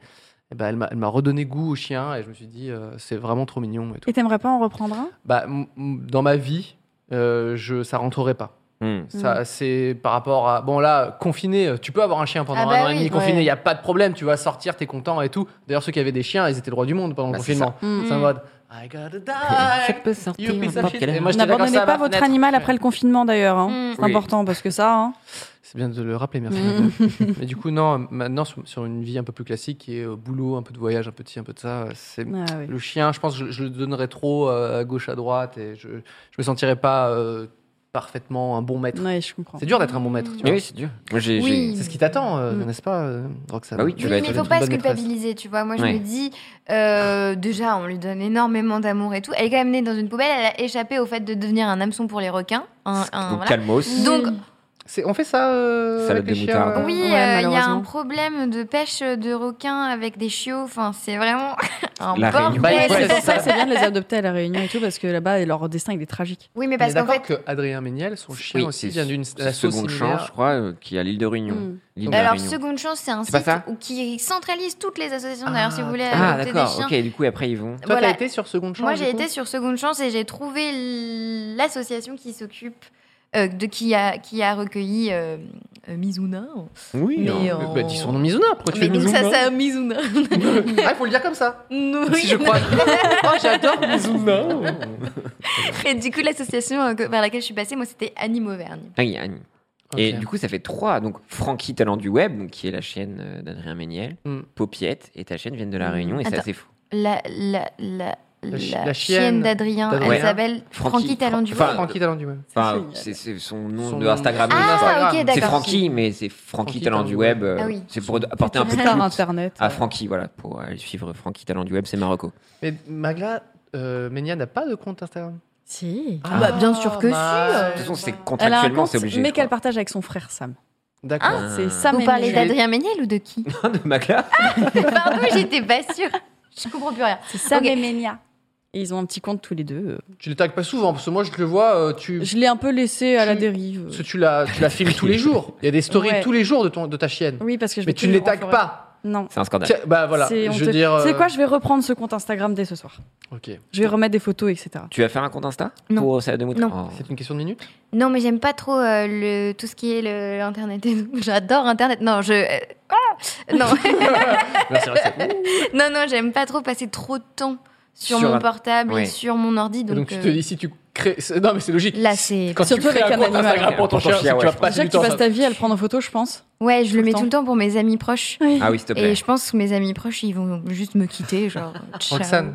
S1: eh ben, elle m'a- elle m'a redonné goût au chien et je me suis dit euh, c'est vraiment trop mignon et tout.
S4: Et t'aimerais pas en reprendre un
S1: Bah, m- m- dans ma vie, euh, je, ça rentrerait pas.
S2: Hmm.
S1: Ça, c'est par rapport à. Bon, là, confiné, euh, tu peux avoir un chien pendant
S3: Ah bah
S1: un an et
S3: oui,
S1: demi confiné,
S4: ouais.
S1: il n'y a pas de problème, tu vas sortir, t'es content et tout. D'ailleurs, ceux qui avaient des chiens, ils étaient le roi du monde pendant
S2: Bah,
S1: le
S2: c'est
S1: confinement.
S4: Mm.
S1: C'est en mode I gotta die.
S2: peut sortir
S1: You piece of
S2: n'importe
S1: shit.
S2: quelle heure.
S1: Et moi, j'étais là comme
S4: N'abandonnez
S1: ça à
S4: pas
S1: ma
S4: votre
S1: fenêtre.
S4: animal après le confinement d'ailleurs. hein.
S3: Mm.
S4: C'est
S2: Oui.
S4: important parce que ça. hein.
S1: C'est bien de le rappeler, merci. Mais du coup, non, maintenant, sur, sur une vie un peu plus classique, qui est euh, boulot, un peu de voyage, un peu de ci, un peu de ça, euh, c'est.
S4: Ah oui.
S1: Le chien, je pense que je, je le donnerais trop euh, à gauche, à droite, et je, je me sentirais pas euh, parfaitement un bon maître.
S4: Ouais, je comprends.
S1: C'est dur d'être un bon maître, tu
S2: Mais
S1: vois.
S2: oui, c'est dur. Moi, j'ai.
S3: Oui.
S2: j'ai-
S1: C'est ce qui t'attend, euh,
S4: Mm.
S1: n'est-ce pas, euh, Roxane
S2: Bah oui, tu
S3: Oui,
S2: vas
S3: mais
S2: être
S3: il
S2: une
S3: faut pas se
S1: bonne maîtresse.
S3: culpabiliser, tu vois. Moi, je
S2: Ouais.
S3: me dis, euh, déjà, on lui donne énormément d'amour et tout. Elle est quand même née dans une poubelle, elle a échappé au fait de devenir un hameçon pour les requins. Un, un-
S2: Donc,
S3: voilà.
S2: calmos.
S3: Donc,
S1: C'est- On fait ça euh,
S2: Salade
S1: avec les
S2: de
S1: chiens,
S2: moutarde.
S1: euh,
S3: oui, euh, il
S4: Ouais,
S3: y a un
S4: malheureusement.
S3: problème de pêche de requins avec des chiots. Enfin, c'est vraiment un
S2: La
S3: bordel.
S2: Réunion.
S1: Bah,
S4: Ouais,
S1: Ouais,
S4: c'est
S1: c'est
S4: pour ça que c'est bien de les adopter à la Réunion et tout parce que là-bas leur destin il est tragique.
S3: Oui, mais
S1: On est
S3: parce qu'en
S1: d'accord
S3: fait,
S1: que Adrien Méniel, son chien
S2: Oui,
S1: aussi,
S2: c'est
S1: vient d'une
S2: C'est
S1: asso
S2: seconde
S1: similaire.
S2: chance, je crois, euh, qui est à l'île de Réunion.
S4: Mm.
S2: L'île de
S3: Bah alors
S2: Réunion.
S3: Seconde Chance, c'est un
S2: C'est pas
S3: site
S2: ça
S3: où- qui centralise toutes les associations.
S1: Ah,
S3: D'ailleurs, si vous voulez
S2: Ah,
S4: euh,
S3: adopter des
S2: d'accord.
S3: chiens.
S2: Ok, du coup, après, ils vont.
S1: Toi,
S3: Voilà.
S1: t'as été sur Seconde Chance
S3: Moi,
S1: du
S3: j'ai
S1: coup
S3: été sur Seconde Chance et j'ai trouvé l- l'association qui s'occupe euh, de qui a, qui a recueilli euh, euh, Mizuna.
S2: Oui,
S3: Mais
S2: hein.
S3: en-
S1: Bah, dis son nom Mizuna, pourquoi Oh, tu
S3: Mais
S1: fais
S3: donc,
S1: Mizuna
S3: ça, ça, Mizuna.
S1: Ah, faut le dire comme ça.
S3: Oui.
S1: Si je crois. Oh, j'adore Mizuna.
S3: Et du coup, l'association euh, que- vers laquelle je suis passée, moi, c'était Anime Auvergne.
S2: Ah, il y a Annie. Et
S1: Ok.
S2: du coup, ça fait trois. Donc, Francky Talent du Web, donc, qui est la chaîne euh, d'Adrien Méniel,
S1: Mm.
S2: Popiette et ta chaîne viennent de La
S4: Mm.
S2: Réunion, et c'est
S3: Attends.
S2: assez fou.
S3: La, la, la, la,
S1: chi- la
S3: chienne,
S1: chienne
S3: d'Adrien,
S1: d'Adrien.
S3: elle s'appelle
S2: Francky.
S3: Francky Talent du
S2: Enfin,
S3: Web.
S1: Francky Talent du Web.
S2: Enfin,
S4: génial.
S2: c'est c'est son nom
S1: Son
S2: de
S1: nom-
S2: Instagram.
S1: son
S3: Ah,
S1: Instagram.
S3: ok, d'accord.
S2: c'est Francky, mais c'est Francky
S1: Francky
S2: Talent du Web. euh,
S3: Ah oui.
S2: C'est pour apporter un peu de
S4: Star
S2: clout
S4: internet.
S2: à Francky, voilà, pour aller suivre Francky Talent du Web, c'est Marocco.
S1: Mais Magla euh, Ménia n'a pas de compte Instagram.
S4: Si.
S3: Ah, bah, bien sûr que
S2: De toute façon, c'est
S4: Elle a un
S2: contractuellement,
S4: compte,
S2: c'est obligé.
S4: mais
S2: je crois.
S4: qu'elle partage avec son frère Sam.
S1: D'accord.
S2: Ah.
S4: C'est Sam
S3: Vous
S4: et
S3: parlez
S4: Mimi.
S3: d'Adrien Méniel ou de qui
S2: de Magla
S3: Pardon, j'étais pas sûre. Je comprends plus rien.
S4: C'est Sam
S3: Ok.
S4: et Ménia. Et ils ont un petit compte tous les deux.
S1: Tu le tagues pas souvent, parce que moi, je te le vois, euh, tu.
S4: Je l'ai un peu laissé à la
S1: Tu-
S4: dérive.
S1: parce que tu la, tu la filmes tous les jours. Il y a des stories
S4: Ouais.
S1: tous les jours de, ton, de ta chienne.
S4: Oui, parce que je
S1: Mais
S4: vais
S1: tu
S4: plus
S1: ne les
S4: en
S1: tagues
S4: forêt.
S1: pas.
S4: Non.
S2: C'est un scandale.
S1: Tiens, bah voilà.
S4: C'est
S1: Je
S4: honteux.
S1: veux dire. euh,
S4: C'est quoi Je vais reprendre ce compte Instagram dès ce soir.
S1: Ok.
S4: Je vais remettre des photos, etc.
S2: Tu vas faire un compte Insta
S3: Non.
S2: pour Oh. Salade de Mouton
S3: Non.
S1: C'est une question de minutes
S3: Non, mais j'aime pas trop euh, le, tout ce qui est le- l'internet et tout. J'adore internet. Non, je. euh, ah non.
S1: Non, c'est vrai, c'est-
S3: non, non, j'aime pas trop passer trop de temps sur,
S1: Sur
S3: mon
S1: un-
S3: portable et
S2: Ouais.
S3: sur mon ordi.
S1: Donc,
S3: Donc,
S1: tu
S3: euh,
S1: te dis, si tu crées. c'est- Non, mais c'est logique.
S3: là, c'est.
S1: Quand
S4: Surtout
S1: tu crées
S4: avec
S1: un
S4: un
S1: compte
S4: animal.
S1: Instagram pour ton
S2: Pour ton
S1: chien,
S2: chien,
S1: si tu
S2: ouais,
S1: vas
S2: je pense.
S1: passer
S4: Déjà
S1: du
S4: que tu
S1: temps
S4: passes
S1: à
S4: ta vie à le prendre en photo, je pense.
S3: Ouais, je
S4: Tout
S3: le
S4: le
S3: mets
S4: temps.
S3: tout le temps pour mes amis proches.
S2: Ah oui, s'il te plaît.
S3: Et je pense que mes amis proches, ils vont juste me quitter. Genre, ciao.
S1: Roxane,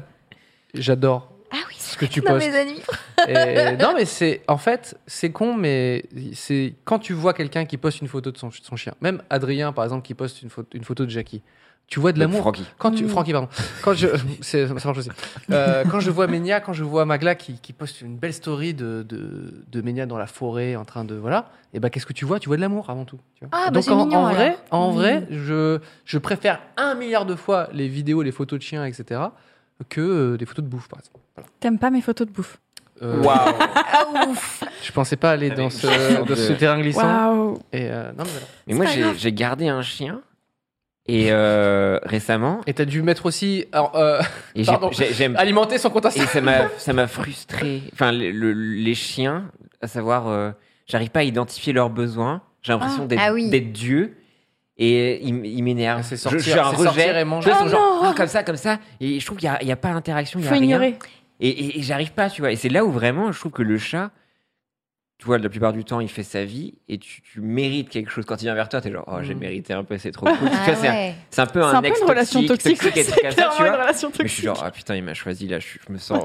S1: j'adore
S3: Ah oui,
S1: ce
S3: c'est
S1: que tu
S3: non,
S1: postes.
S3: mes amis.
S1: Et- non, mais c'est en fait, c'est con, mais c'est quand tu vois quelqu'un qui poste une photo de son, son chien, même Adrien par exemple qui poste une, photo- une photo de Jackie, tu vois de l'amour.
S2: Francky.
S1: Quand
S3: Hmm.
S1: tu, Francky, pardon. Quand je, c'est- ça marche aussi. Euh, quand je vois Ménia, quand je vois Magla qui, qui poste une belle story de, de, de Ménia dans la forêt en train de voilà, et ben qu'est-ce que tu vois Tu vois de l'amour avant tout. tu vois.
S3: Ah, bah,
S1: Donc
S3: c'est
S1: en,
S3: mignon,
S1: en vrai,
S3: alors.
S1: en vrai, je, je préfère un milliard de fois les vidéos, les photos de chiens, etc. que euh, des photos de bouffe par exemple.
S4: T'aimes pas mes photos de bouffe
S1: Euh,
S2: Waouh
S3: Ah ouf.
S1: je pensais pas aller dans
S2: Avec
S1: ce,
S2: une sorte
S1: dans ce
S2: de-
S1: terrain glissant.
S4: Waouh
S1: Et euh, non, mais voilà.
S2: Mais moi,
S4: pas
S2: j'ai
S4: grave.
S2: j'ai gardé un chien. Et euh, récemment,
S1: Et t'as dû mettre aussi alors, euh,
S2: et j'ai-
S1: Pardon. Ah,
S2: j'ai- j'aime.
S1: alimenter son compte
S2: Et
S1: Instagram.
S2: ça m'a, ça m'a frustré. Enfin, le- le- les chiens, à savoir, euh, j'arrive pas à identifier leurs besoins. J'ai l'impression d'être,
S3: Ah oui.
S2: d'être Dieu. Et ils, m- ils m'énervent.
S1: Ah, C'est sortir,
S2: je, je leur
S1: c'est
S2: rejette.
S1: sortir et manger.
S2: Je
S1: Oh
S2: fais genre, ah, comme ça, comme ça. Et je trouve qu'il n'y a, pas d'interaction. Il y a
S4: Faut
S2: rien.
S4: ignorer.
S2: Et, et- et j'arrive pas, tu vois. Et c'est là où vraiment, je trouve que le chat, tu vois, la plupart du temps, il fait sa vie et tu, tu mérites quelque chose. Quand il vient vers toi, t'es genre, oh, j'ai
S1: Mm.
S2: mérité un peu, c'est trop cool. Tu vois,
S3: Ah
S2: c'est, un-
S3: ouais.
S2: c'est un peu
S4: C'est
S2: un,
S4: un peu
S2: ex
S4: une relation toxique.
S2: toxique et tout comme
S4: C'est
S2: ça, tu
S4: clairement
S2: vois.
S4: une relation
S2: Mais je suis
S4: toxique.
S2: genre, ah putain, il m'a choisi, là, je, je me sens,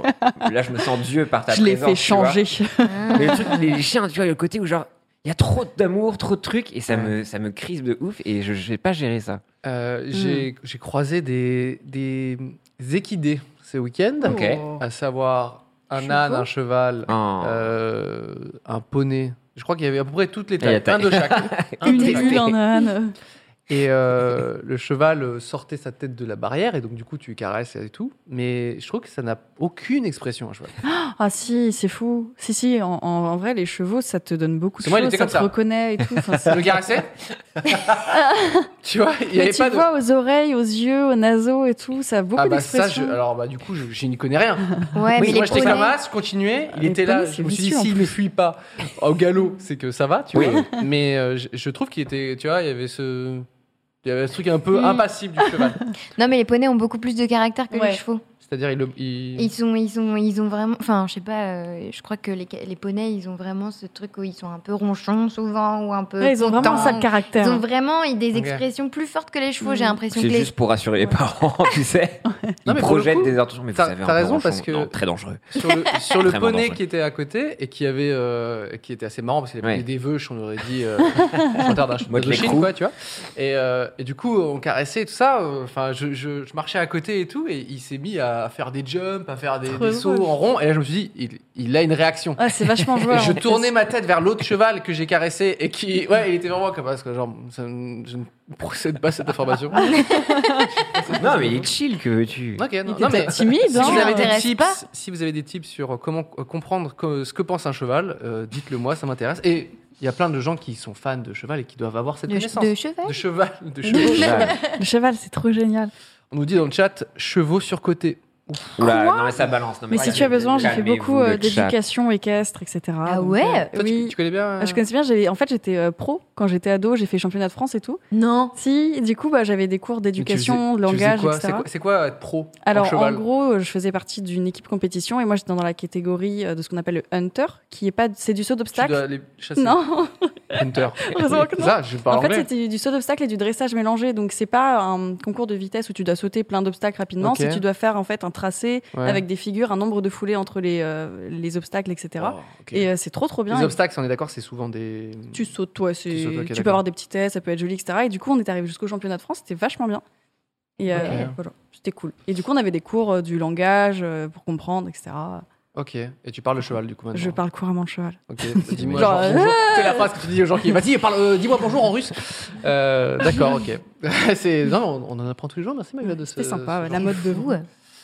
S2: là, je me sens Dieu par ta
S4: Je l'ai fait
S2: présence, tu vois.
S4: changer.
S3: hein.
S2: Mais le truc, les, les chiens, tu vois, il y a le côté où genre, il y a trop d'amour, trop de trucs, et ça, me, ça me crise de ouf, et je, je vais pas gérer ça.
S1: Euh,
S4: Hmm.
S1: j'ai, j'ai croisé des, des équidés ce week-end, Oh.
S2: Ok.
S1: à savoir un
S4: Chevaux.
S1: âne, un cheval,
S2: Oh.
S1: euh, un poney. Je crois qu'il y avait à peu près toutes les
S2: y a
S1: tailles,
S2: taille.
S1: un de chaque. Un
S4: Une
S1: de chaque.
S4: bulle, un âne.
S1: Et euh, le cheval euh, sortait sa tête de la barrière, et donc du coup, tu caresses et tout. Mais je trouve que ça n'a aucune expression, un cheval.
S4: Ah si, c'est fou. Si, si, en, en- en vrai, les chevaux, ça te donne beaucoup
S1: Parce
S4: de
S1: que moi, il
S4: choses,
S1: était
S4: ça
S1: comme
S4: te
S1: ça.
S4: reconnaît et tout. Enfin, c'est-
S1: Je le caressais Tu vois, il n'y
S4: Mais
S1: avait
S4: tu
S1: pas de.
S4: vois aux oreilles, aux yeux, aux naseaux et tout, ça a beaucoup
S1: ah bah ça, je-
S4: d'expression.
S1: alors bah du coup, je, je n'y connais rien.
S3: Ouais,
S1: moi,
S3: mais les
S1: j'étais
S3: poneys-
S1: comme as, je hein. continuais, il
S4: Les
S1: était là.
S4: poneys,
S1: Je
S4: c'est
S1: me suis dit,
S4: vicieux, en
S1: s'il ne fuit pas au galop, c'est que ça va, tu
S2: Oui.
S1: vois. Mais euh, je, je trouve qu'il était, tu vois, il y avait ce. Il y avait ce truc un peu impassible du cheval.
S3: Non, mais les poneys ont beaucoup plus de caractère que
S4: Ouais.
S3: les chevaux.
S1: C'est-à-dire, il, il-
S3: Ils sont, ils sont, ils ont vraiment. Enfin, je sais pas. euh, je crois que les, ca- les poneys, ils ont vraiment ce truc où ils sont un peu ronchons souvent ou un peu.
S4: Ouais, ils ont vraiment
S3: contents.
S4: ça de caractère.
S3: Ils ont vraiment des
S1: Ok. Mmh.
S3: expressions plus fortes que les chevaux. J'ai
S4: Mm.
S3: l'impression que
S2: C'est
S3: les.
S2: juste pour rassurer les parents, tu sais. Ils
S1: Non, mais pour le
S2: projettent
S1: coup,
S2: des intentions, mais vous
S1: t'as-
S2: savez, un
S1: t'as raison,
S2: baranchon,
S1: parce que-
S2: non, très dangereux.
S1: sur le, sur le
S2: Extrêmement
S1: poney
S2: dangereux.
S1: qui était à côté et qui avait euh, qui était assez marrant parce qu'il avait
S2: Ouais.
S1: pris des vœux, je- on aurait dit euh, chanteur d'un
S2: Moi, je
S1: de Chine,
S2: l'écrou.
S1: quoi, tu vois. Et, euh, et du coup, on caressait et tout ça. euh, Enfin, je, je, je marchais à côté et tout, et il s'est mis à faire des jumps, à faire des,
S4: Trop
S1: des
S4: drôle.
S1: sauts en rond. Et là, je me suis dit, il, il a une réaction.
S4: Ah, c'est vachement
S1: Et
S4: joueur.
S1: je
S4: en fait.
S1: tournais ma tête vers l'autre cheval que j'ai caressé et qui, ouais, il était vraiment comme parce que genre, ça ne- je ne procède pas à cette information.
S2: Non, mais il est chill, que veux-tu
S1: Ok, non,
S4: Il était
S1: non, mais
S4: peut-être timide,
S1: Si
S4: hein.
S1: vous,
S3: ça
S1: avez des
S3: m'intéresse
S1: tips,
S3: pas.
S1: si vous avez des tips sur euh, comment euh, comprendre co- ce que pense un cheval, euh, dites-le moi, ça m'intéresse. Et il y a plein de gens qui sont fans de cheval et qui doivent avoir cette
S3: De,
S1: connaissance.
S3: de cheval.
S1: De cheval, de
S2: Oula,
S1: chevaux.
S4: Le cheval, c'est trop génial.
S1: On nous dit dans le chat chevaux surcotés.
S2: Oula, non, Ah, mais ça balance. Non,
S4: Mais si tu as besoin, j'ai fait
S2: calmez-vous,
S4: beaucoup
S2: le
S4: euh,
S2: chat.
S4: d'éducation équestre, etc.
S3: Ah
S4: Donc,
S3: ouais
S4: euh,
S1: Toi, tu-
S4: Oui.
S1: tu, connais bien euh,
S4: Ah, Je connaissais bien, j'avais- en fait j'étais euh, pro quand j'étais ado, j'ai fait championnat de France et tout.
S3: Non.
S4: Si, et du coup bah, j'avais des cours
S1: mais tu
S4: d'éducation, de
S1: faisais- tu faisais
S4: langage,
S1: quoi
S4: etc.
S1: C'est quoi- C'est quoi être pro en
S4: Alors en
S1: cheval
S4: gros, euh, je faisais partie d'une équipe compétition et moi j'étais dans la catégorie euh, de ce qu'on appelle le hunter, qui est pas, c'est du saut
S1: Tu
S4: d'obstacle.
S1: dois les chasser.
S4: Non,
S1: Hunter.
S4: Heureusement que non.
S1: Ça, je parle
S4: en fait
S1: anglais.
S4: c'était du saut d'obstacle et du dressage mélangé, donc c'est pas un concours de vitesse où tu dois sauter plein d'obstacles rapidement,
S1: Ok.
S4: c'est tu dois faire en fait un tracé
S1: Ouais.
S4: avec des figures, un nombre de foulées entre les, euh, les obstacles, etc.
S1: Oh, ok.
S4: Et euh, c'est trop trop bien.
S1: les
S4: Et
S1: obstacles, si on est d'accord, c'est souvent des.
S4: tu sautes, toi, c'est...
S1: Tu sautes, ok,
S4: tu, peux
S1: d'accord.
S4: avoir des petits tests, ça peut être joli, etc. Et du coup, on est arrivé jusqu'au championnat de France, c'était vachement bien. Et euh,
S1: Ouais.
S4: voilà, c'était cool. Et du coup, on avait des cours euh, du langage euh, pour comprendre, etc.
S1: Ok. Et tu parles le cheval du coup maintenant.
S4: Je parle couramment le cheval.
S1: Ok, dis-moi
S4: Genre,
S1: genre
S4: euh,
S1: bonjour. C'est la phrase que tu dis aux gens qui vas-y, parle, euh, dis-moi bonjour en russe. Euh, D'accord, ok. C'est non, on, on en apprend tous les jours. Merci Magda de ce.
S4: C'était sympa,
S1: ce
S4: ouais,
S1: genre
S4: la
S1: de-
S4: mode de
S3: Vous,
S4: vous.
S3: euh,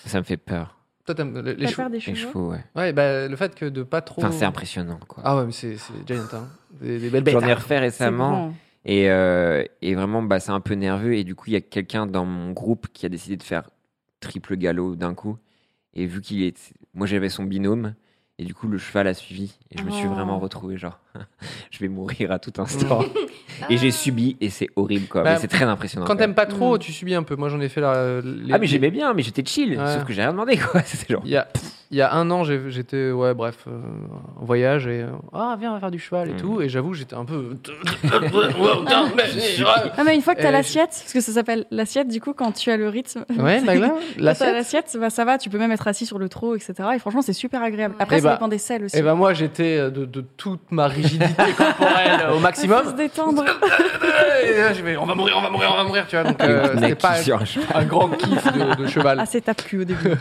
S2: Ça me fait peur.
S1: Toi, t'aimes les, les
S4: Pas
S1: chevaux.
S4: faire des
S2: Les
S4: chevaux.
S2: chevaux, ouais.
S1: Ouais, bah, le fait que de pas trop.
S2: Enfin, c'est impressionnant, quoi.
S1: Ah ouais, mais c'est c'est giant, hein. Des, des belles bêtes.
S2: J'en ai
S1: hein.
S2: refait
S4: C'est
S2: récemment.
S4: grand.
S2: Et, euh, et vraiment, bah, c'est un peu nerveux. Et du coup, il y a quelqu'un dans mon groupe qui a décidé de faire triple galop d'un coup. Et vu qu'il est. Moi, j'avais son binôme. Et du coup, le cheval a suivi. Et je me suis
S4: Oh.
S2: vraiment retrouvé, genre, je vais mourir à tout instant. et j'ai subi, et c'est horrible, quoi.
S1: Bah,
S2: mais c'est très impressionnant.
S1: Quand
S2: quoi.
S1: t'aimes pas trop,
S4: Mm.
S1: tu subis un peu. Moi, j'en ai fait là. les-
S2: hein, Ah, mais j'aimais bien, mais j'étais chill.
S1: Ouais.
S2: Sauf que j'ai rien demandé, quoi. C'était genre.
S1: Il y a, il y a un an, j'ai- j'étais, ouais, bref, euh, en voyage et euh, ah viens, on va faire du cheval et
S2: Mm.
S1: tout. Et j'avoue, j'étais un peu.
S4: Ah, mais une fois que t'as
S1: Euh,
S4: l'assiette, parce que ça s'appelle l'assiette, du coup, quand tu as le rythme.
S1: ouais, Magla,
S4: Quand t'as
S1: l'assiette.
S4: l'assiette, bah, ça va, tu peux même être assis sur le trot, etc. Et franchement, c'est super agréable. Après,
S1: Eh
S4: ça
S1: bah-
S4: dépend des selles aussi.
S1: Et ben moi, j'étais euh, de, de toute ma rigidité corporelle euh, au
S4: Il faut se
S1: maximum.
S4: détendre.
S1: Et là, je vais, on va mourir, on va mourir, on va mourir, tu vois. Donc, euh,
S2: le
S1: c'était
S2: mec
S1: pas
S2: qui sur un cheval.
S1: un grand kiff de, de cheval.
S4: Assez tape-cul au début.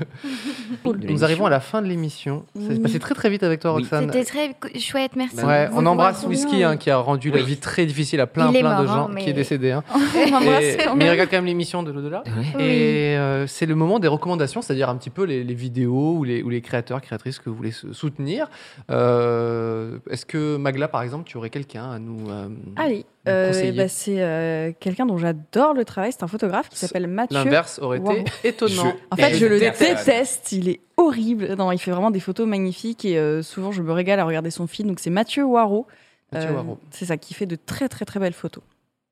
S1: Nous arrivons à la fin de l'émission. C'est
S4: Oui.
S1: passé très très vite avec toi,
S2: Oui.
S1: Roxane.
S3: C'était très cou- chouette, merci.
S1: Ouais,
S4: Vous
S1: on
S4: vous
S1: embrasse
S4: rappelez
S1: Whisky
S4: bien.
S1: hein, qui a rendu la vie très difficile à plein
S3: Il est
S1: plein de
S3: mort,
S1: gens
S3: hein,
S1: qui est
S3: mais-
S1: décédé. hein.
S4: On
S1: Et-
S4: embrasse. on
S1: mais il
S4: embrasse.
S1: regarde quand même l'émission de l'au-delà.
S2: Ouais.
S1: Et euh, c'est le moment des recommandations, c'est-à-dire un petit peu les, les vidéos ou les, ou les créateurs, créatrices que vous voulez se- soutenir. Euh, Est-ce que Magla, par exemple, tu aurais quelqu'un à nous euh,
S4: Allez,
S1: Vous
S4: euh,
S1: conseillez.
S4: bah, c'est euh, quelqu'un dont j'adore le travail. C'est un photographe qui
S1: C'est
S4: s'appelle Mathieu.
S1: L'inverse aurait été
S4: Wow.
S1: étonnant.
S4: En fait,
S2: Je
S4: je le
S2: déteste.
S4: déteste. Il est horrible. Non, il fait vraiment des photos magnifiques et euh, souvent je me régale à regarder son film. Donc c'est Mathieu Waro.
S1: Mathieu
S4: Euh,
S1: Waro.
S4: C'est ça qui fait de très très très belles photos.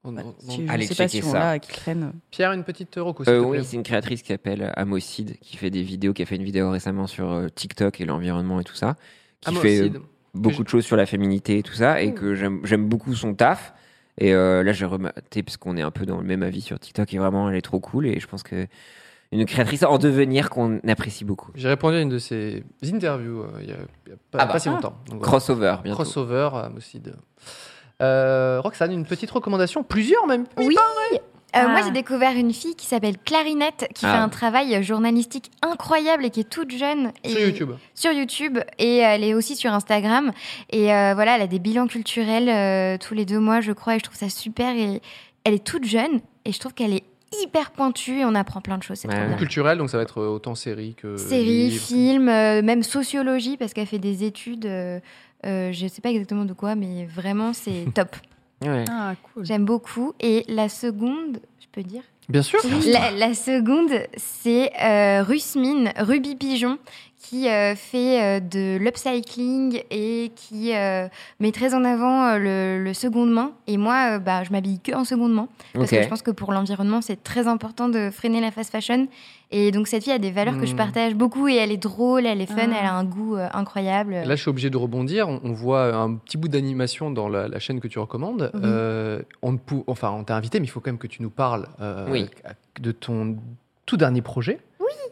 S1: On-
S4: Voilà.
S1: on- on-
S4: Si- je
S2: Allez
S4: sais pas
S2: checker
S4: si on
S2: ça.
S4: l'a qui traîne.
S1: Pierre, une petite roco, s'il
S2: Euh,
S1: te
S2: oui,
S1: plaît.
S2: c'est une créatrice qui s'appelle euh, Amocide, qui fait des vidéos, qui a fait une vidéo récemment sur euh, TikTok et l'environnement et tout ça, qui fait euh,
S1: Amocide.
S2: beaucoup de choses sur la féminité et tout ça, et que j'aime j'aime beaucoup son taf. Et euh, là, j'ai rematé, parce qu'on est un peu dans le même avis sur TikTok, et vraiment, elle est trop cool, et je pense que une créatrice en devenir qu'on apprécie beaucoup.
S1: J'ai répondu à une de ses interviews euh, il y a, il y a pas,
S2: Ah bah.
S1: pas si
S4: Ah.
S1: longtemps. Donc, voilà.
S2: Crossover, bientôt.
S1: Crossover, Amocide. Euh, Roxane, une petite recommandation, plusieurs même.
S3: Oui. Euh,
S4: Ah.
S3: Moi, j'ai découvert une fille qui s'appelle Clarinette, qui fait
S2: Ah.
S3: un travail journalistique incroyable et qui est toute jeune.
S1: Sur
S3: et-
S1: YouTube.
S3: Sur YouTube et elle est aussi sur Instagram. Et euh, voilà, elle a des bilans culturels euh, tous les deux mois, je crois, et je trouve ça super. Et Elle est toute jeune et je trouve qu'elle est hyper pointue et on apprend plein de choses. c'est
S2: Ouais,
S3: trop
S2: ouais.
S3: bien.
S1: Culturel, donc ça va être autant série que.
S3: Séries,
S1: livres.
S3: films, euh, même sociologie, parce qu'elle fait des études, euh, euh, je ne sais pas exactement de quoi, mais vraiment, c'est top.
S2: Ouais.
S4: Ah, cool.
S3: J'aime beaucoup. Et la seconde, je peux dire
S1: Bien sûr.
S3: La, la seconde, c'est euh, Rusmine, Ruby Pigeon, qui euh, fait euh, de l'upcycling et qui euh, met très en avant euh, le, le seconde main. Et moi, euh, bah, je m'habille que en seconde main. Parce
S2: Ok.
S3: que je pense que pour l'environnement, c'est très important de freiner la fast fashion. Et donc, cette fille a des valeurs que je
S1: Mm.
S3: partage beaucoup et elle est drôle, elle est fun,
S4: Ah.
S3: elle a un goût euh, incroyable.
S1: Là, je suis obligé de rebondir. On, on voit un petit bout d'animation dans la, la chaîne que tu recommandes.
S4: Mhm.
S1: Euh, on ne pou- enfin, on t'a invité, mais il faut quand même que tu nous parles euh,
S2: Oui.
S1: de ton tout dernier projet.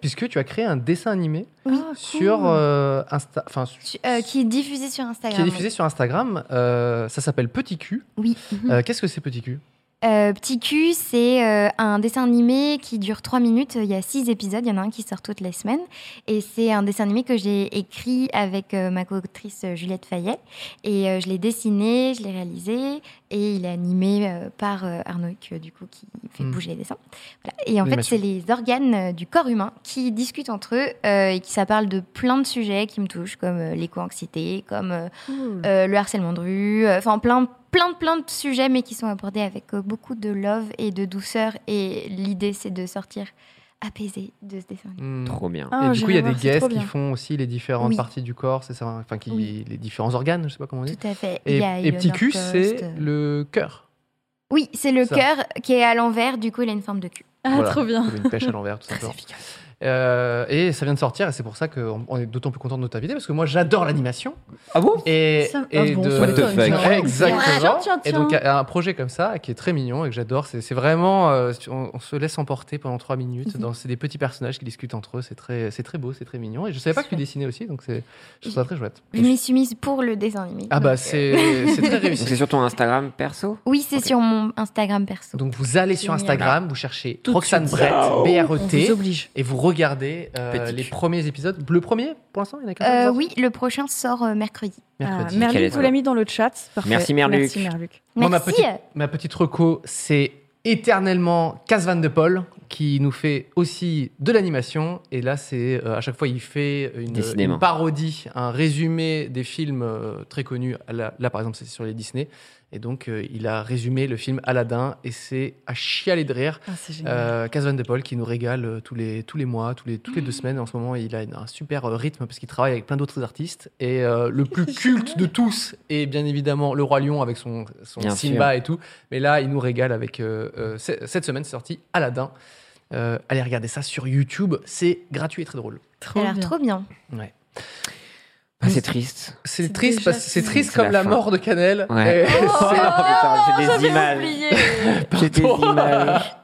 S1: Puisque tu as créé un dessin animé
S3: Oui.
S1: sur euh, Insta, enfin,
S3: Tu- euh, qui est diffusée sur Instagram.
S1: qui est diffusé sur Instagram. Euh, ça s'appelle Petit Cul.
S3: Oui.
S1: Euh, Qu'est-ce que c'est Petit Cul
S3: Euh, Petit cul, c'est euh, un dessin animé qui dure 3 minutes. Il y a 6 épisodes. Il y en a un qui sort toutes les semaines. Et c'est un dessin animé que j'ai écrit avec euh, ma co-autrice euh, Juliette Fayet. Et euh, je l'ai dessiné, je l'ai réalisé. Et il est animé euh, par euh, Arnaud Huck, euh, du coup, qui fait
S1: Mm.
S3: bouger les dessins. Voilà. Et en fait,
S1: L'animation.
S3: c'est les organes euh, du corps humain qui discutent entre eux euh, et qui ça parle de plein de sujets qui me touchent, comme euh, l'éco-anxiété, comme euh,
S1: Mm.
S3: euh, le harcèlement de rue, euh, enfin plein, plein, plein de sujets, mais qui sont abordés avec euh, beaucoup de love et de douceur. Et l'idée, c'est de sortir apaisé de ce dessin.
S1: Hmm.
S2: Trop bien.
S4: Ah,
S1: Et du
S4: j'irai
S1: coup, il y a
S4: voir,
S1: des
S4: c'est trop
S1: guests qui
S4: bien.
S1: font aussi les différentes
S3: Oui.
S1: parties du corps, c'est ça Enfin, qui,
S3: Oui.
S1: les différents organes, je sais pas comment on dit.
S3: Tout à fait.
S1: Et,
S3: Il y a
S1: et Petit
S3: Eleanor
S1: Cul,
S3: Tost,
S1: c'est
S3: euh,
S1: le cœur.
S3: Oui, c'est le
S1: Ça.
S3: cœur qui est à l'envers, du coup, il a une forme de cul.
S4: Ah,
S1: Voilà.
S4: trop bien.
S1: Comme une pêche à l'envers, tout simplement. Euh, et ça vient de sortir, et c'est pour ça qu'on on est d'autant plus content de notre invité, parce que moi j'adore l'animation.
S2: Ah bon
S1: Et,
S4: Ça-
S1: et
S4: ah bon,
S1: de-
S4: ça
S2: What the fuck.
S4: tiens.
S1: Exactement.
S4: Tiens, tiens,
S1: Et donc
S4: tiens.
S1: un projet comme ça qui est très mignon et que j'adore, c'est c'est vraiment euh, on, on se laisse emporter pendant trois minutes.
S4: Mhm.
S1: dans C'est des petits personnages qui discutent entre eux, c'est très c'est très beau, c'est très mignon. Et je savais pas que tu dessinais aussi, donc c'est je trouve ça très chouette.
S3: Je m'y suis mise pour le dessin animé.
S1: Ah
S3: donc, euh,
S1: bah c'est c'est très
S2: Donc
S1: réussi.
S2: c'est sur ton Instagram perso
S3: Oui, c'est
S2: Ok.
S3: sur mon Instagram perso.
S1: Donc vous allez sur
S4: Génial. Bah,
S1: Instagram, vous cherchez
S4: Tout de
S1: Roxane
S4: suite.
S1: Brett,
S4: On
S1: B-R-E-T,
S4: vous oblige.
S1: et vous regardez euh,
S2: Petit
S1: les
S2: cul.
S1: premiers épisodes. Le premier, pour l'instant, il y en a qu'un seul qui
S3: Euh,
S1: sort
S3: oui, le prochain sort euh, mercredi.
S4: Ah,
S1: Mercredi.
S2: Quel est
S4: Merluc vous
S2: ton-
S4: l'a mis dans le chat. Parfait.
S2: Merci, Merluc.
S4: Merci Merluc.
S1: Moi, ma
S3: Merci. euh,
S1: petite, ma petite reco, c'est éternellement Cas Van de Paul qui nous fait aussi de l'animation. Et là, c'est euh, à chaque fois, il fait une,
S2: Décidément.
S1: une parodie, un résumé des films euh, très connus. Là, là, par exemple, c'est sur les Disney. Et donc, euh, il a résumé le film Aladdin et c'est à chialer de rire.
S4: Ah, c'est génial.
S1: Euh, Cas Van de Paul qui nous régale euh, tous les, tous les mois, tous les, toutes les deux semaines. En ce moment, il a une- un super euh, rythme parce qu'il travaille avec plein d'autres artistes. Et euh, le plus culte de tous est bien évidemment le Roi Lion avec son, son
S2: Bien
S1: Simba et tout. Mais là, il nous régale avec. euh, euh, c'est- cette semaine, c'est sorti Aladdin. Euh, allez regarder ça sur YouTube. C'est gratuit et très drôle.
S4: Trop
S3: Elle a l'air
S4: bien.
S3: trop bien.
S2: Ah, C'est triste.
S1: C'est
S4: C'est
S1: triste
S4: déjà
S1: parce que c'est
S4: fini.
S1: triste
S2: C'est la
S1: comme la,
S2: fin.
S1: mort de Canel.
S2: Ouais.
S1: Et c'est-
S2: j'ai des images. J'ai des
S1: Pardon.
S2: images.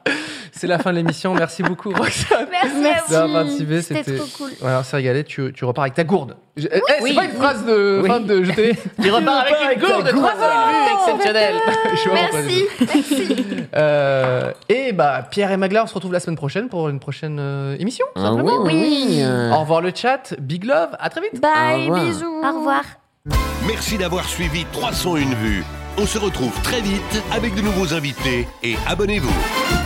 S1: c'est la fin de l'émission. Merci beaucoup, Roxane.
S3: Merci,
S1: d'avoir participé.
S3: merci. Mmh, C'était trop cool.
S1: Ouais, on s'est régalé, tu, tu repars avec ta gourde. Je- eh, c'est pas une phrase de
S2: Oui.
S1: fin de jeter. Tu repars avec une gourde, Ah, 300 exceptionnelle. Je vois pourquoi
S3: Merci, merci.
S1: j'ai dit. Euh, et bah, Pierre et Magla, on se retrouve la semaine prochaine pour une prochaine euh, émission. tout
S2: Ah oui,
S1: simplement.
S2: oui, oui. euh,
S1: Au revoir le chat, big love, à très vite.
S2: au
S4: Bye,
S2: revoir.
S4: bisous.
S3: Au revoir.
S5: Merci d'avoir suivi 301 vues. On se retrouve très vite avec de nouveaux invités et abonnez-vous.